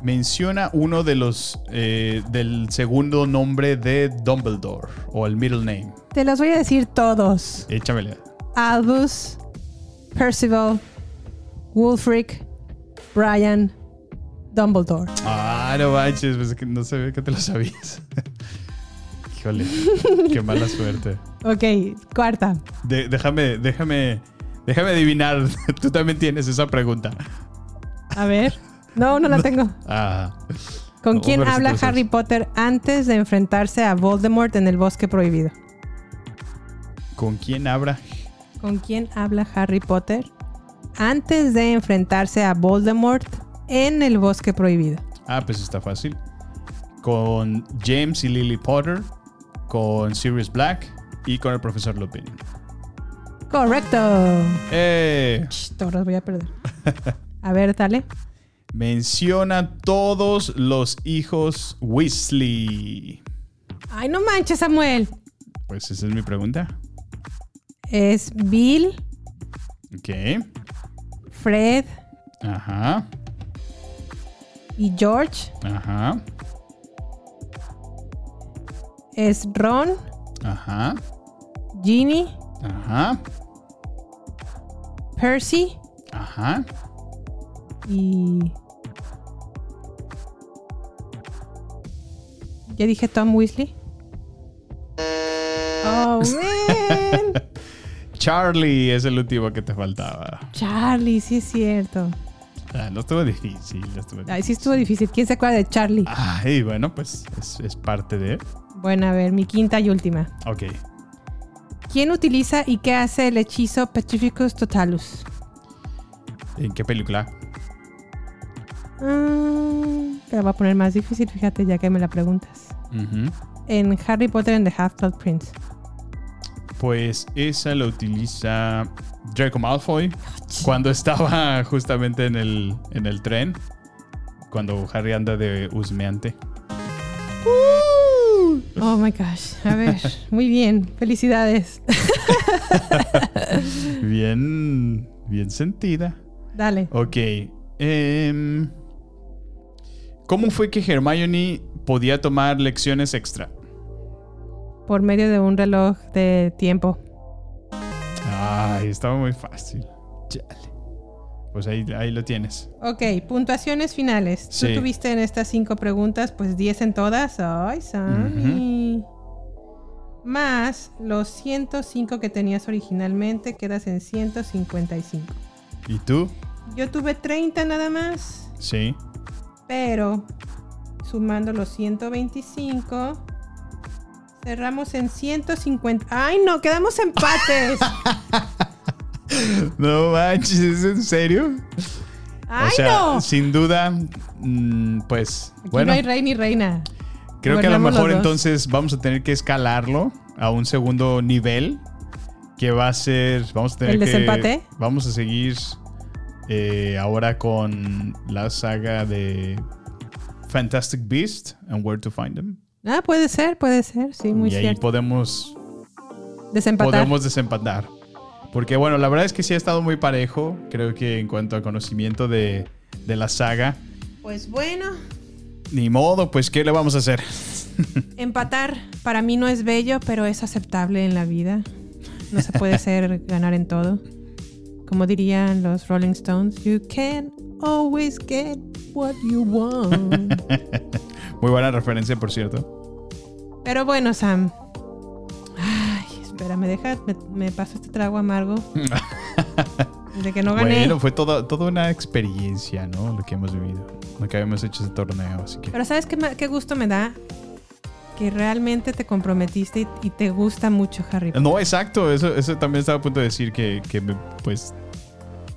[SPEAKER 3] Menciona uno de los eh, del segundo nombre de Dumbledore o el middle name.
[SPEAKER 2] Te los voy a decir todos.
[SPEAKER 3] Échamela.
[SPEAKER 2] Albus, Percival, Wolfric, Brian, Dumbledore.
[SPEAKER 3] Ah, no manches, pues que no sabía que te lo sabías. Híjole, qué mala suerte.
[SPEAKER 2] Ok, cuarta.
[SPEAKER 3] De- déjame, déjame, déjame adivinar. Tú también tienes esa pregunta.
[SPEAKER 2] A ver. No, no la tengo.
[SPEAKER 3] Ah,
[SPEAKER 2] ¿Con
[SPEAKER 3] No,
[SPEAKER 2] quién
[SPEAKER 3] pero sí
[SPEAKER 2] habla
[SPEAKER 3] te lo
[SPEAKER 2] Harry
[SPEAKER 3] sabes.
[SPEAKER 2] Potter antes de enfrentarse a Voldemort en el bosque prohibido?
[SPEAKER 3] ¿con quién habla?
[SPEAKER 2] ¿Con quién habla Harry Potter antes de enfrentarse a Voldemort en el bosque prohibido?
[SPEAKER 3] Ah, pues está fácil. Con James y Lily Potter, con Sirius Black y con el profesor Lupin.
[SPEAKER 2] Correcto.
[SPEAKER 3] ¡Eh!
[SPEAKER 2] Ch, Todos los voy a perder. A ver, dale.
[SPEAKER 3] Menciona todos los hijos Weasley.
[SPEAKER 2] Ay, no manches, Samuel.
[SPEAKER 3] Pues esa es mi pregunta.
[SPEAKER 2] Es Bill,
[SPEAKER 3] Ok.
[SPEAKER 2] Fred
[SPEAKER 3] Ajá.
[SPEAKER 2] y George.
[SPEAKER 3] Ajá.
[SPEAKER 2] Es Ron,
[SPEAKER 3] Ajá.
[SPEAKER 2] Ginny,
[SPEAKER 3] Ajá.
[SPEAKER 2] Percy
[SPEAKER 3] Ajá.
[SPEAKER 2] y... Ya dije Tom Weasley. Oh, man.
[SPEAKER 3] Charlie es el último que te faltaba.
[SPEAKER 2] Charlie, sí es cierto.
[SPEAKER 3] Ah, no estuvo difícil. No estuvo
[SPEAKER 2] Ay, sí estuvo difícil. ¿Quién se acuerda de Charlie?
[SPEAKER 3] Ay, bueno, pues es, es parte de.
[SPEAKER 2] Bueno, a ver, mi quinta y última.
[SPEAKER 3] Ok.
[SPEAKER 2] ¿Quién utiliza y qué hace el hechizo Petrificus Totalus?
[SPEAKER 3] ¿En qué película?
[SPEAKER 2] Mm, te la voy a poner más difícil, fíjate, ya que me la preguntas.
[SPEAKER 3] Ujú.
[SPEAKER 2] En Harry Potter and the Half-Blood Prince.
[SPEAKER 3] Pues esa la utiliza Draco Malfoy cuando estaba justamente en el, en el tren. Cuando Harry anda de husmeante.
[SPEAKER 2] Oh my gosh. A ver, muy bien. Felicidades.
[SPEAKER 3] Bien, bien sentida.
[SPEAKER 2] Dale.
[SPEAKER 3] Ok. em, ¿Cómo fue que Hermione podía tomar lecciones extra?
[SPEAKER 2] Por medio de un reloj de tiempo.
[SPEAKER 3] Ay, estaba muy fácil. Chale. Pues ahí, ahí lo tienes.
[SPEAKER 2] Ok, puntuaciones finales.
[SPEAKER 3] Sí.
[SPEAKER 2] Tú tuviste en estas cinco preguntas, pues 10 en todas. Ay, Sammy. Más los 105 que tenías originalmente, quedas en 155.
[SPEAKER 3] ¿Y tú?
[SPEAKER 2] Yo tuve 30 nada más,
[SPEAKER 3] Sí.
[SPEAKER 2] pero sumando los 125, cerramos en 150. ¡Ay, no! ¡Quedamos empates!
[SPEAKER 3] No manches, ¿es en serio?
[SPEAKER 2] ¡Ay,
[SPEAKER 3] o sea,
[SPEAKER 2] no!
[SPEAKER 3] sin duda, mm, pues
[SPEAKER 2] Aquí
[SPEAKER 3] bueno,
[SPEAKER 2] no hay rey ni reina.
[SPEAKER 3] creo que a lo
[SPEAKER 2] gobernamos los
[SPEAKER 3] mejor
[SPEAKER 2] dos.
[SPEAKER 3] entonces vamos a tener que escalarlo a un segundo nivel que va a ser, vamos a tener
[SPEAKER 2] ¿El
[SPEAKER 3] que-
[SPEAKER 2] desempate?
[SPEAKER 3] vamos a seguir eh, ahora con la saga de Fantastic Beast and Where to Find Them
[SPEAKER 2] Ah, puede ser, puede ser. Sí, muy
[SPEAKER 3] y ahí
[SPEAKER 2] cierto.
[SPEAKER 3] podemos
[SPEAKER 2] Desempatar.
[SPEAKER 3] podemos desempatar. Porque bueno, la verdad es que sí ha estado muy parejo, creo que en cuanto a conocimiento de, de la saga.
[SPEAKER 2] Pues bueno,
[SPEAKER 3] Ni modo, pues ¿qué le vamos a hacer?
[SPEAKER 2] empatar para mí no es bello, pero es aceptable en la vida. No se puede ser ganar en todo. Como dirían los Rolling Stones, you can always get what you want.
[SPEAKER 3] Muy buena referencia, por cierto.
[SPEAKER 2] Pero bueno, Sam. Ay, espera, me deja, me, me paso este trago amargo. De que no gané.
[SPEAKER 3] Bueno, fue toda, toda una experiencia, ¿no? Lo que hemos vivido, lo que habíamos hecho ese torneo, así que...
[SPEAKER 2] Pero ¿sabes qué, ma- qué gusto me da? Que realmente te comprometiste y, y te gusta mucho Harry Potter.
[SPEAKER 3] No, exacto, eso, eso también estaba a punto de decir que, que me- pues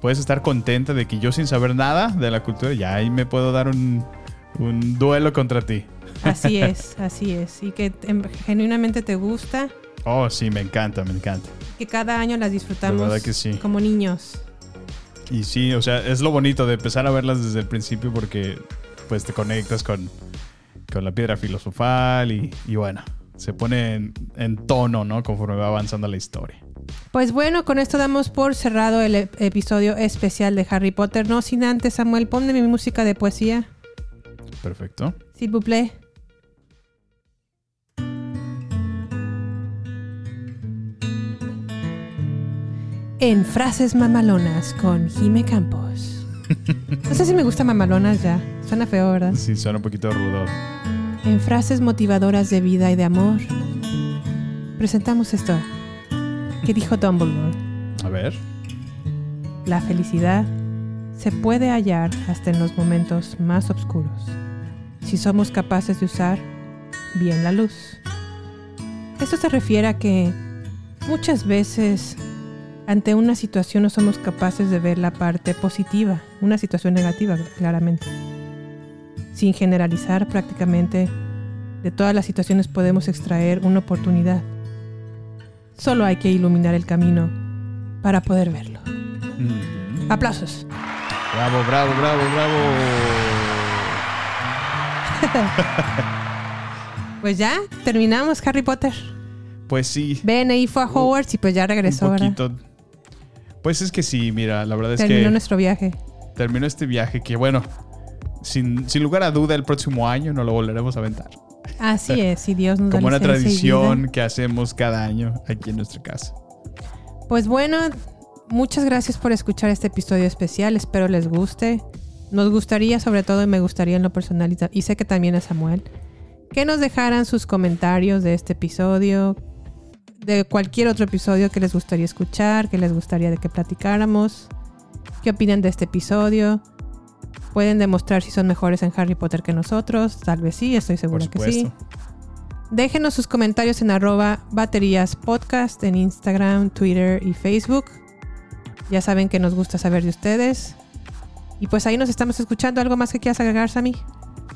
[SPEAKER 3] puedes estar contenta de que yo sin saber nada de la cultura, ya ahí me puedo dar un, un duelo contra ti.
[SPEAKER 2] Así es, así es. Y que em, genuinamente te gusta,
[SPEAKER 3] Oh, sí, me encanta, me encanta.
[SPEAKER 2] que cada año las
[SPEAKER 3] De
[SPEAKER 2] disfrutamos
[SPEAKER 3] verdad que sí.
[SPEAKER 2] como niños.
[SPEAKER 3] Y sí, o sea, es lo bonito de empezar a verlas desde el principio porque pues te conectas con, con la piedra filosofal y, y bueno, se pone en, en tono, ¿no? Conforme va avanzando la historia.
[SPEAKER 2] Pues bueno, con esto damos por cerrado el e- episodio especial de Harry Potter. No sin antes, Samuel, ponme mi música de poesía.
[SPEAKER 3] Perfecto.
[SPEAKER 2] S'il vous plaît. En frases mamalonas con Jime Campos. No sé si me gusta mamalonas ya. Suena feo, ¿verdad?
[SPEAKER 3] Sí, suena un poquito rudo.
[SPEAKER 2] En frases motivadoras de vida y de amor, presentamos esto que dijo Dumbledore.
[SPEAKER 3] A ver.
[SPEAKER 2] La felicidad se puede hallar hasta en los momentos más oscuros, si somos capaces de usar bien la luz. Esto se refiere a que muchas veces ante una situación no somos capaces de ver la parte positiva, una situación negativa claramente. Sin generalizar prácticamente, de todas las situaciones podemos extraer una oportunidad. Solo hay que iluminar el camino para poder verlo.
[SPEAKER 3] Mm.
[SPEAKER 2] Aplausos.
[SPEAKER 3] Bravo, bravo, bravo, bravo.
[SPEAKER 2] Pues ya terminamos Harry Potter.
[SPEAKER 3] Pues sí,
[SPEAKER 2] BNI fue a Hogwarts y pues ya regresó.
[SPEAKER 3] un
[SPEAKER 2] ¿verdad?
[SPEAKER 3] poquito. Pues es que sí, mira, la verdad es
[SPEAKER 2] Terminó
[SPEAKER 3] que
[SPEAKER 2] nuestro viaje.
[SPEAKER 3] terminó este viaje que bueno, sin, sin lugar a duda el próximo año no lo volveremos a aventar.
[SPEAKER 2] Así es, si Dios nos da
[SPEAKER 3] como una
[SPEAKER 2] licencia y vida.
[SPEAKER 3] tradición que hacemos cada año aquí en nuestra casa.
[SPEAKER 2] Pues bueno, muchas gracias por escuchar este episodio especial. Espero les guste. Nos gustaría, sobre todo, y me gustaría en lo personal, y ta- y sé que también a Samuel, que nos dejaran sus comentarios de este episodio, de cualquier otro episodio que les gustaría escuchar, que les gustaría de que platicáramos, qué opinan de este episodio. Pueden demostrar si son mejores en Harry Potter que nosotros, tal vez sí, estoy
[SPEAKER 3] Por
[SPEAKER 2] segura que sí.
[SPEAKER 3] supuesto.
[SPEAKER 2] Déjenos sus comentarios en arroba baterías podcast en Instagram, Twitter y Facebook. Ya saben que nos gusta saber de ustedes. Y pues ahí nos estamos escuchando. ¿Algo más que quieras agregar, Sammy?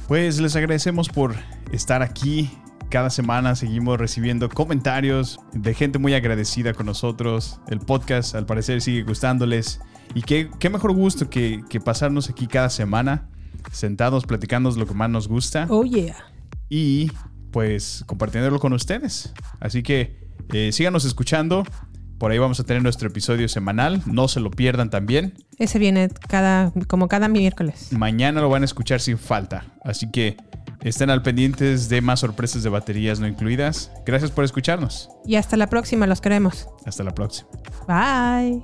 [SPEAKER 3] Pues les agradecemos por estar aquí. Cada semana seguimos recibiendo comentarios de gente muy agradecida con nosotros. El podcast al parecer sigue gustándoles. Y qué, qué mejor gusto que, que pasarnos aquí cada semana, sentados, platicándonos lo que más nos gusta
[SPEAKER 2] Oh, yeah.
[SPEAKER 3] y pues compartiéndolo con ustedes. Así que eh, síganos escuchando. Por ahí vamos a tener nuestro episodio semanal. No se lo pierdan también.
[SPEAKER 2] Ese viene cada, como cada miércoles.
[SPEAKER 3] Mañana lo van a escuchar sin falta. Así que estén al pendientes de más sorpresas de baterías no incluidas. Gracias por escucharnos.
[SPEAKER 2] Y hasta la próxima, los queremos.
[SPEAKER 3] Hasta la próxima.
[SPEAKER 2] Bye.